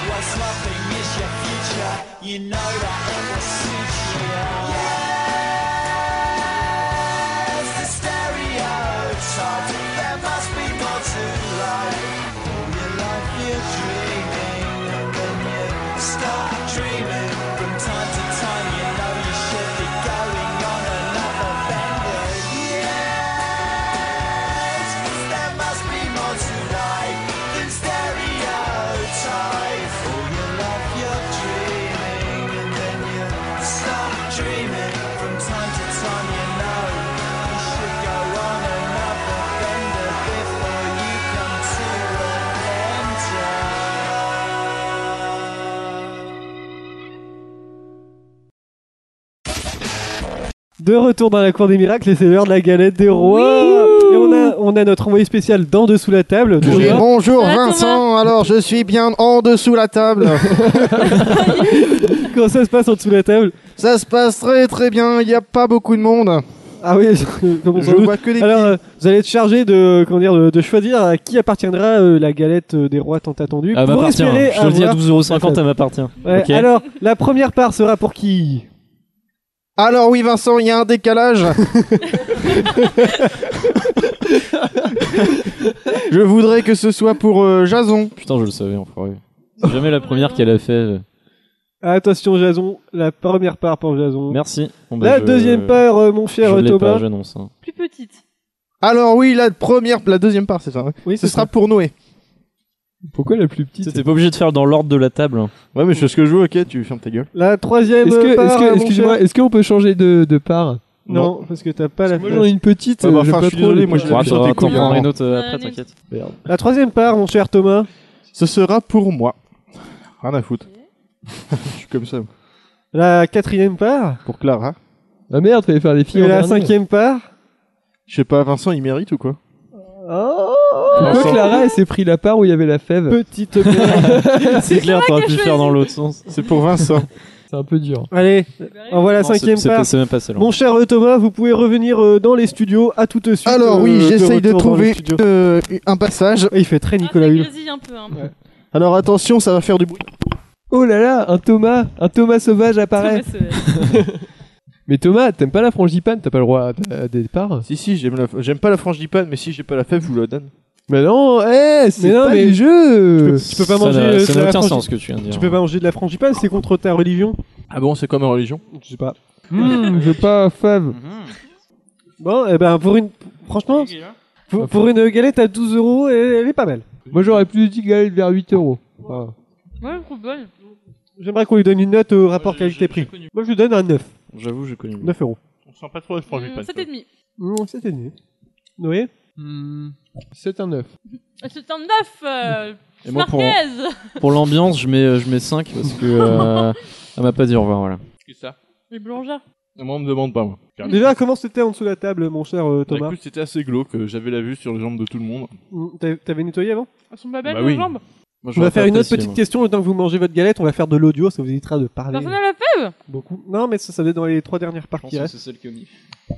O: What's loving is your future. You know that it will suit you. Yes, the stereotype. There must be more to life. All your life you're dreaming, and then you start dreaming. From time to time, you know you should be going on another bender. Yes, there must be more to life than stereotypes. All your life you're dreaming, and then you stop dreaming. From time to time, you know you should go on another bender before you come to an
C: De retour dans la cour des miracles, et c'est l'heure de la galette des rois. et on a, on a notre envoyé spécial d'en dessous la table.
N: Oui,
C: Thomas.
E: Ah,
N: bonjour Vincent, alors je suis bien en dessous la table.
C: Comment ça se passe en dessous la table
N: Ça se passe très très bien, il n'y a pas beaucoup de monde.
C: Ah oui, Comme on
N: je
C: s'en doute.
N: vois que des
C: Alors, euh, vous allez être chargé de, comment dire, de, de choisir à qui appartiendra euh, la galette euh, des rois tant attendue.
N: Ah,
D: Elle
N: bah,
C: pour
D: m'appartient,
C: espérer
D: hein. Je te le dis à
C: avoir
D: 12,50,
C: la
D: elle
C: fête.
D: m'appartient.
C: Ouais,
D: Ok.
C: Alors, la première part sera pour qui
N: Alors oui Vincent, il y a un décalage. je voudrais que ce soit pour euh, Jason.
D: Putain, je le savais, enfoiré. C'est Jamais la première qu'elle a fait. euh.
C: Attention, Jason, la première part pour Jason.
D: Merci. Bon, bah,
C: la
D: je-
C: deuxième part, euh, mon cher
D: je l'ai
C: Thomas.
D: pas, j'annonce. hein.
E: Plus petite.
N: Alors oui, la première, la deuxième part, c'est ça. hein
C: Oui,
N: ce sera pour Noé.
F: Pourquoi la plus petite
D: T'es pas obligé de faire dans l'ordre de la table.
M: Ouais, mais je fais ce que je veux, ok, tu fermes ta gueule.
C: La troisième
F: Est-ce que,
C: part,
F: est-ce que-
C: euh, mon
F: excusez-moi,
C: cher-
F: est-ce qu'on peut changer de, de part
C: Non, parce que t'as pas la.
F: Moi j'en ai une petite, euh, j'aime pas trop les petites.
D: une autre, euh, après, t'inquiète.
C: La troisième part, mon cher Thomas.
N: Ce sera pour moi. Rien à foutre. je suis comme ça.
C: La quatrième part.
N: Pour Clara.
F: Ah merde, fallait faire les filles
C: Et
F: en
C: la
F: dernier.
C: cinquième part.
N: Je sais pas, Vincent, il mérite ou quoi
F: Pourquoi Clara elle s'est pris la part où il y avait la fève
C: Petite
D: C'est clair, t'aurais pu faire dans l'autre sens.
N: C'est pour Vincent.
F: C'est un peu dur.
C: Allez, on voit la
D: Non, c'est-
C: cinquième
D: c'est-
C: part.
D: c'est même pas celle-là.
C: Mon cher euh, Thomas, vous pouvez revenir euh, dans les studios à tout de suite.
N: Alors oui,
C: euh,
N: j'essaye de
C: retour dans les
N: trouver
C: studios. Oh,
N: euh, un passage.
C: il fait très Nicolas Hulot.
E: Ah, un peu. Hein.
N: Alors attention, ça va faire du bruit.
F: Oh là là, un Thomas, un Thomas sauvage
C: Ah
F: apparaît. Mais Thomas, t'aimes pas la frangipane, t'as pas le droit à, à des parts
M: Si, si, j'aime la- j'aime pas la frangipane, mais si j'ai pas la fève, je vous la donne.
F: Mais non, eh, c'est
C: Mais non,
F: pas
C: mais-
F: du
C: Tu
F: jeu
C: peux, tu peux pas
M: Ça
C: manger.
M: n'a-
C: euh,
M: ça
C: de
M: n'a
C: la
M: aucun
C: frangi-
M: sens ce que tu viens de dire.
C: Tu peux pas manger de la frangipane, c'est contre ta religion.
M: Ah bon, c'est comme en religion
C: Je sais pas.
F: Hmm, je veux pas fave.
C: Bon, eh ben pour une, franchement,
M: Bah,
C: pour, pour une galette à 12 euros, elle elle est pas mal.
F: Moi j'aurais plus dit galette vers 8 euros.
E: Moi, je trouve bonne.
C: J'aimerais qu'on lui donne une note au rapport qualité-prix. Moi, je lui donne un 9.
M: J'avoue, j'ai connu.
C: 9 euros.
M: On sent pas trop la
E: Hum,
M: frangipane.
E: Sept et demi.
C: Mmh, C'était nul. Noé
M: Hmm.
F: C'est un 9.
E: Ah, C'est un neuf. Euh,
D: Et moi, pour,
E: Marquez.
D: pour l'ambiance, je mets, je mets 5 parce que euh, Elle m'a pas dit au revoir, voilà.
M: Qu'est-ce que ça
E: Les boulangères.
M: Moi, on me demande pas, moi.
C: Déjà, comment c'était en dessous de la table, mon cher euh,
M: Bah,
C: Thomas
M: écoute, c'était assez glauque. euh, J'avais la vue sur les jambes de tout le monde.
C: Mm, t'avais- T'avais nettoyé avant
E: Elles sont pas belles,
M: Bah
E: nos
M: oui.
E: jambes
M: Moi,
C: On va
M: j'aurais
C: faire
M: pas
C: une autre
M: apprécié,
C: petite
M: moi.
C: question. Le temps que vous mangez votre galette, on va faire de l'audio. Ça vous évitera de parler
E: Personne n'a la fait
C: beaucoup. Non, mais ça, ça doit être dans les trois dernières
M: Je
C: parties.
M: pense que c'est celle qui est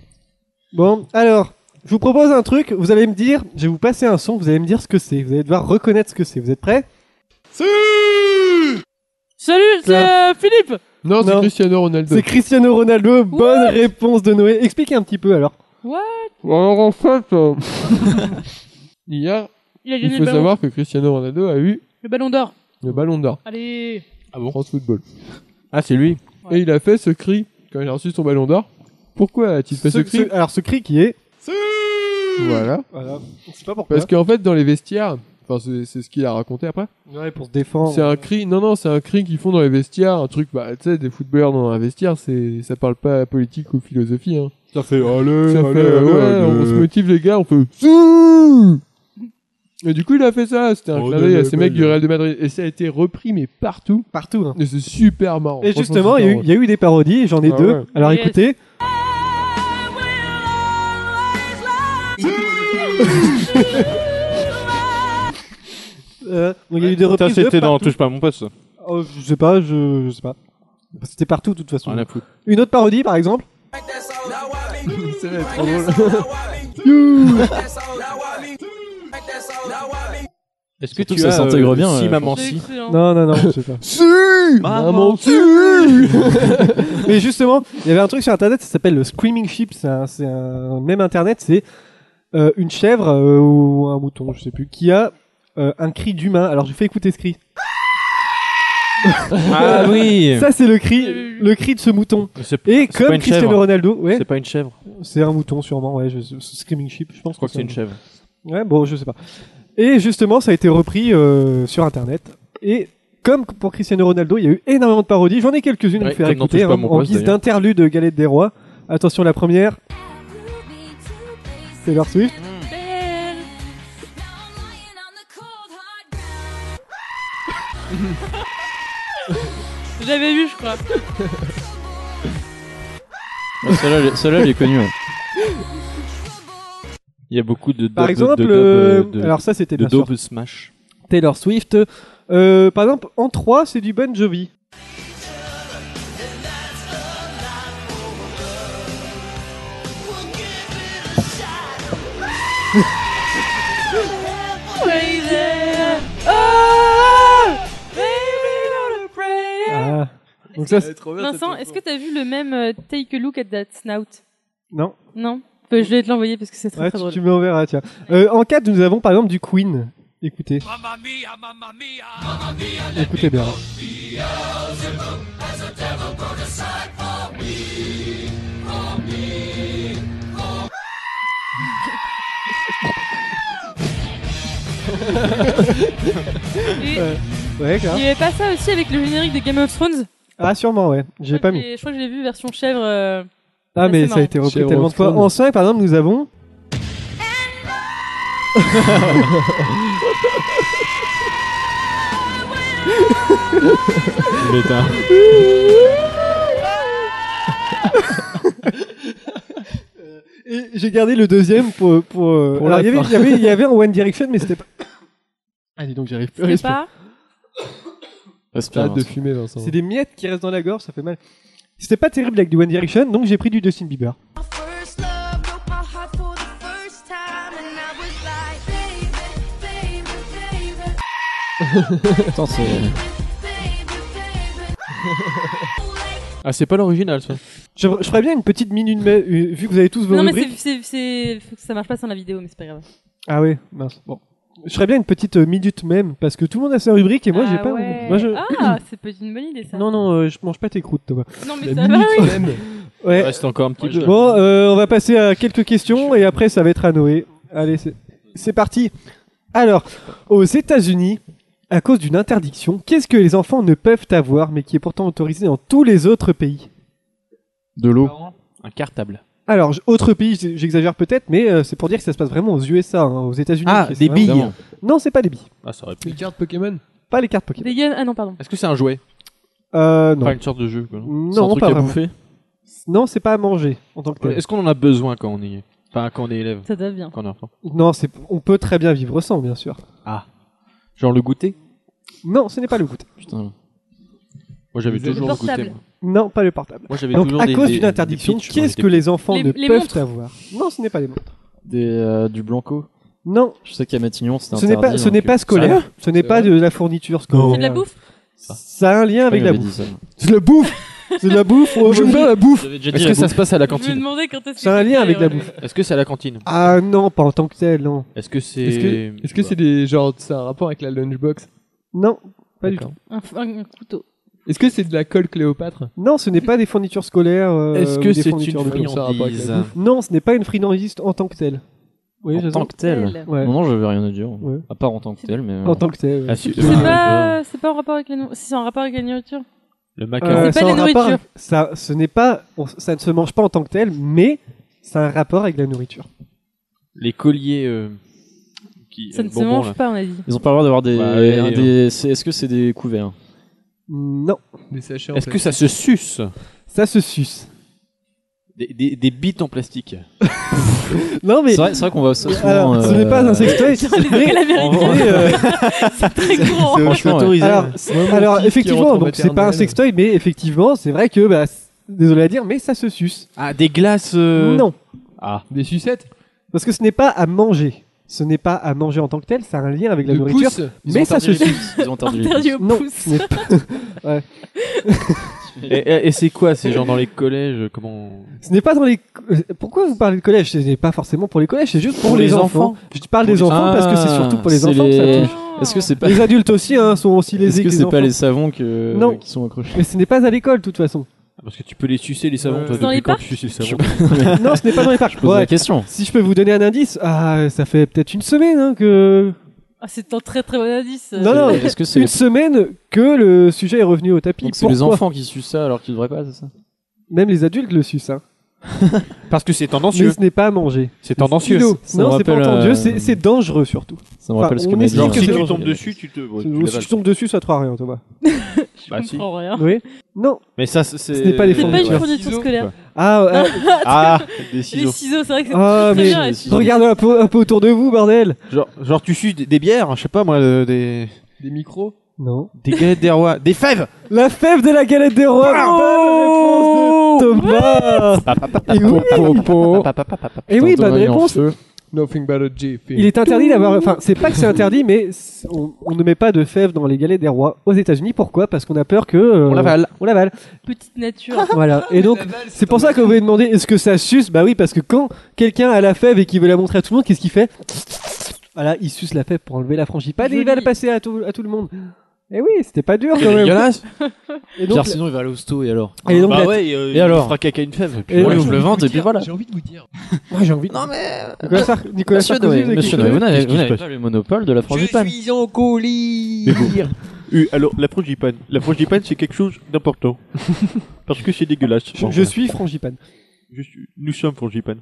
C: Bon, alors, je vous propose un truc. Vous allez me dire, je vais vous passer un son. Vous allez me dire ce que c'est. Vous allez devoir reconnaître ce que c'est. Vous êtes prêts
E: Salut, c'est
C: Là.
E: euh, Philippe
C: Non, c'est Cristiano Ronaldo. C'est Cristiano Ronaldo. Bonne réponse de Noé. Expliquez un petit peu alors.
E: What
F: Alors en fait, euh, hier,
E: Il a
F: il
E: gagné
F: faut
E: le ballon.
F: savoir que Cristiano Ronaldo a eu
E: Le ballon d'or.
F: le ballon d'or.
E: Allez
F: Ah bon France Football.
M: Ah, c'est lui
F: Et il a fait ce cri quand il a reçu son ballon d'or. Pourquoi a-t-il fait ce,
C: Ce-
F: cri
C: ce- alors, ce cri qui est.
F: Voilà.
C: Voilà. Je sais pas pourquoi.
F: Parce qu'en fait, dans les vestiaires, enfin, c'est c'est ce qu'il a raconté après.
C: Ouais, pour se défendre.
F: C'est un cri, non, non, c'est un cri qu'ils font dans les vestiaires, un truc, bah, tu sais, des footballeurs dans un vestiaire, c'est, ça parle pas politique ou philosophie, hein.
M: Ça fait allez,
F: Ça
M: Euh, allez,
F: fait,
M: allez,
F: ouais,
M: allez.
F: on se motive les gars, on fait Zou Et du coup, il a fait ça, c'était un
M: Oh,
F: clin d'œil à
M: allez,
F: ces mecs
M: allez.
F: du Real de Madrid, et ça a été repris, mais partout.
C: Partout, hein.
F: Et c'est super marrant.
C: Et
F: franchement,
C: justement, il y, a
F: super
C: eu- il y a eu des parodies, j'en ai
F: Ah
C: deux.
F: ouais.
C: Alors
F: Yes.
C: écoutez. Euh, donc il y a eu des
M: Ça,
C: reprises de
M: c'était dans
C: partout.
M: Touche pas à mon poste. ça.
C: Oh, je sais pas, je, je sais pas. C'était partout de toute façon.
M: Rien à foutre.
C: Une autre parodie par exemple.
F: Ça va être trop drôle.
M: Est-ce
D: que Surtout tu que ça as, euh, s'intègre bien, Si, euh, maman,
E: si excellent.
C: Non, non, non, je sais pas.
F: Si Maman, si
C: Mais justement, il y avait un truc sur internet, ça s'appelle le Screaming Sheep, c'est un, c'est un- même internet, c'est euh, une chèvre euh, ou un mouton, je sais plus, qui a euh, un cri d'humain. Alors je fais écouter ce cri.
M: Ah oui.
C: Ça c'est le cri, le cri de ce mouton.
M: c'est- c'est pas
C: Et comme
M: une
C: Cristiano
M: chèvre.
C: Ronaldo, ouais.
M: C'est pas une chèvre.
C: C'est un mouton sûrement, ouais. je- ce Screaming Sheep, je pense.
M: crois que c'est
C: un
M: une chèvre.
C: Ouais, bon, je sais pas. Et justement, ça a été repris euh, sur Internet. Et comme pour Cristiano Ronaldo, il y a eu énormément de parodies. J'en ai quelques-unes à
M: Ouais,
C: vous faire
M: comme dans
C: écouter
M: Touche pas
C: hein,
M: à mon
C: en
M: poste,
C: guise
M: d'ailleurs.
C: d'interlude de Galette des Rois. Attention, la première. Taylor Swift.
E: J'avais vu, je crois.
D: Ah, celle-là, elle est- celle-là, elle est connue. ouais.
M: Il y a beaucoup de.
C: Par
M: de- de-
C: exemple,
M: de- de-
C: euh,
M: de-
C: alors ça, c'était
M: de
C: bien sûr.
M: Dope Smash.
C: Taylor Swift. Euh, par exemple, en 3, c'est du Bon Jovi.
E: Crazy. Oh, baby, don't pray.
C: Ah. Donc ça, c'est-
E: Vincent, est-ce que t'as vu le même euh, Take a Look at That Snout
C: Non.
E: Non Bah, Je vais te l'envoyer parce que c'est très
C: Ouais,
E: très
C: tu,
E: drôle.
C: tu me l'enverras, tiens. Euh, en 4, nous avons par exemple du Queen. Écoutez. Écoutez bien.
E: Et-
C: Ouais. Ouais,
E: Il
C: clair.
E: y avait pas ça aussi avec le générique de Game of Thrones
C: Ah, sûrement, ouais. J'ai
E: Je
C: pas
E: crois que
C: mis.
E: j'ai- Je crois que je l'ai vu version chèvre. euh,
C: Ah,
E: assez
C: mais ça a
E: marrant.
C: été repris
F: Chez
C: tellement de fois.
F: Rockford.
C: En 5, par exemple, nous avons. Et j'ai gardé le deuxième pour. pour, euh,
F: Pour
C: alors,
F: la
C: il y avait-
F: fin.
C: il y avait- il y avait en One Direction, mais c'était pas. Ah, dis donc, j'arrive plus à
E: C'est
C: respirer.
E: pas
D: Respire,
F: Arrête de
D: Vincent.
F: fumer, Vincent.
C: C'est des miettes qui restent dans la gorge, ça fait mal. C'était pas terrible avec du One Direction, donc j'ai pris du Justin Bieber.
D: Attends, c'est.
M: Ah, c'est pas l'original, ça.
C: Je, je ferais bien une petite minute, mais, euh, vu que vous avez tous vos
E: Non, mais
C: rubriques.
E: c'est- c'est. c'est- Faut que ça marche pas sans la vidéo, mais c'est pas grave.
C: Ah ouais, mince. Bon. Je ferais bien une petite euh, minute même, parce que tout le monde a sa rubrique et moi j'ai
E: Ah
C: pas. ma
E: ouais.
C: rubrique. Moi, je...
E: Ah, c'est peut-être une bonne idée ça.
C: Non, non, euh, je mange pas tes croûtes, Thomas.
E: Non, mais ça va, oui.
C: Ouais.
M: Il reste encore un petit peu.
C: Bon, euh, on va passer à quelques questions et après ça va être à Noé. Allez, c'est- c'est parti. Alors, aux États-Unis, à cause d'une interdiction, qu'est-ce que les enfants ne peuvent avoir mais qui est pourtant autorisé dans tous les autres pays
M: De l'eau. Un cartable.
C: Alors, j- autres pays, j- j'exagère peut-être, mais euh, c'est pour dire que ça se passe vraiment aux USA, hein, aux États-Unis.
M: Ah,
C: c'est
M: des
C: vraiment-
M: billes.
C: Non, c'est pas des billes.
M: Ah, ça aurait pu.
F: Des cartes Pokémon
C: Pas les cartes Pokémon.
E: Des gueules- Ah non, pardon.
M: Est-ce que c'est un jouet
C: Euh, non.
M: Pas une sorte de jeu. Quoi, non, C'est un
C: Non,
M: truc
C: pas
M: à
C: vraiment.
M: bouffer.
C: Non, c'est pas à manger en tant que tel.
M: Est-ce qu'on en a besoin quand on y est Enfin, quand on est élève.
E: Ça doit bien.
M: Quand on est enfant.
C: Non, c'est on peut très bien vivre sans, bien sûr.
M: Ah. Genre le goûter
C: Non, ce n'est pas le goûter.
M: Putain. Moi j'avais
C: Le
M: toujours le goûter.
C: portable.
M: moi.
C: Non, pas le portable.
M: Moi, j'avais
C: Donc
M: toujours
C: à
M: des-
C: cause
M: des-
C: d'une
M: des
C: interdiction,
M: pitchs quand
C: qu'est-ce
M: j'étais
C: que
M: petit.
C: les enfants
E: Les-
C: ne
E: les
C: peuvent
E: montres.
C: avoir Non, ce n'est pas les montres.
D: Des, euh, du Blanco
C: Non.
D: Je sais qu'à Matignon, c'était
C: Ce n'est pas,
D: interdit,
C: ce n'est
D: donc,
C: pas
D: euh,
C: scolaire.
D: ça-
C: Ce n'est pas de la fourniture scolaire.
E: C'est de la bouffe
C: Ça a un lien avec
D: il
C: la
D: avait dit
C: bouffe.
D: ça.
C: C'est de la bouffe. C'est de la bouffe. on-
F: Je me la bouffe.
M: J'avais déjà dit
F: Est-ce
M: la
F: que ça
M: bouffe.
F: se passe à la
E: Je me
F: cantine
E: demandais quand est-ce que euh,
C: C'est un lien avec la
E: scolaire,
C: bouffe.
M: Est-ce que c'est à la cantine
C: Ah non, pas en tant que tel, non.
M: Est-ce que c'est. Bah,
F: Est-ce que est-ce que c'est des genre c'est un rapport avec la lunchbox
C: Non, pas du
F: D'accord.
C: tout.
E: Un, f- un couteau.
F: Est-ce que c'est de la colle Cléopâtre
C: Non, ce n'est pas des fournitures scolaires. euh,
F: Est-ce
C: ou
F: que
C: des
F: c'est
C: fournitures
F: une
C: de bouffe.
F: Ça a un rapport avec la
D: friandise
C: Non, ce n'est pas une friandise en tant que telle. Oui,
D: En
C: Jason
D: tant que tel
C: Ouais.
D: Non, non, j'avais rien à dire.
C: Ouais.
D: À part en tant que tel, mais.
C: En tant que tel, ouais.
D: Ah, si-
C: C'est
E: C'est
D: Ah,
E: pas, c'est pas en rapport avec la nourriture. Si c'est en rapport avec la nourriture.
M: Le
C: Euh,
M: macaron.
C: ça
E: C'est pas
C: a
E: de la
C: un rapport-
E: nourriture.
C: Ça, ce n'est pas, on- ça ne se mange pas en tant que tel, mais ça a un rapport avec la nourriture.
M: Les colliers. euh, qui,
E: Ça
M: euh,
E: ne se
M: bonbons,
E: mange
M: là.
E: pas, on a dit.
D: Ils ont pas le droit d'avoir des.
M: Ouais,
D: un
M: ouais.
D: des- c'est- Est-ce que c'est des couverts
C: Non,
F: Des sachets en
M: Est-ce que
F: plastique.
M: ça se suce
C: ça se suce.
M: des, des, des bites en plastique.
C: Non mais
D: C'est vrai, c'est vrai qu'on va souvent.
C: alors, ce
D: euh,
C: n'est pas un sextoy.
E: Dans les écoles américaines.
C: mais, euh,
E: C'est très courant.
D: Franchement, ouais.
C: alors, alors,
F: mon fils qui
C: effectivement,
F: rentre en
C: donc c'est pas un
F: maternelle.
C: sextoy, mais effectivement, c'est vrai que, bah, c- désolé à dire, mais ça se suce.
M: Ah, des glaces. euh,
C: Non,
M: Ah.
F: Des sucettes
C: parce que ce n'est pas à manger. Ce n'est pas à manger en tant que tel, ça a un lien avec la
F: De
C: nourriture,
F: pouce
D: ils ont
C: mais ça se
D: interdit les
C: suce.
D: pouces, Ils ont interdit les
E: Interdit au
C: Non,
E: pouce.
C: ce n'est pas-
M: Et, et- et c'est quoi C'est genre dans les collèges Comment
C: Ce n'est pas dans les. euh, Pourquoi vous parlez de collège Ce n'est pas forcément pour les collèges, c'est juste pour,
M: Pour
C: les,
M: les
C: enfants.
M: enfants.
C: Je parle des
D: Pour les-
C: enfants parce que c'est
D: Ah,
C: surtout pour les
D: c'est
C: enfants que ça
D: les-
C: touche.
D: Est-ce que c'est pas.
C: Les adultes aussi hein, sont aussi
D: Est-ce
C: lésés
D: que
C: que les
D: c'est pas
C: enfants.
D: les savons que,
C: Non.
D: qui sont accrochés
C: Mais ce n'est pas à l'école de toute façon.
M: Ah, Parce que tu peux les sucer les savons.
F: Ouais.
M: toi,
E: Euh, Dans
M: depuis
E: les
M: quand
E: parcs
M: tu suces les savons
C: non, ce n'est pas dans les parcs.
D: Je pose
C: Ouais.
D: la question.
C: Si je peux vous donner un indice, ah, ça fait peut-être une semaine hein, que.
E: Ah, c'est un très très bon indice. euh,
C: Non, non,
D: Est-ce que c'est
C: une
D: les-
C: semaine que le sujet est revenu au tapis.
D: donc c'est les
C: Pourquoi
D: enfants qui sucent ça alors qu'ils devraient pas, c'est ça
C: Même les adultes le sucent. Hein.
M: Parce que c'est
C: Mais
M: tendancieux.
C: ce n'est pas à manger.
M: C'est tendancieux.
C: Ido.
D: Ça me
C: Non, c'est pas
D: rappelle,
C: entendu.
D: euh,
C: C'est c'est dangereux surtout.
D: Ça me
C: Enfin,
D: rappelle ce
C: on
D: que m'a dit.
C: estime
M: Genre,
C: que
M: si
C: c'est-
M: tu tombes dessus, tu te. ouais, tu
C: si
M: l'avales.
C: je tombe dessus, ça te fera rien, Thomas.
M: Bah, si.
E: comprends rien.
C: Oui. Non.
M: Mais ça, c'est.
C: Ce n'est pas les
E: C'est pas
C: fournitures.
E: une fourniture scolaire.
C: Ah, euh,
M: Ah, des
E: Les
M: ciseaux.
E: ciseaux, c'est vrai que c'est
C: Ah,
E: très
C: mais-
E: bien. les ciseaux.
C: regardez un peu, un peu autour de vous, bordel.
M: Genre, genre, tu suces des, des bières, je sais pas moi, euh, des.
F: Des micros
C: Non.
M: Des galettes des rois. Des fèves
C: La fève de la galette des rois. Bonne réponse de Thomas. Et oui, Eh oui, bonne réponse.
F: Nothing but a J. film.
C: Il est interdit d'avoir. Enfin, c'est pas que c'est interdit, mais c'est- on, on ne met pas de fèves dans les galettes des rois aux États-Unis. Pourquoi Parce qu'on a peur que. euh,
M: On l'avale.
C: On l'avale.
E: Petite nature.
C: Voilà. Et donc, c'est pour ça que vous m'avez demandé est-ce que ça suce Bah oui, parce que quand quelqu'un a la fève et qu'il veut la montrer à tout le monde, qu'est-ce qu'il fait Voilà, il suce la fève pour enlever la frangipane et il va
E: Joli.
C: la passer à tout, à tout le monde. Eh oui, c'était pas dur
M: C'est
C: quand même.
M: dégueulasse.
C: Et donc,
D: Pierre, sinon il va à l'hosto et alors
C: et Euh, donc, la-
M: Bah ouais, euh,
D: il alors
M: fera caca une fève.
C: Et
D: Ouais,
C: donc-
D: je le vends et puis voilà.
F: J'ai envie de vous dire.
C: Moi, j'ai envie. Non mais Nicolas, Sar- Nicolas
D: Monsieur
C: Sarkozy,
D: Noé,
C: vous avez
D: monsieur
C: quelque
D: Noé, vous n'avez
M: Qu'est-ce qui se
D: vous n'avez
M: passe
D: pas le monopole de la frangipane.
L: Je suis en colis.
N: Euh, alors, la frangipane. La frangipane, c'est quelque chose d'important. Parce que c'est dégueulasse.
C: chose Je suis frangipane.
N: Je suis- Nous sommes frangipane.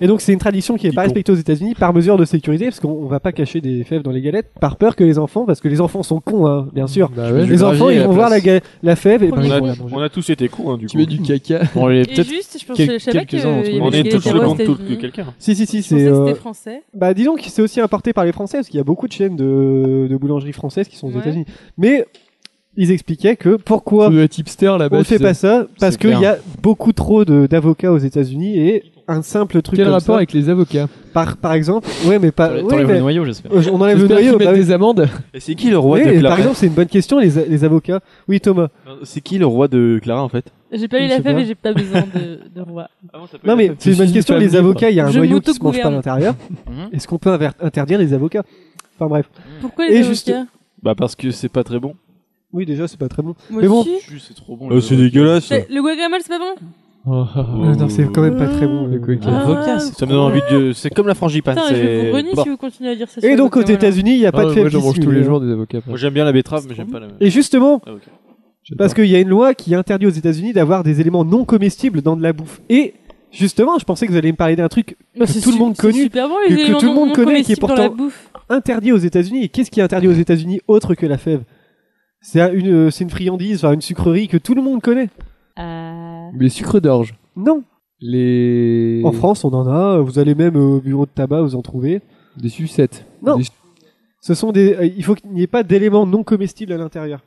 C: Et donc c'est une tradition qui n'est
N: Dis
C: pas
N: donc.
C: respectée aux États-Unis par mesure de sécurité, parce qu'on on va pas cacher des fèves dans les galettes, par peur que les enfants, parce que les enfants sont cons, hein, bien sûr.
F: Bah ouais,
M: je
C: les
M: vais
C: enfants,
M: gravier
C: ils
M: à la
C: vont voir la,
M: place.
C: ga- la fève et ben,
N: On
C: ils
N: a,
C: vont la manger.
N: on a tous été cons, hein, du
F: Tu
N: coup.
F: mets du caca.
D: Bon, il est
E: Et
D: peut-être
E: juste, je pense
D: quel-
E: que je savais pas que
D: quelques-uns d'entre
E: euh,
D: nous.
N: On
E: les
N: est
E: galettes
N: tous
E: des
N: le
E: rois aux
N: compte que
E: États-Unis.
M: hein.
N: quelqu'un.
C: Si, si, si,
E: Je pensais
C: c'est.
E: que
C: euh,
E: c'était français.
C: Bah, disons que c'est aussi importé par les Français, parce qu'il y a beaucoup de chaînes de, de boulangeries françaises qui sont aux
E: Ouais.
C: États-Unis. Mais ils expliquaient que pourquoi
F: Ça doit être hipster
C: on
F: là-bas.
C: ne
F: ah bah, tu
C: fait
F: sais.
C: pas ça, parce
D: clair.
C: qu'il y a beaucoup trop de- d'avocats aux États-Unis et un simple truc
F: Quel
C: comme
F: rapport
C: ça,
F: avec les avocats
C: par, par exemple, ouais, mais pas.
D: T'enlèves
C: ouais,
D: le
C: mais-
D: noyau, j'espère.
C: Euh, on enlève le
F: J'espère qu'ils
C: noyau.
F: mettent
C: bah oui.
F: des amendes.
M: Et c'est qui le roi
C: Oui,
M: de
C: et
M: Clara
C: par exemple, c'est une bonne question, les, les avocats. Oui, Thomas.
M: C'est qui le roi de Clara en fait
E: J'ai pas eu
C: Je
E: la
C: sais
E: fève
C: pas.
E: et j'ai pas besoin de, de roi.
C: Non, mais c'est une
F: si,
C: bonne
F: si,
C: question.
F: tu vas
C: Les
F: venir.
C: avocats, il y a un
E: Je
C: noyau qui se mange pas à
E: m'autogouverne.
C: l'intérieur.
D: Mhm.
C: Est-ce qu'on peut inver- interdire les avocats Enfin bref.
E: Pourquoi
C: Et
E: les
C: juste-
E: avocats
M: Bah parce que c'est pas très bon. Euh,
C: Oui, déjà, c'est pas très bon.
E: Moi
C: Mais bon.
E: aussi.
D: C'est trop bon.
M: c'est dégueulasse.
E: C'est- Le guacamole, c'est pas bon
F: Oh.
C: Euh, non, c'est quand même pas très bon.
F: Le
C: euh.
F: coquin.
E: Ah,
M: Ça me donne envie de. C'est comme la frangipane.
E: Putain, je vais vous renier
M: Bon.
E: si vous continuez à dire ça. sur
C: Et
E: le
C: donc, aux
E: guacamole.
C: États-Unis, il n'y a pas
F: Ah
C: de
F: ouais,
C: fève
F: moi j'en mange tous
C: dissimulée,
F: les
C: hein.
F: jours des avocats.
M: Moi j'aime bien la betterave, mais j'aime pas la.
C: Et justement,
M: Ah, ok.
C: parce qu'il y a une loi qui interdit aux États-Unis d'avoir des éléments non comestibles dans de la bouffe. Et justement, je pensais que vous alliez me parler d'un truc
E: Bah,
C: que
E: c'est
C: tout le
E: su-
C: monde
E: c'est
C: connu,
E: super bon,
C: que-
E: les
C: que
E: éléments
C: tout le monde
E: non
C: connaît et qui est
E: comestibles dans la
C: pourtant-
E: bouffe.
C: interdit aux États-Unis. Et qu'est-ce qui est interdit aux États-Unis autre que la fève C'est une, euh, c'est une friandise, enfin, une sucrerie que tout le monde connaît.
F: Les sucres d'orge.
C: Non.
F: Les.
C: En France, on en a. Vous allez même euh, au bureau de tabac, vous en trouvez.
F: Des sucettes.
C: Non.
F: Des-
C: Ce sont des. euh, Il faut qu'il n'y ait pas d'éléments non comestibles à l'intérieur.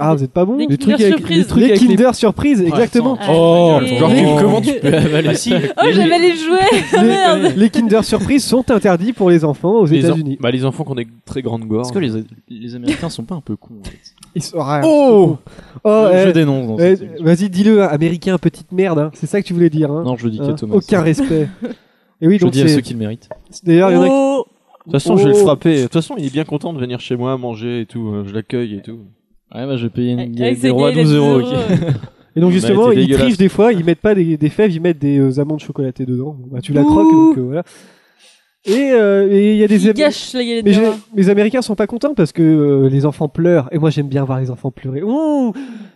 C: Ah, vous êtes pas bon.
E: Des Des trucs Kinder avec- des Surprise. trucs
C: Les
E: avec les-
C: Kinder Surprise, exactement.
E: attends. Oh, Ah, genre, oui. tu- comment tu peux
D: Bah,
M: avaler
E: Oh, j'avais les jouets Merde
C: Les, euh, les Kinder Surprise sont interdits pour les enfants aux
M: Les en-
C: États-Unis.
M: Bah, les enfants qui ont des très grandes gorges.
D: Est-ce que les, les Américains sont pas un peu cons en fait
C: Ils sont rares.
M: Oh
C: Oh,
D: Je
C: eh,
D: dénonce dans
C: eh, Vas-y, dis-le, hein, américain, petite merde. hein. C'est ça que tu voulais dire. hein.
D: Non, je le dis qu'à
C: Hein,
D: Thomas.
C: Aucun respect. Et oui,
M: Je
C: donc
M: dis à
C: c'est-
M: ceux qui le méritent.
C: D'ailleurs, il y en a. qui-
M: De toute façon, je vais le
C: Oh.
M: frapper. De toute façon, il est bien content de venir chez moi manger et tout. euh, Je l'accueille et tout.
D: Ouais, bah, je vais payer une-
E: Avec
D: des
E: ses
D: rois à
E: gailles,
D: 12
E: la
D: euros.
E: 12
D: ok.
E: euros.
C: Et donc
M: Mais
C: justement,
M: elle était
C: ils
M: dégueulasse.
C: trichent des fois, ils mettent pas des, des fèves, ils mettent des euh, amandes chocolatées dedans. Bah, tu la croques,
E: Ouh.
C: donc euh, voilà. Et euh, et il y a des
E: Ils
C: Am-
E: gâchent la galette
C: Mais
E: de
C: j'ai-
E: roi.
C: les Américains sont pas contents parce que euh, les enfants pleurent. Et moi, j'aime bien voir les enfants pleurer. Ouh,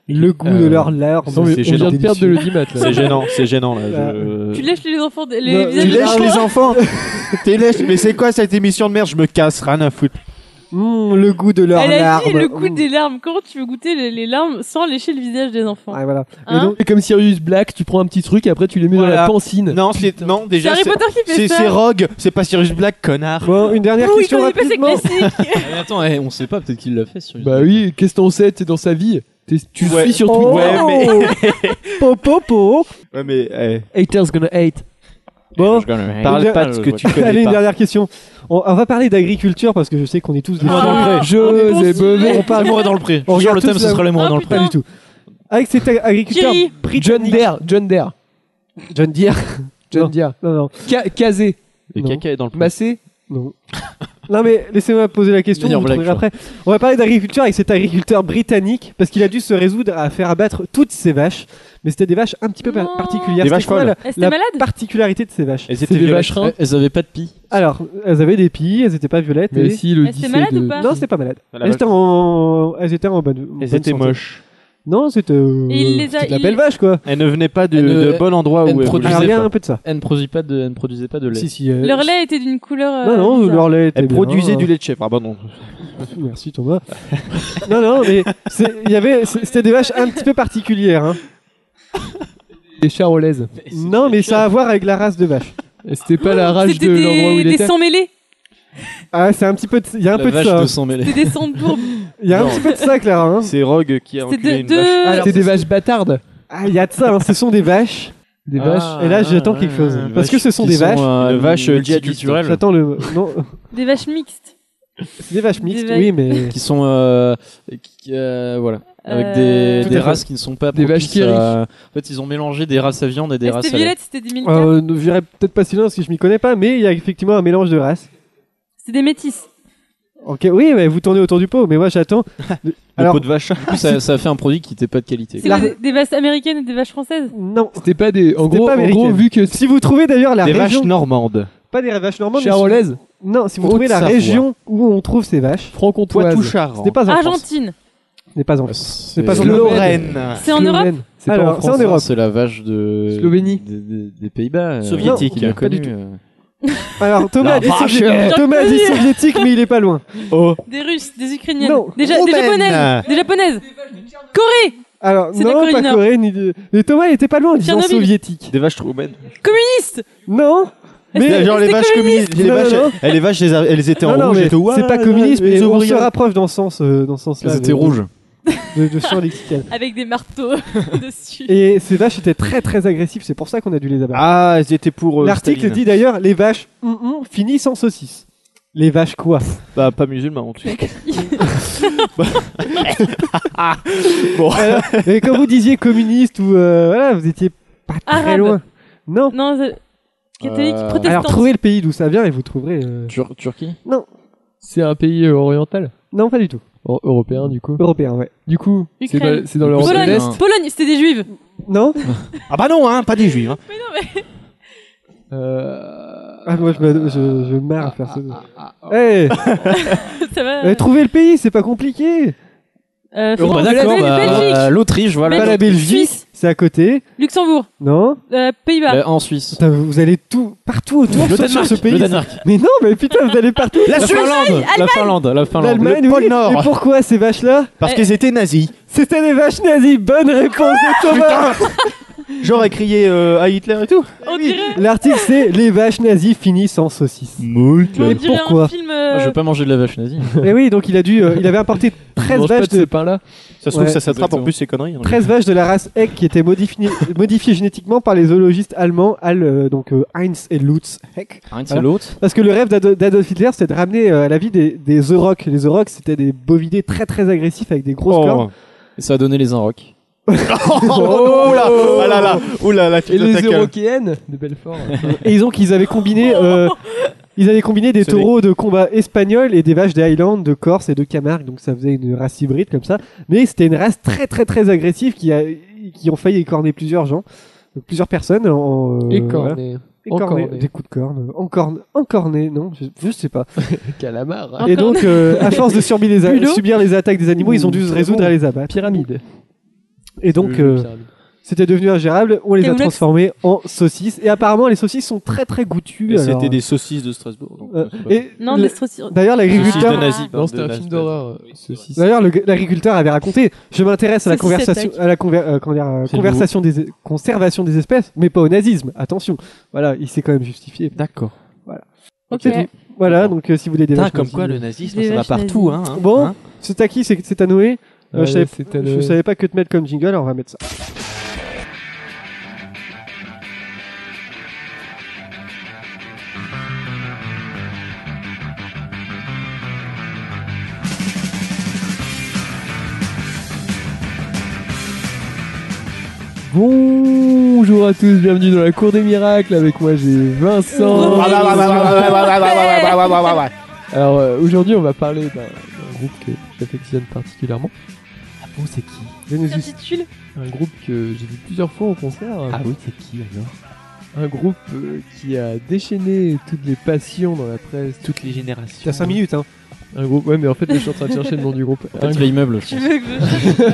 C: le goût de
M: Euh,
C: leurs larmes.
M: c'est gênant.
F: l'audimat, là.
M: C'est gênant, c'est gênant là.
C: Là.
M: je-
E: euh, Tu lèches les enfants, les
C: Non,
E: visages
C: tu
E: des
C: lèches
E: enfants.
N: enfants
C: les
N: T'es lèche, mais c'est quoi cette émission de merde Je me casse, rien à foutre.
C: Mmh, le goût de leurs
E: Elle a
C: larmes.
E: dit le goût
C: Mmh.
E: des larmes. Comment tu veux goûter les, les larmes sans lécher le visage des enfants
C: Ouais, voilà.
E: Hein
F: Et donc, c'est comme Sirius Black, tu prends un petit truc et après tu les mets dans la
N: Voilà.
F: pancine.
N: Non, c'est non déjà.
E: C'est Harry
N: c'est-
E: Potter qui fait
N: c'est-
E: ça.
N: C'est Rogue, c'est pas Sirius Black, connard.
C: Bon, une dernière
E: Ouh, il
C: question
E: connaît pas ses
C: rapidement.
E: classiques
D: Ah, mais attends, eh, on sait pas, peut-être qu'il l'a fait sur
F: Bah oui, qu'est-ce qu'on sait C'est dans sa vie. T'es- Tu
N: Ouais.
F: suis sur
N: Oh.
F: Twitter.
N: Ouais, mais-
C: Po, po, po.
N: Ouais, mais eh,
F: Haters gonna hate.
C: Bon,
N: parle
C: Une
N: pas
C: der-
N: de ce que tu connais
C: Allez, une
N: pas.
C: dernière question. On, on va parler d'agriculture parce que je sais qu'on est tous
E: Ah,
C: des
M: Moi dans le pré.
F: Ah. Je ai
C: on
F: mauvais.
C: parle
M: Moi dans le pré.
C: On
M: Je jure,
C: regarde
M: le thème,
C: tous
M: ce
C: la-
M: sera les mots
E: Ah,
M: dans le
E: putain.
M: pré.
C: Pas du tout. Avec cet ag- agriculteur
E: Jerry.
F: John
C: britannique.
F: Dare, John Dare,
C: John Deere.
F: John Dare.
C: Non, non.
F: Ca- Kazé,
M: Et
C: Non. Bah,
M: caca est dans le pré.
F: Massé.
C: Non. non mais laissez-moi poser la question,
M: Venir
C: vous
M: blague,
C: trouverez après. On va parler d'agriculture avec cet agriculteur britannique parce qu'il a dû se résoudre à faire abattre toutes ses vaches, mais c'était des vaches un petit peu par-
E: Non.
C: particulières.
N: Des vaches
C: C'était quoi
N: folles.
C: la-
E: Elles étaient
C: la
E: malades
C: particularité de ces vaches.
M: Elles
F: C'est
M: étaient
F: des
M: violettes.
F: vacherins.
D: Elles avaient pas de pie.
C: Alors, elles avaient des pies, elles étaient pas violettes.
F: Mais
C: et-
F: si le
E: Mais c'était
F: lycée
E: malade
F: de-
E: ou pas
C: Non, c'était pas malade.
N: La
C: elles,
N: vache.
C: étaient en... elles étaient en bonne. en bonne
M: Elles étaient
C: santé.
M: moches.
C: Non, c'était. euh,
E: Et il les a-
C: c'était de la
E: il-
C: belle vache quoi.
M: Elles ne venaient pas de,
D: Elles ne-
M: de bon endroit
D: elles
M: où
D: ne
M: elles voulaient
D: produisaient
C: Alors, il y a
M: pas.
C: un peu de ça.
D: Elle ne produisait pas de, elle ne produisait pas de lait.
C: Si, si. euh,
E: Leur lait était d'une couleur.
C: Non,
E: euh,
C: non,
E: bizarre.
C: leur lait. était
M: Elles
C: bien,
M: produisaient
C: hein.
M: Eh du lait de chèvre. Ah bah non.
C: Merci Thomas. non, non, mais c'est- il y avait, c'est- c'était des vaches un petit peu particulières. hein.
F: des charolaises.
C: Non, mais ça a à voir avec la race de vache.
F: Et C'était pas la rage
E: C'était
F: de l'endroit où
E: des,
F: il
E: des
F: était.
E: sangs mêlés.
C: Ah, c'est un petit peu, de- il y a un
D: La
C: peu de
D: vache
C: ça. hein.
D: de sang mêlé.
E: C'était des sangs de bourbe.
C: Il y a un
M: Non.
C: petit peu de ça, Clara. hein.
M: C'est Rogue qui a
E: C'était
M: enculé
E: deux.
M: une vache.
E: deux-
F: C'était des vaches bâtardes.
C: Ah, il y a de ça. hein. Ce sont des vaches.
F: Des
M: Ah.
F: vaches.
C: Et là, j'attends quelque chose.
M: Une
C: Parce que ce sont des vaches.
D: euh,
M: Une vache
D: multiculturelle.
M: multiculturelle.
C: J'attends le. Non,
E: Des vaches mixtes.
C: c'est des vaches mixtes.
E: vaches.
C: Oui, mais
D: qui sont euh, qui, euh, voilà avec
E: Euh,
D: des,
C: Tout
D: des
C: à fait.
D: races qui ne sont pas
F: Des vaches
D: propices à- En fait, ils ont mélangé des races à viande et des
E: Et
D: races
E: C'était
D: à lait.
E: violette, c'était des milka.
C: euh, ne- j'irai peut-être pas si loin parce que je m'y connais pas. Mais il y a effectivement un mélange de races.
E: C'était des métisses.
C: Ok, oui, mais vous tournez autour du pot. Mais moi, j'attends.
M: Le
C: Alors-
M: pot de vache.
D: Du coup, ça, ça a fait un produit qui n'était pas de qualité.
E: C'était
C: La-
E: des, des vaches américaines et des vaches françaises.
C: Non.
F: C'était pas des. En
C: C'était
F: gros,
C: pas
F: en gros,
C: américaine.
F: vu que
C: Si vous trouvez d'ailleurs la
M: Des
C: région,
M: vaches normandes.
C: pas des vaches normandes, mais si-
F: charolaise,
C: non, si vous
M: Haute
C: trouvez la
M: Savoie.
C: région où on trouve ces vaches,
F: franc-comtoise,
C: ce n'est pas en France.
E: Argentine.
C: Ce n'est pas en France.
D: C'est
C: pas
F: Lorraine.
N: Lorraine.
E: C'est en Europe
F: Slovène. C'est pas
C: Alors,
F: en
C: c'est en hein.
F: France.
C: Europe.
D: C'est la vache de
F: Slovénie.
D: des, des- des Pays-Bas euh,
N: Soviétique.
D: qui l'a
C: Non, pas du
D: connue, euh.
C: Alors Thomas, a
N: La
C: dit
N: vache.
C: soviétique, Thomas a dit
E: Bien connu.
C: soviétique, mais il est pas loin.
N: Oh.
E: Des Russes, des Ukrainiennes.
C: Non,
E: des, Ja- des
N: Roumaine.
E: Japonaises. Des Japonaises. Corée.
C: Alors
E: C'est la Corée
C: non,
E: du
C: pas
E: Nord.
C: Corée ni de... Mais Thomas il était pas loin, disant
E: Tchernobyl.
C: soviétique.
N: Des vaches roumaines.
E: Communiste.
C: Non, mais
N: genre les
E: c'est
N: vaches communistes. Les
C: Non,
N: vaches,
C: non, non.
N: elles- les vaches, elles, a- elles étaient
C: non,
N: en
C: non,
N: rouge
C: mais
N: et tout.
C: c'est pas
N: Ouais,
C: communiste,
N: ouais,
C: mais
N: les
C: on se
N: ouvrières.
C: rapproche dans ce sens, euh, dans ce sens-là.
D: Elles
C: de-
D: étaient rouges.
C: De, de champ lexical.
E: Avec des marteaux dessus.
C: Et ces vaches étaient très très agressives, c'est pour ça qu'on a dû les abattre.
N: Ah, elles étaient pour. euh,
C: L'article
N: Staline.
C: dit d'ailleurs les vaches hum, hum, finissent en saucisse. Les vaches quoi
M: Bah, pas musulmans, tu
C: Alors, Et quand vous disiez communiste ou euh, voilà, vous étiez pas très
E: Arabe.
C: loin. Non.
E: Non, c'est- catholique,
D: Euh,
E: protestante.
C: Alors trouvez le pays d'où ça vient et vous trouverez. euh,
D: Tur- Turquie.
F: C'est un pays euh, oriental,
C: Non, pas du tout.
F: Or- européen du coup.
C: Européen, ouais.
F: Du coup, c'est
E: Ukraine.
F: dans, c'est dans l'Europe de
E: Pologne.
F: l'Est.
D: Hein.
E: Pologne, c'était des juives.
C: Non
N: Ah bah non, hein, pas des juifs. hein.
F: Euh...
C: Ah, moi, je, me- je, je marre à faire ça.
F: ah, ah.
C: Eh,
E: Ça va.
C: eh, trouvez le pays, c'est pas compliqué.
E: Euh,
D: Bon,
E: Finlande,
C: Oh,
D: bah, d'accord,
E: Belgique.
C: euh,
D: bah, L'Autriche, voilà.
C: Pas la
E: Belgique,
C: Belgique,
E: Suisse.
C: C'est à côté.
E: Luxembourg.
C: Non.
E: Euh, Pays-Bas.
D: Euh, en Suisse.
C: Putain, vous allez tout, partout autour sur,
D: Le
C: sur
D: Danemark,
C: ce pays.
D: le Danemark.
C: Mais non, mais putain, vous allez partout.
D: La Finlande, la Finlande, la Finlande,
C: L'Allemagne,
D: le
C: oui.
D: pôle Nord.
C: Et pourquoi ces vaches-là
D: Parce Eh. qu'elles
C: étaient nazies. C'était des vaches nazies. Bonne réponse de Thomas.
N: J'aurais crié euh, à Hitler et tout.
C: L'article c'est Les vaches nazies finissent en saucisse.
E: On
C: Mais
E: dirait
C: pourquoi Ah,
E: un film. euh,
D: Ah, Je vais pas manger de la vache nazie.
C: Mais oui, donc il a dû, euh, il avait importé 13
N: mange pas
C: vaches
N: de
C: de,
N: ces pains-là. Ça se trouve,
C: Ouais.
N: ça s'attrape en
C: Exactement.
N: plus ces conneries. hein. donc.
C: 13 vaches de la race Eck qui étaient modifiées, modifiées génétiquement par les zoologistes allemands Al, euh, donc euh, Heinz et Lutz Eck.
D: Heinz
C: Voilà.
D: et Lutz.
C: Parce que le rêve d'Ado- d'Adolf Hitler, c'est de ramener euh, à la vie des, des aurochs. Les aurochs, c'était des bovidés très très agressifs avec des grosses cornes.
D: Et ça a donné les enrocs.
N: Oh là Ah là là Oh là là tu
F: Et les
N: t'attaques,
M: hein.
N: euh,
F: Eurokéennes de Belfort.
C: Et donc ils avaient combiné, euh, ils avaient combiné des
F: Celui-
C: taureaux de combat espagnols et des vaches des Highlands, de Corse et de Camargue. Donc ça faisait une race hybride comme ça. Mais c'était une race très très très agressive qui a, qui ont failli écorner plusieurs gens, donc plusieurs personnes. En, euh,
F: Écorné.
C: voilà. Écorné,
F: Encorné.
C: Des coups de corne. Encorné. Encorné, non je, je sais pas.
F: Calamar.
C: Et donc, euh, à force de subir les, a-
F: Bulot.
C: subir les attaques des animaux, ils ont dû
F: Ouh,
C: se
F: très
C: résoudre
F: bon.
C: à les abattre.
F: Pyramide.
C: Et donc,
F: Le
C: euh,
F: pyramide.
C: c'était devenu ingérable. On les a
F: Camoulox.
C: transformés en saucisses. Et apparemment, les saucisses sont très très goûtues.
N: Et
C: alors,
N: C'était des saucisses de Strasbourg. donc,
C: euh,
N: je sais pas.
C: et
E: Non,
C: le-
E: des saucisses-
C: D'ailleurs, l'agriculteur.
N: Saucisses de nazi, pardon,
F: Non, c'était
N: de
F: un
N: nazi.
F: film d'horreur. euh, Ceci.
C: D'ailleurs, le- l'agriculteur avait raconté Je m'intéresse à la
F: Saucisses
C: conversation,
F: attaque.
C: à la conver- euh, comment dire, euh,
F: C'est
C: conversation des conservation des espèces, mais pas au nazisme. Attention, voilà, il s'est quand même justifié.
D: D'accord.
C: Voilà.
E: Ok.
C: C'est tout. Voilà, donc euh, si vous voulez des
D: Putain,
C: vaches
D: comme
C: nazies,
D: quoi
C: euh,
D: le nazisme,
E: Des
D: ça va
E: vaches
D: partout, hein.
E: nazies.
D: hein,
C: Bon,
D: hein.
C: c'est à qui C'est c'est à Noé Euh,
F: Ouais,
C: je, savais,
F: c'est à
C: je
F: Noé.
C: savais pas que te mettre comme jingle, alors on va mettre ça.
F: Bonjour à tous, bienvenue dans la cour des miracles. Avec moi, j'ai Vincent.
N: Bah,
M: bah.
F: Alors euh, aujourd'hui, on va parler d'un d'un groupe que j'affectionne particulièrement. Ah bon, c'est qui Genesis.
E: S'intitule
F: Un groupe que j'ai vu plusieurs fois au concert. Ah oui, c'est qui alors Un groupe euh, qui a déchaîné toutes les passions dans la presse, toutes les générations.
C: T'as 5 minutes, hein.
F: Un groupe, ouais, mais en fait, je suis en train de chercher le nom du groupe.
D: Un
F: Un-
D: vieil immeuble.
E: Tu veux que je cherche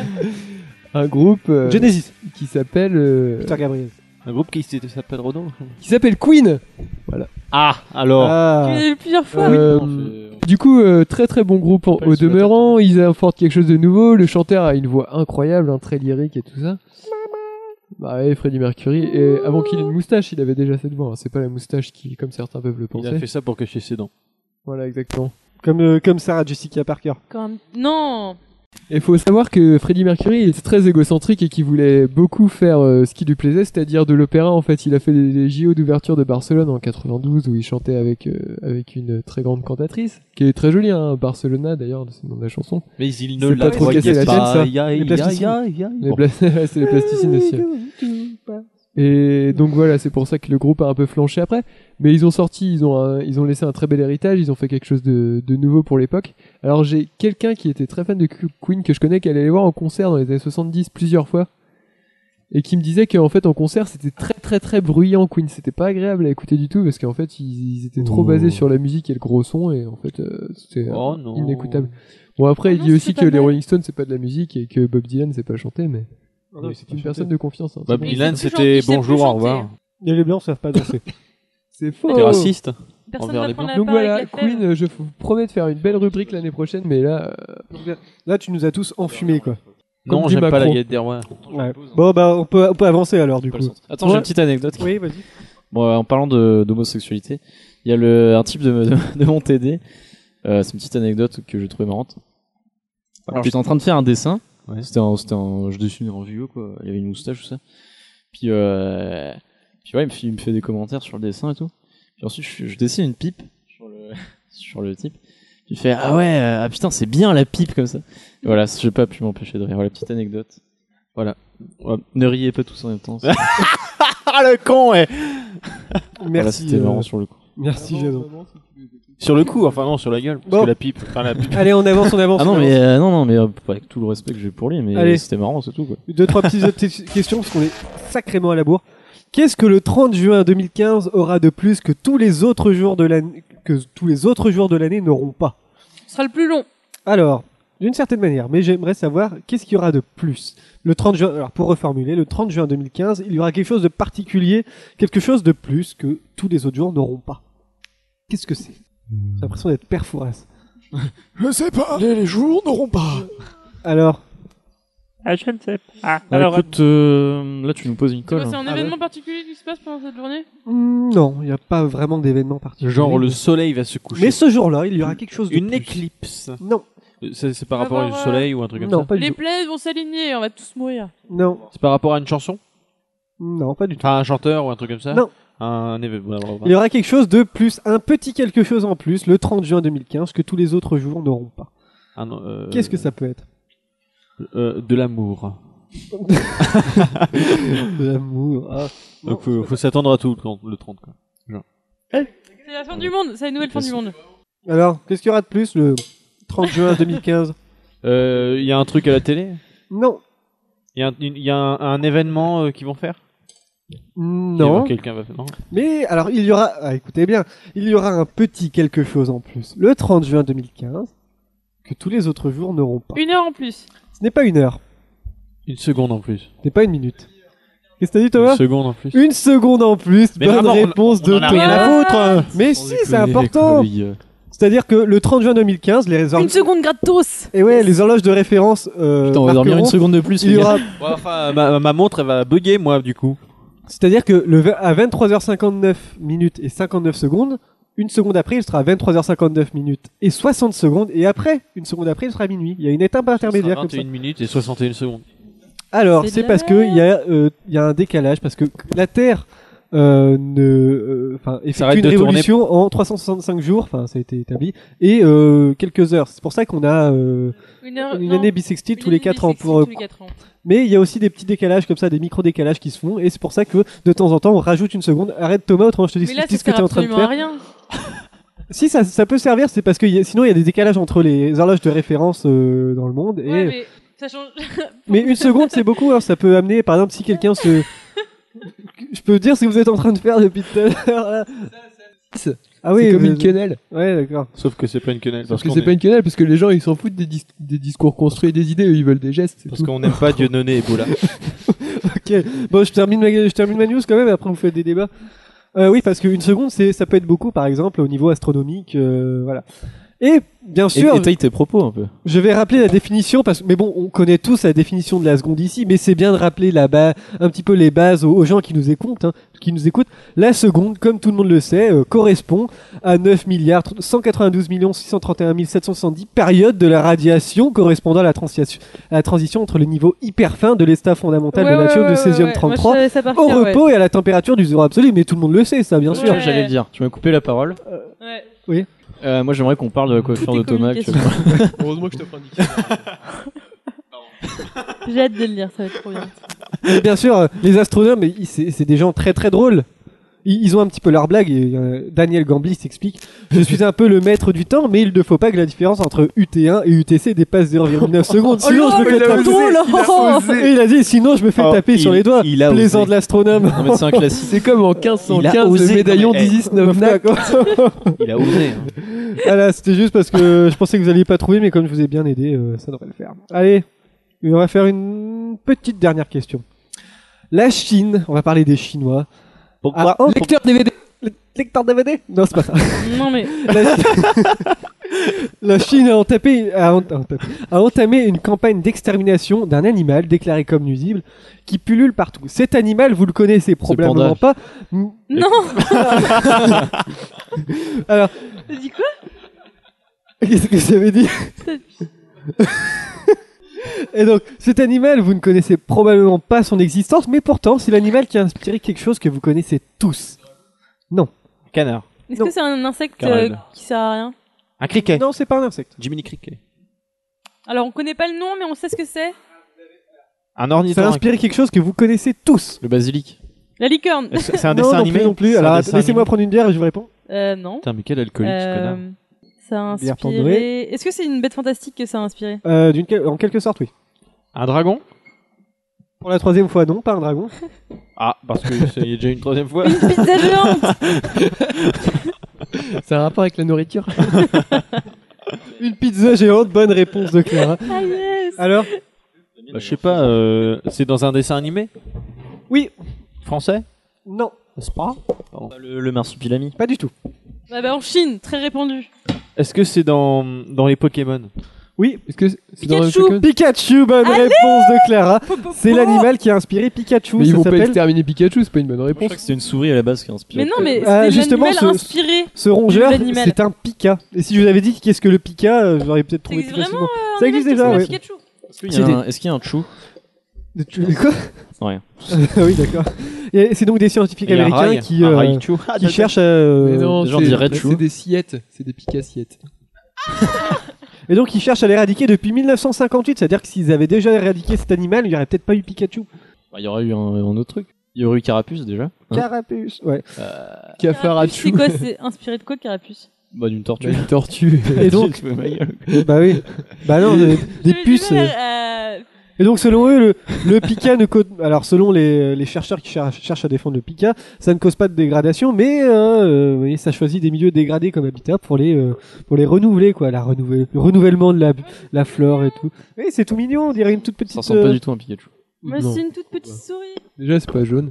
F: un groupe euh,
C: Genesis.
F: qui s'appelle euh,
C: Peter Gabriel.
N: Un groupe qui s'était- s'appelle Renault.
F: qui s'appelle Queen. Voilà.
N: Ah,
D: oh.
N: alors.
E: Tu
C: Ah.
E: l'as vu plusieurs fois.
F: Euh,
N: Non,
F: du coup, euh, très très bon groupe en-
N: Pas
F: au
N: le squat.
F: demeurant. Ils apportent quelque chose de nouveau. Le chanteur a une voix incroyable, un très lyrique et tout ça. Bah ouais, Freddie Mercury. Et avant qu'il ait une moustache, il avait déjà cette voix. hein. C'est pas la moustache qui, comme certains peuvent le
N: Il
F: penser.
N: a fait ça pour cacher ses dents.
F: Voilà, exactement.
C: Comme, euh, comme Sarah Jessica Parker.
E: Comme- Non.
F: Et faut savoir que Freddie Mercury était très égocentrique et qu'il voulait beaucoup faire euh, ce qui lui plaisait, c'est-à-dire de l'opéra. En fait, il a fait les, les JO d'ouverture de Barcelone en 92 où il chantait avec euh, avec une très grande cantatrice qui est très jolie, hein, Barcelona d'ailleurs, c'est le nom de la chanson.
D: Mais il
F: ne C'est la pas trop voyait cassé la pas. tête, ça.
D: Les
C: plasticines.
D: Oh.
F: Les pla- ouais, c'est les
E: Euh,
F: plasticines aussi. ouais.
E: bah.
F: Et donc voilà, c'est pour ça que le groupe a un peu flanché après. Mais ils ont sorti, ils ont, un- ils ont laissé un très bel héritage, ils ont fait quelque chose de, de nouveau pour l'époque. Alors j'ai quelqu'un qui était très fan de Q- Queen que je connais, qui allait les voir en concert dans les années 70 plusieurs fois. Et qui me disait qu'en fait en concert c'était très très très bruyant Queen, c'était pas agréable à écouter du tout parce qu'en fait ils, ils étaient trop
C: Oh.
F: basés sur la musique et le gros son et en fait euh, c'était
N: Oh non.
F: inécoutable. Bon après
E: Ah
F: il
E: non,
F: dit aussi
E: c'était pas
F: que les
E: mal.
F: Rolling Stones c'est pas de la musique et que Bob Dylan c'est pas chanter mais
C: non,
F: Ah c'est une personne de confiance. hein,
N: Bob
F: c'est bon.
N: Dylan,
E: c'est plus
N: c'était
E: gentil, c'est
N: bonjour,
E: plus
N: au revoir.
C: Et les blancs savent pas danser.
F: C'est faux.
N: T'es raciste
E: Personne
N: Envers
E: va
N: les
E: prendre la
F: Donc
E: parole
F: voilà,
E: avec la fève.
F: Queen, euh, je vous promets de faire une belle rubrique l'année prochaine, mais là, euh,
C: Là, tu nous as tous enfumés, quoi.
F: Comme
N: Non,
F: dit
N: j'aime pas la
F: Macron.
N: guette d'Erwan.
C: Ouais. Bon, bah, Bah, on peut, on peut avancer alors, du coup.
D: Attends, j'ai une petite anecdote.
C: Oui, vas-y.
D: Bon, euh, en parlant de- d'homosexualité, il y a le, un type de, de, de mon TD. Euh, c'est une petite anecdote que j'ai trouvée marrante. Alors, j'étais en train de faire un dessin.
N: Ouais.
D: C'était un, c'était un- je dessinais en vieux, quoi. Il y avait une moustache, tout ça. Puis, euh, puis ouais, il me, fait, il me fait des commentaires sur le dessin et tout. Puis ensuite, je, je dessine une pipe sur le, sur le type. Puis il fait Ah ouais, euh, ah putain, c'est bien la pipe comme ça. Et voilà, j'ai pas pu m'empêcher de rire. Voilà, petite anecdote. Voilà. Ouais, ne riez pas tous en même temps. Voilà,
N: Ah, le con, ouais
C: Merci.
D: c'était
C: euh,
D: marrant sur le coup.
C: Merci, Jason.
N: Sur le coup, enfin non, sur la gueule. Parce
C: Bon.
N: que la pipe. Enfin, la pipe.
C: Allez, on avance, on avance.
D: Ah non,
C: on
D: mais
C: avance.
D: euh, non, non, mais euh, avec tout le respect que j'ai pour lui, mais
C: Allez.
D: c'était marrant, c'est tout quoi.
C: Deux, trois petites autres tes- questions, parce qu'on est sacrément à la bourre. Qu'est-ce que le 30 juin 2015 aura de plus que tous les autres jours de l'année, que tous les autres jours de l'année n'auront pas
E: Ce sera le plus long.
C: Alors, d'une certaine manière, mais j'aimerais savoir qu'est-ce qu'il y aura de plus. Le 30 juin, alors pour reformuler, le 30 juin 2015, il y aura quelque chose de particulier, quelque chose de plus que tous les autres jours n'auront pas. Qu'est-ce que c'est J'ai l'impression d'être père Fouras.
P: Hmm. Je sais pas. Les, les jours n'auront pas.
C: Alors,
K: Ah, je ne sais pas.
D: Bah,
K: Alors,
D: écoute, euh, là tu nous poses une
E: C'est
D: colle.
E: quoi, c'est un
D: hein.
E: événement particulier qui se passe pendant cette journée
C: hmm, non, il n'y a pas vraiment d'événement particulier.
K: Genre, le soleil va se coucher.
C: Mais ce jour-là, il y aura quelque chose de
K: Une
C: plus.
K: éclipse.
C: Non.
K: Euh, C'est c'est par
E: Ça
K: rapport
E: va
K: au
E: voir,
K: soleil ou un truc comme
C: Non,
K: ça
C: pas du
E: Les
C: tout.
E: plaies vont s'aligner, on va tous mourir.
C: Non,
K: C'est par rapport à une chanson
C: non, pas du tout.
K: Enfin, un chanteur ou un truc comme ça
C: Non.
K: Un événement. voilà, voilà.
C: Il y aura quelque chose de plus, un petit quelque chose en plus, le 30 juin 2015, que tous les autres jours n'auront pas.
K: Un, euh,
C: Qu'est-ce que ça peut être
K: euh, De l'amour.
C: L'amour. ah.
K: Donc, faut, faut s'attendre à tout le 30. Le 30 quoi. Genre.
E: C'est la fin du monde, c'est la nouvelle fin du monde.
C: Alors, qu'est-ce qu'il y aura de plus le 30 juin 2015
K: Euh, Il y a un truc à la télé
C: Non.
K: Il y a un, une- il y a un, un événement euh, qu'ils vont faire
C: Non.
K: Quelqu'un va faire. non
C: Mais alors, il y aura, ah, écoutez bien, il y aura un petit quelque chose en plus, le 30 juin 2015, que tous les autres jours n'auront pas.
E: Une heure en plus.
C: Ce n'est pas une heure,
K: Une seconde en plus.
C: ce n'est pas une minute. Qu'est-ce que t'as dit, Thomas
K: Une seconde en plus.
C: Une seconde en plus,
K: Mais
C: bonne
K: vraiment, on-
C: réponse
K: on
C: de
K: en a rien à
C: Thomas.
K: foutre, hein.
C: Mais
K: Sans
C: si,
K: déconner,
C: c'est important.
K: les
D: euh.
K: couilles.
C: C'est-à-dire que le 30 juin 2015, les
E: Une
C: horlo-
E: seconde gratos
C: eh ouais, les horloges de référence. Euh,
D: Putain, on va dormir
C: marqueront-
D: une seconde de plus,
C: Il y
D: les gars.
C: aura
K: Ouais, enfin, ma, ma montre, elle va bugger, moi, du coup.
C: C'est-à-dire que le, vi- à 23h59 minutes et 59 secondes, une seconde après, il sera à 23h59 minutes et 60 secondes, et après, une seconde après, il sera à minuit. Il y a une étape intermédiaire comme ça.
K: 21 minutes et 61 secondes.
C: Alors,
K: C'est de
C: c'est
K: la
C: parce que il y, a, euh, il y a un décalage, parce que la Terre euh, ne, euh, enfin, effectue
K: S'arrête
C: une
K: de tourner.
C: révolution en 365 jours, enfin, ça a été établi, et euh, quelques heures. C'est pour ça qu'on a euh,
E: Une heure-
C: une
E: non,
C: année bisextile
E: une
C: tous les
E: année
C: 4 ans.
E: bissextile
C: Pour, euh,
E: tous les quatre ans.
C: Mais il y a aussi des petits décalages comme ça, des micro-décalages qui se font, et c'est pour ça que de temps en temps, on rajoute une seconde. Arrête Thomas, autrement je te dis
E: Mais là,
C: dis
E: ça
C: ce que
E: sert
C: t'es en train de
E: absolument à
C: faire.
E: rien.
C: Si ça, ça peut servir, c'est parce que il y a- sinon il y a des décalages entre les horloges de référence euh, dans le monde. Et...
E: Ouais, mais ça change.
C: Mais une seconde, c'est beaucoup. hein. Ça peut amener, par exemple, si quelqu'un se. Je peux dire ce que vous êtes en train de faire depuis tout à l'heure. là. Ah oui,
F: C'est comme
C: vous-
F: une quenelle.
C: Ouais, d'accord.
K: Sauf que c'est pas une quenelle.
F: Parce que c'est pas une quenelle, parce que les gens ils s'en foutent des, dis- des discours construits et des idées, eux, ils veulent des gestes. Parce
K: qu'on n'aime pas Dieudonné et Boula.
C: Ok. Bon, je termine, ma... je termine ma news quand même. Après, vous faites des débats. Euh, oui, parce qu'une seconde, c'est ça peut être beaucoup, par exemple, au niveau astronomique, euh, voilà. Et bien
D: Et-
C: sûr,
D: étaye tes propos un peu.
C: je vais rappeler la définition parce que, mais bon, on connaît tous la définition de la seconde ici, mais c'est bien de rappeler la ba- un petit peu les bases aux, aux gens qui nous écoutent, hein, qui nous écoutent. La seconde, comme tout le monde le sait, euh, correspond à 9 milliards 192 millions 631 770 périodes de la radiation correspondant à la, transition, à la transition entre le niveau hyper fin de l'état fondamental
E: Ouais,
C: de l'action
E: ouais,
C: de
E: ouais,
C: césium
E: ouais, ouais. Moi, je
C: 33
E: savais ça par
C: au
E: cœur, ouais.
C: repos et à la température du zéro absolu. Mais tout le monde le sait, ça, bien sûr.
E: Ouais.
D: J'allais le dire. Tu m'as coupé la parole.
E: Ouais.
C: Oui.
D: Euh, moi, j'aimerais qu'on parle de la coiffure
E: est
D: de Thomas.
E: communication.
D: actuellement.
F: Heureusement que je te prends
E: J'ai hâte de le lire, ça va être trop bien.
C: Et bien sûr, euh, les astronomes, ils- c'est c'est des gens très très drôles. Ils ils ont un petit peu leur blague et euh, Daniel Gambly s'explique Je suis un peu le maître du temps, mais il ne faut pas que la différence entre UT1 et UTC dépasse 0,9 secondes.
D: Oh
C: Sinon,
D: là,
C: je me
D: il
C: fais
D: a
C: taper.
D: osé, il a osé.
C: Et il a dit Sinon, je me fais
D: Oh,
C: taper sur
D: il-
C: les doigts.
D: il a
C: Plaisant
D: osé.
C: de l'astronome.
D: Non, mais c'est un classique.
F: C'est comme en 1515
C: osé,
F: le médaillon
C: non, mais, eh,
F: d'Isis Novna.
D: Il a osé. hein.
C: Voilà, Ah c'était juste parce que je pensais que vous alliez pas trouver, mais comme je vous ai bien aidé, euh, ça devrait le faire. Allez, on va faire une petite dernière question. La Chine, on va parler des Chinois.
K: Pourquoi
C: Ah, oh,
F: Lecteur DVD.
C: Le- Lecteur DVD Non, c'est pas ça.
E: Non, mais.
C: La, La Chine a, entamé, a ent- a entamé- a entamé une campagne d'extermination d'un animal déclaré comme nuisible qui pullule partout. Cet animal, vous le connaissez probablement pas. M-
E: Non
C: Alors,
E: T'as dit quoi
C: qu'est-ce que j'avais dit Et donc, cet animal, vous ne connaissez probablement pas son existence, mais pourtant, c'est l'animal qui a inspiré quelque chose que vous connaissez tous. Non.
K: Canard.
E: Est-ce
C: Non.
E: que c'est un insecte
C: Carole.
E: euh, qui sert à rien
K: Un criquet.
C: Non, c'est pas un insecte.
K: Jiminy Cricket.
E: Alors, on connaît pas le nom, mais on sait ce que c'est
K: Un
C: Ça a
K: ornithorynque.
C: inspiré quelque chose que vous connaissez tous.
D: Le basilic.
E: La licorne
D: Euh,
C: non, non plus, Non plus.
K: C'est un
C: Alors,
K: dessin
C: laissez-moi
K: animé.
C: prendre une bière et je vous réponds.
E: Euh, non.
K: Putain, mais quel alcoolique, ce
E: Euh,
K: connard.
E: Ça a
C: Bière pour
E: inspiré. Est-ce que c'est une bête fantastique que ça a inspiré
C: Euh, d'une quel- en quelque sorte, oui.
K: Un dragon
C: Pour la troisième fois, non, pas un dragon.
K: Ah, parce que ça y est déjà une troisième fois.
E: Une pizza géante
F: Ça a un rapport avec la nourriture
C: Une pizza géante, bonne réponse de Clara.
E: Ah yes
C: Alors
M: Bah, je sais pas, euh, c'est dans un dessin animé
C: Oui.
M: Français
C: Non.
M: N'est-ce pas Pardon. Le, le marsupilami
C: Pas du tout.
E: Ah bah en Chine, très répandu.
M: Est-ce que c'est dans, dans les Pokémon
C: Oui.
F: Est-ce que c'est c'est dans
E: Pikachu.
F: Pokémon
C: Pikachu, bonne
E: Allez
C: réponse de Clara. C'est l'animal qui a inspiré Pikachu.
F: Mais ils
C: ça
F: vont pas
C: s'appelle-
F: exterminer Pikachu, c'est pas une bonne
D: Je crois
F: réponse.
D: que c'était une souris à la base qui inspirait.
E: Mais non, mais
C: Euh,
E: c'est
C: justement,
E: l'animal
C: ce-
E: inspiré.
C: Ce
E: de
C: rongeur,
E: l'animal.
C: c'est un pika. Et si je vous avais dit qu'est-ce que le pika, euh, j'aurais peut-être
E: Ça
C: trouvé
E: existe
C: plus
E: vraiment
C: facilement.
E: euh, un
C: Ça existe déjà,
E: animal
C: ouais.
E: qui s'appelle Pikachu
D: Est-ce qu'il y a
C: C'est
D: un- est-ce qu'il y a un chou euh,
C: De- tu- de quoi
D: Rien.
C: Ah oui, d'accord. Et c'est donc des scientifiques
D: Il y a un
C: américains
D: rail,
C: qui,
D: un
C: euh,
D: rail chou. Ah,
C: qui
D: d'accord.
C: cherchent à. euh,
F: Mais non,
D: les gens
F: c'est-
D: diraient
F: c'est
D: chou.
F: des sillettes, c'est des Picassiettes.
C: Et donc ils cherchent à l'éradiquer depuis 1958, c'est-à-dire que s'ils avaient déjà éradiqué cet animal, il n'y aurait peut-être pas eu Pikachu.
D: Bah, Il y aurait eu un, un autre truc. Il y aurait eu Carapuce déjà. hein.
C: Carapuce, ouais.
D: Euh,
E: Carapuce,
F: Cafarachu.
E: C'est quoi C'est inspiré de quoi, Carapuce
D: bah, d'une tortue.
F: Une tortue.
C: Et donc,
D: Tu me fous ma gueule.
C: bah oui, bah non, des, des puces. euh.
E: Euh,
C: Et donc selon eux, le, le pika ne cause, alors selon les, les chercheurs qui cher- cherchent à défendre le pika, ça ne cause pas de dégradation, mais euh, euh, vous voyez, ça choisit des milieux dégradés comme habitat pour les euh, pour les renouveler quoi, la renouvel- le renouvellement de la la flore et tout. Oui, c'est tout mignon, on dirait une toute petite.
D: Ça ressemble pas
C: euh,
D: du tout à un Pikachu.
E: Moi,
F: Non.
E: c'est une toute petite souris.
F: Déjà, c'est pas jaune.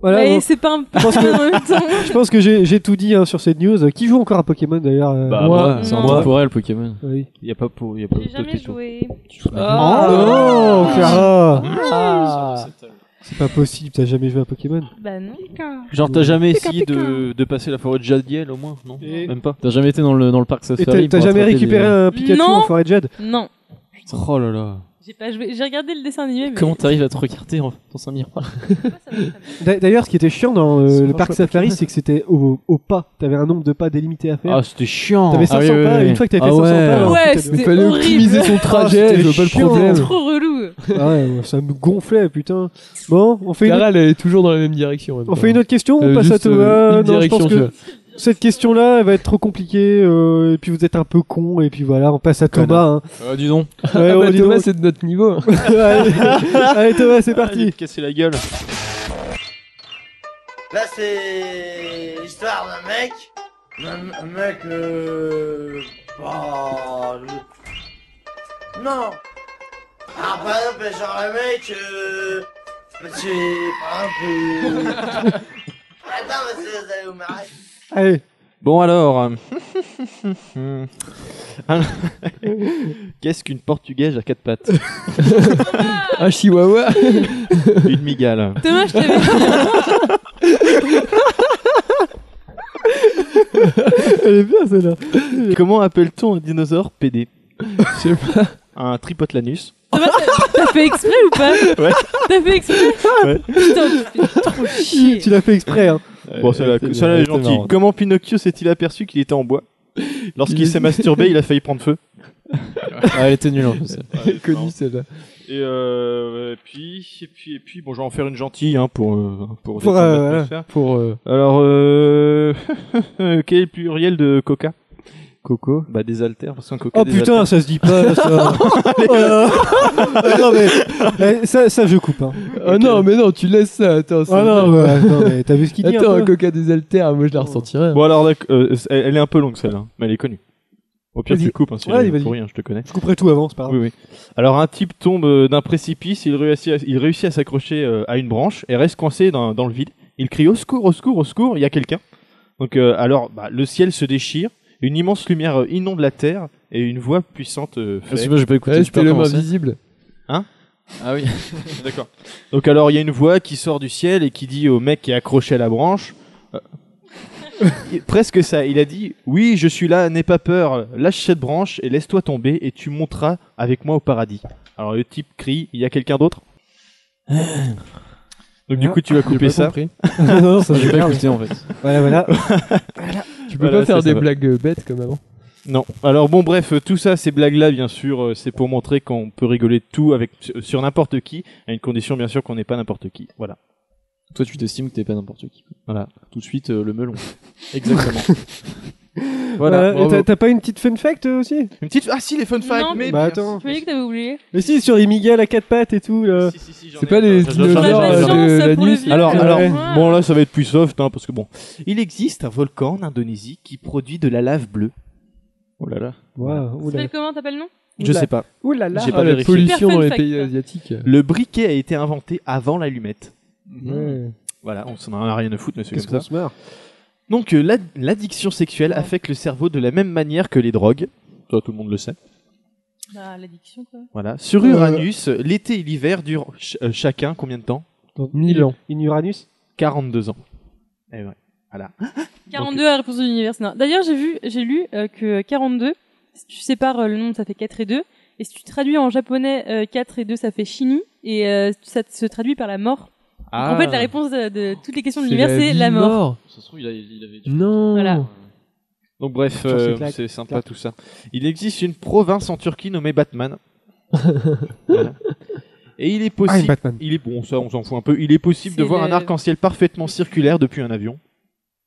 C: Voilà,
E: mais
C: bon,
E: c'est pas un
C: je pense
E: Pokémon
C: que-
E: en même temps.
C: je pense que j'ai j'ai tout dit hein, sur cette news. Euh, Qui joue encore à Pokémon d'ailleurs euh,
D: Ah,
M: Bah,
F: moi,
M: moi, c'est
E: non.
M: intemporel Pokémon.
C: oui.
M: Il n'y a pas pour. Y a pas
E: J'ai jamais
M: Pokémon.
E: joué. Ah.
C: Oh, Clara,
F: Ah.
C: c'est pas possible, t'as jamais joué à Pokémon.
E: Bah non.
M: Genre, t'as jamais
E: Pika,
M: essayé
E: pika.
M: de, de passer la forêt de Jadiel au moins Non
C: Et-
M: Même pas.
D: T'as jamais été dans le, dans le parc
C: Et
D: safari
C: t'as- t'as
D: pour
C: jamais
D: attraper
C: récupéré
D: des-
C: un Pikachu
E: Non.
C: en forêt de jade
E: Non,
M: Oh là là.
E: j'ai pas joué. J'ai regardé le dessin animé, mais.
D: Comment t'arrives à te regarder en- dans un miroir
C: D'a- D'ailleurs, ce qui était chiant dans euh,
D: C'est
C: le
D: pas
C: parc
D: chouette,
C: safari, c'est que c'était au, au pas. T'avais un nombre de pas délimité à faire.
M: Ah, c'était chiant.
C: T'avais 500
M: Ah oui, oui,
C: pas,
M: oui.
C: et une fois que t'avais
M: Ah
C: fait 500 pas,
M: ouais.
C: alors,
E: Ouais, Ah,
C: putain,
E: c'était
F: Il fallait
E: horrible.
F: optimiser
M: Ah,
F: son trajet, je vois pas le
C: chiant.
F: problème.
E: Trop relou.
C: Ah ouais, ouais, ça me gonflait, putain. Bon, on fait, une,
F: Clara, elle est toujours dans la même direction. en même
C: on
F: temps.
C: fait une autre question, on
F: Euh,
C: passe à
F: juste, euh,
C: Thomas.
F: une
C: Non, je pense
F: direction,
C: que cette question-là, elle va être trop compliquée, euh, et puis vous êtes un peu con, et puis voilà, on passe à Thomas. hein.
M: Ah, dis donc.
C: Ouais,
F: Ah
C: on
F: bah,
C: dit
F: Thomas,
C: donc.
F: c'est de notre niveau.
C: allez, allez, Thomas, c'est parti.
M: Casser la gueule.
L: Là, c'est l'histoire d'un mec. Un, un mec. Euh... bah, je- Non Alors, par exemple, genre un mec. Euh... C'est. Par exemple. euh, Attends, monsieur, vous allez vous marrer.
C: Allez.
M: Bon alors. euh, Alors, Qu'est-ce qu'une portugaise à quatre pattes
F: Un chihuahua.
M: Une migale.
E: Thomas, je t'avais
C: Elle est bien, celle-là.
M: Comment appelle-t-on un dinosaure PD Je sais pas. Un tripotlanus.
E: Thomas, t'as- t'as fait exprès ou pas
M: Ouais.
E: T'as fait exprès
M: Ouais.
E: Putain, tu fais trop chier.
C: Tu l'as fait exprès, hein.
M: Bon, celle-là
D: c'est
M: celle-là est
D: bien, c'est
M: gentille.
D: marrant.
M: Euh, Comment Pinocchio s'est-il aperçu qu'il était en bois Lorsqu'il s'est masturbé, il a failli prendre feu.
D: Ah, elle était nulle en plus.
F: Connu celle-là.
M: Et, euh, et puis, et puis, et puis, bon, je vais en faire une gentille hein, pour euh, pour,
C: Pour,
M: détendre
C: euh,
M: l'atmosphère.
F: Pour. euh,
M: Alors, euh... quel est le pluriel de coca Coco Bah, des haltères, parce qu'un coca
C: Oh putain, ça se dit pas, là, ça. Oh là là. Non, mais, eh, ça, ça, je coupe, hein.
F: Ah non, mais non, tu laisses ça. Attends, c'est-
C: Ah non, ouais, attends, mais t'as vu ce qu'il dit un
F: Attends,
C: peu
F: un Oh. coca désaltère, moi je la ressentirais.
M: Bon, alors, d'ac- euh, c'est- elle est un peu longue celle-là, hein, mais elle est connue. Au pire,
C: Vas-y.
M: tu coupes, hein, si
C: Ouais,
M: elle est
C: vas-y.
M: pour rien, je te connais.
C: Je couperai tout avant, c'est pas grave.
M: Oui, oui. Alors, un type tombe euh, d'un précipice, il réussit à, il réussit à s'accrocher euh, à une branche et reste coincé dans, dans le vide. Il crie au secours, au secours, au secours, il y a quelqu'un. Donc, euh, alors, bah, le ciel se déchire, une immense lumière euh, inonde la terre et une voix puissante euh, fait-
D: Parce que moi, j'ai pas écouté.
F: Ouais,
D: Ah, je peux
F: C'était l'homme
D: recommencer.
F: invisible.
D: Ah oui.
M: D'accord. Donc alors il y a une voix qui sort du ciel et qui dit au mec qui est accroché à la branche. euh, il- presque ça, il a dit Oui, je suis là, n'aie pas peur, lâche cette branche et laisse-toi tomber et tu monteras avec moi au paradis. Alors le type crie Il y a quelqu'un d'autre Donc du coup, tu vas
F: Euh. J'ai
M: couper
F: pas
M: ça.
F: compris.
C: non, non, ça,
D: J'ai
C: je
D: pas
C: garde.
D: écouté en fait.
C: Voilà, voilà.
F: Tu peux
M: Voilà,
F: pas faire
M: ça, ça
F: des
M: va.
F: blagues euh, bêtes comme avant.
M: Non. Alors bon, bref, euh, tout ça, ces blagues-là, bien sûr, euh, c'est pour montrer qu'on peut rigoler de tout avec, sur n'importe qui, à une condition, bien sûr, qu'on n'est pas n'importe qui. Voilà.
D: Toi, tu t'estimes que t'es pas n'importe qui.
M: Voilà.
D: Tout de suite, euh, le melon.
M: Exactement. voilà.
C: Voilà, et Euh, t'as- T'as pas une petite fun fact euh, aussi
M: Une petite... Ah si, les fun facts
E: Non,
M: mais
F: Eh
C: Bah attends.
E: Tu m'as dit que t'avais oublié.
C: Mais si, sur les migales à quatre pattes et tout. là.
M: Si, si, si, j'en
F: C'est
M: ai-
F: pas les
M: j'en- j'en- j'en-
E: On a
F: dinosaures
M: j'en-
E: de
F: euh,
E: la
M: j'en-
E: chance
F: de
E: pour
F: la
E: le
F: news.
E: vieux.
M: Alors,
C: Ouais.
M: alors,
C: Ouais.
M: bon là ça va être plus soft hein, parce que bon, il existe un volcan en Indonésie qui produit de la lave bleue.
D: Oh là là.
F: Waouh,
E: Tu t'appelles comment T'appelles le nom
D: Je sais pas.
F: Ouh là là.
D: J'ai
F: Ah,
D: pas
F: la
D: vérifié.
F: pollution
E: Super
F: dans
E: fun
F: les
E: fact.
F: pays asiatiques.
M: Le briquet a été inventé avant l'allumette.
F: Ouais.
M: Voilà, on s'en a rien à foutre, monsieur.
C: Qu'est-ce
M: comme
C: qu'on
M: ça.
C: se meurt
M: Donc, euh, l'ad- l'addiction sexuelle affecte le cerveau de la même manière que les drogues. Ça, tout le monde le sait.
E: Bah, l'addiction, quoi.
M: Voilà. Sur Uranus, l'été et l'hiver durent ch- euh, chacun combien de temps
C: Dans
F: 1000 ans.
C: In Uranus
M: 42 ans. Eh ouais. Voilà.
E: 42 à la réponse de l'univers. c'est énorme. D'ailleurs, j'ai vu, j'ai lu euh, que 42, si tu sépares euh, le nombre, ça fait 4 et 2. Et si tu traduis en japonais euh, 4 et 2, ça fait shini. Et euh, ça se traduit par la mort.
M: Ah.
E: En fait, la réponse de, de toutes les questions de
F: C'est
E: l'univers,
F: la
E: c'est
F: vie
E: la mort.
F: mort.
D: Ça se trouve, il, a- il avait.
C: Mm.
D: euh,
F: Non.
E: Voilà.
M: Donc bref,
D: Sur ces
M: euh,
D: claques,
M: c'est sympa
D: claques.
M: tout ça. Il existe une province en Turquie nommée Batman. Voilà. Et il est
F: Ah,
C: I'm
M: possible,
C: Batman.
M: il est bon, ça on s'en fout un peu. Il est possible de
E: C'est
M: voir
E: le-
M: un arc-en-ciel parfaitement circulaire depuis un avion.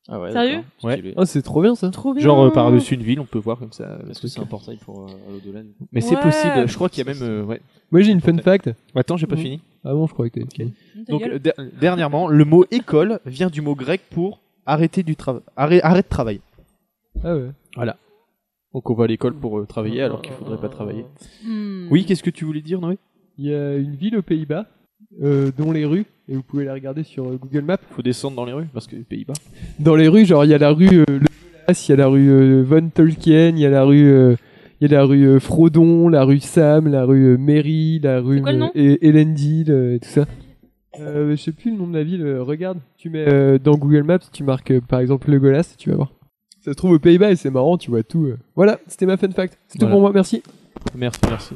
D: Ah ouais.
E: Sérieux
D: d'accord.
M: Ouais.
D: Stylé.
F: Ah, c'est trop bien ça.
E: Trop bien.
M: Genre euh, par-dessus une ville, on peut voir comme ça.
D: Est-ce que c'est un portail pour euh, l'au-delà du coup
M: Mais c'est
E: Ouais.
M: possible. Je crois qu'il y a même. euh, ouais.
F: Moi j'ai une fun fact.
M: Attends, j'ai pas
F: Mm.
M: fini.
F: Ah bon, je croyais que t'avais.
E: Ta
M: Donc
E: gueule.
M: euh, der- dernièrement, le mot école vient du mot grec pour arrêter du travail, arrêt, arrêt de travail.
F: Ah ouais.
M: Voilà. Donc on va à l'école pour euh, travailler alors qu'il faudrait pas
C: Mm.
M: travailler.
E: Hmm.
M: Oui, qu'est-ce que tu voulais dire, Noé
F: Il y a une ville aux Pays-Bas euh, dont les rues, et vous pouvez la regarder sur euh, Google Maps.
M: Faut descendre dans les rues parce que les Pays-Bas.
F: Dans les rues, genre il y a la rue euh, Le Glass, il y a la rue euh, Von Tolkien, il y a la rue euh, il y a la rue euh, Frodon, la rue Sam, la rue euh, Mary, la rue
E: quoi le
F: euh,
E: nom
F: et Elendil euh, et tout ça. Euh, je sais plus le nom de la ville, euh, regarde, tu mets euh, dans Google Maps, tu marques euh, par exemple Le Golas, tu vas voir. Ça se trouve aux Pays-Bas et c'est marrant, tu vois tout. euh. Voilà, c'était ma fun fact. C'est tout
M: Voilà.
F: pour moi, merci.
M: Merci, merci.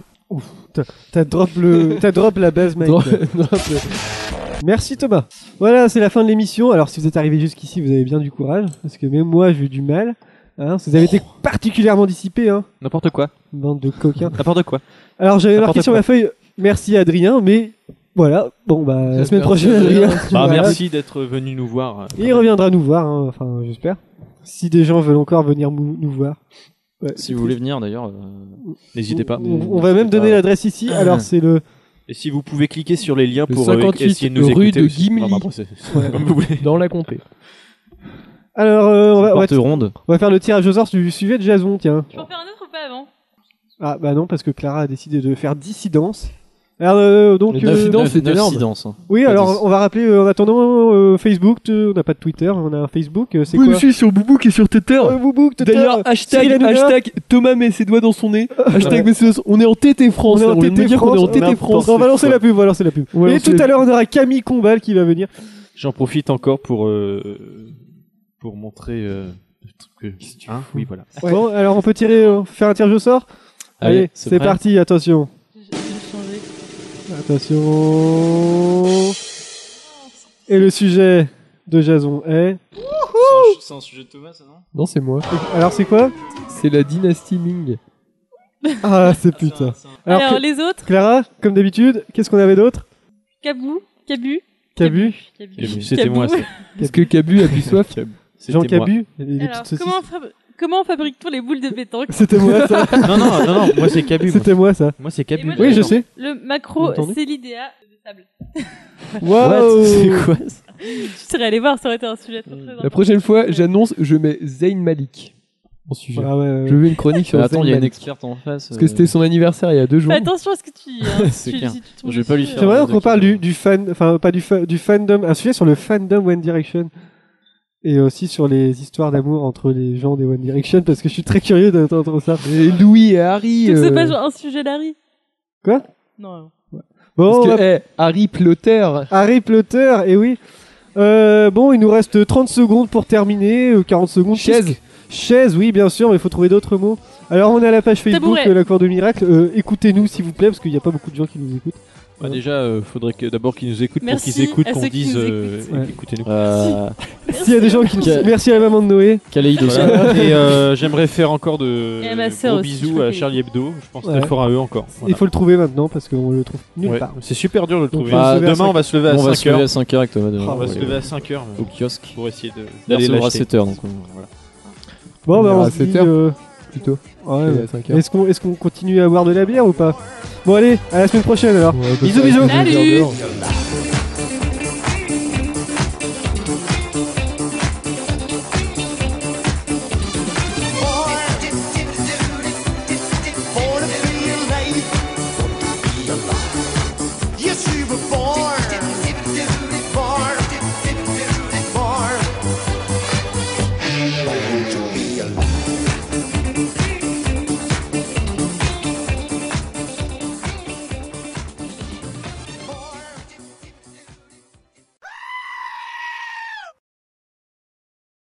C: T'as drop le, t'as drop la base, mec.
F: Drop- drop le-
C: Merci Thomas. Voilà, c'est la fin de l'émission. Alors si vous êtes arrivé jusqu'ici, vous avez bien du courage, parce que même moi j'ai eu du mal. Hein, vous avez été particulièrement dissipé, hein,
M: N'importe quoi.
C: bande de coquins.
M: N'importe quoi.
C: Alors j'avais
M: N'importe
C: marqué sur
M: quoi.
C: ma feuille, merci Adrien, mais voilà, bon bah la semaine
F: Merci,
C: prochaine
F: Adrien.
C: Adrien.
M: Bah,
C: Voilà.
M: merci d'être venu nous voir. euh,
C: Il reviendra nous voir, hein, enfin j'espère. Si des gens veulent encore venir mou- nous voir. Ouais.
D: Si vous voulez venir d'ailleurs, euh,
M: N'hésitez pas.
C: On, on va même donner l'adresse ici. Alors c'est le
M: Et si vous pouvez cliquer sur les liens
F: Le
M: pour euh,
F: 58
M: essayer de nous
F: rue
M: écouter
F: de
M: aussi.
F: Gimli.
M: Non, mais après, c'est- c'est
C: Ouais.
M: comme vous voulez.
F: Dans la comté.
C: alors euh, on, va, on, va,
D: porte ronde.
C: on va faire le tirage au sort du sujet de Jason, tiens.
E: Tu peux en faire un autre ou pas avant
C: Ah bah non parce que Clara a décidé de faire dissidence. Alors euh, donc
F: Le dissidence,
D: Neuf-
F: c'est
D: neuf
F: énorme.
D: sidences, hein.
C: oui
D: Pas
C: alors
D: dix.
C: on va rappeler euh, en attendant euh, Facebook, euh, on n'a pas de Twitter, on a un Facebook, euh, c'est quoi
F: aussi sur Boubouk et sur Oh, Twitter.
C: Euh, Boubouk, Twitter,
F: D'ailleurs, hashtag,
C: Cyril Hanouna.
F: hashtag Thomas met ses doigts dans son nez. Hashtag
C: Ouais.
F: met ses doigts- On est en TT France.
C: on est en
F: là, vient de me
C: TT
F: dire qu'on
C: France,
F: est en TT France.
C: on va lancer la pub, on va lancer la pub.
F: On va
C: Et
F: lancer
C: tout
F: la
C: à l'heure on aura Camille Combal qui va venir.
M: J'en profite encore pour euh, pour montrer euh, le truc que- hein, oui voilà.
C: Bon alors on peut tirer, euh, faire un tirage au sort
D: Allez,
C: Allez
D: c'est
C: c'est
D: prêt.
C: parti, attention.
E: J'ai j'ai changé.
C: Attention. Et le sujet de Jason est.
D: C'est un sujet de Thomas, ça non
F: Non, c'est moi.
C: Alors c'est quoi
F: C'est la dynastie Ming.
C: Ah c'est putain.
E: Alors,
C: Alors Cla-
E: les autres,
C: Clara, comme d'habitude, qu'est-ce qu'on avait d'autre
E: Cabou, Cabu,
C: Cabu,
E: Cabu.
M: C'était
E: Cabou.
M: moi ça.
F: Est-ce que Cabu a bu soif
M: C'était
C: Jean
M: moi.
C: Cabu, les les
E: Alors,
C: petites saucisses.
E: comment, fab- comment fabrique-t-on les boules de pétanque
C: C'était moi ça.
M: Non non non non, moi c'est Cabu. moi.
C: C'était moi ça.
M: Moi c'est Cabu.
E: Et moi,
C: Oui je sais.
E: Le
C: Vous
E: macro,
C: entendez
E: c'est l'idéal de sable.
C: Waouh.
M: C'est quoi ça
E: Je serais allé voir, ça aurait été un sujet très très
F: La prochaine fois, j'annonce, je mets Zayn Malik en sujet.
C: Ah ouais, ouais, ouais.
F: Je veux une chronique sur
D: Euh, Attends,
F: Zayn
D: il y a une
F: Malik.
D: experte en face. euh,
F: Parce que c'était son anniversaire il y a deux jours.
E: Fais attention à ce que tu dis. hein.
D: C'est
E: Tu-
D: clair.
E: si tu tombes
D: Je vais pas lui
E: dessus,
D: faire
E: euh,
C: J'aimerais
D: mal. Alors,
C: qu'on parle
D: donc,
C: du, du fan, enfin pas du, fa- du fandom, un sujet sur le fandom One Direction et aussi sur les histoires d'amour entre les gens des One Direction parce que je suis très curieux d'entendre ça.
F: Et Louis et Harry.
E: Tu sais que c'est
F: euh,
E: pas genre un sujet d'Harry
C: Quoi
E: Non.
C: Bon,
D: Oh,
F: parce
C: on va
F: que, eh, Harry Plotter.
C: Harry Potter, et oui. Euh, bon, il nous reste 30 secondes pour terminer, euh, 40 secondes.
F: Chaise.
C: Chaise, oui, bien sûr, mais il faut trouver d'autres mots. Alors, on est à la page Facebook,
E: Tabouret.
C: euh, la Cour de Miracle. Euh, Écoutez-nous, s'il vous plaît, parce qu'il n'y a pas beaucoup de gens qui nous écoutent.
M: Bah, déjà euh, faudrait que d'abord qu'ils nous écoutent
E: Merci
M: pour qu'ils écoutent
E: à
M: qu'on
E: ceux qui
M: dise
E: nous
M: euh,
E: écoutent.
C: Ouais.
M: écoutez-nous.
D: Euh,
C: S'il y a des gens qui nous...
D: Merci.
C: Merci à la maman de Noé.
D: Kaleidosa.
M: Voilà. Et euh, j'aimerais faire encore de
E: Et à ma sœur
M: gros
E: aussi, je
M: bisous
E: crois
M: à
E: qu'elle
M: Charlie Hebdo. Je pense
C: Ouais.
M: très fort à eux encore. Voilà.
C: Il faut le trouver maintenant, parce qu'on le trouve nulle
M: Ouais.
C: part.
M: C'est super dur de le trouver.
C: on va
M: Bah,
C: se lever à
M: demain on va se lever à
D: on va se lever à
M: 5h.
D: 5h avec Thomas demain.
M: On va
D: Ouais,
M: se
D: ouais.
M: lever à 5h
D: Au kiosque.
M: pour essayer de
D: Il
M: d'aller
D: recevra à
M: l'acheter.
D: 7h, donc euh, voilà.
C: Bon, bah,
F: On
C: on
F: verra
C: se dit...
F: 7 heures.
C: euh,
F: Plutôt.
C: ouais,
F: Et
C: ouais.
F: à 5 heures.
C: Est-ce qu'on est qu'on continue à boire de la bière ou pas Bon, allez, à la semaine prochaine, alors.
F: Ouais,
D: bah,
C: Bisous,
F: peut-être.
C: bisous.
E: Salut.
F: Dehors.
O: Night.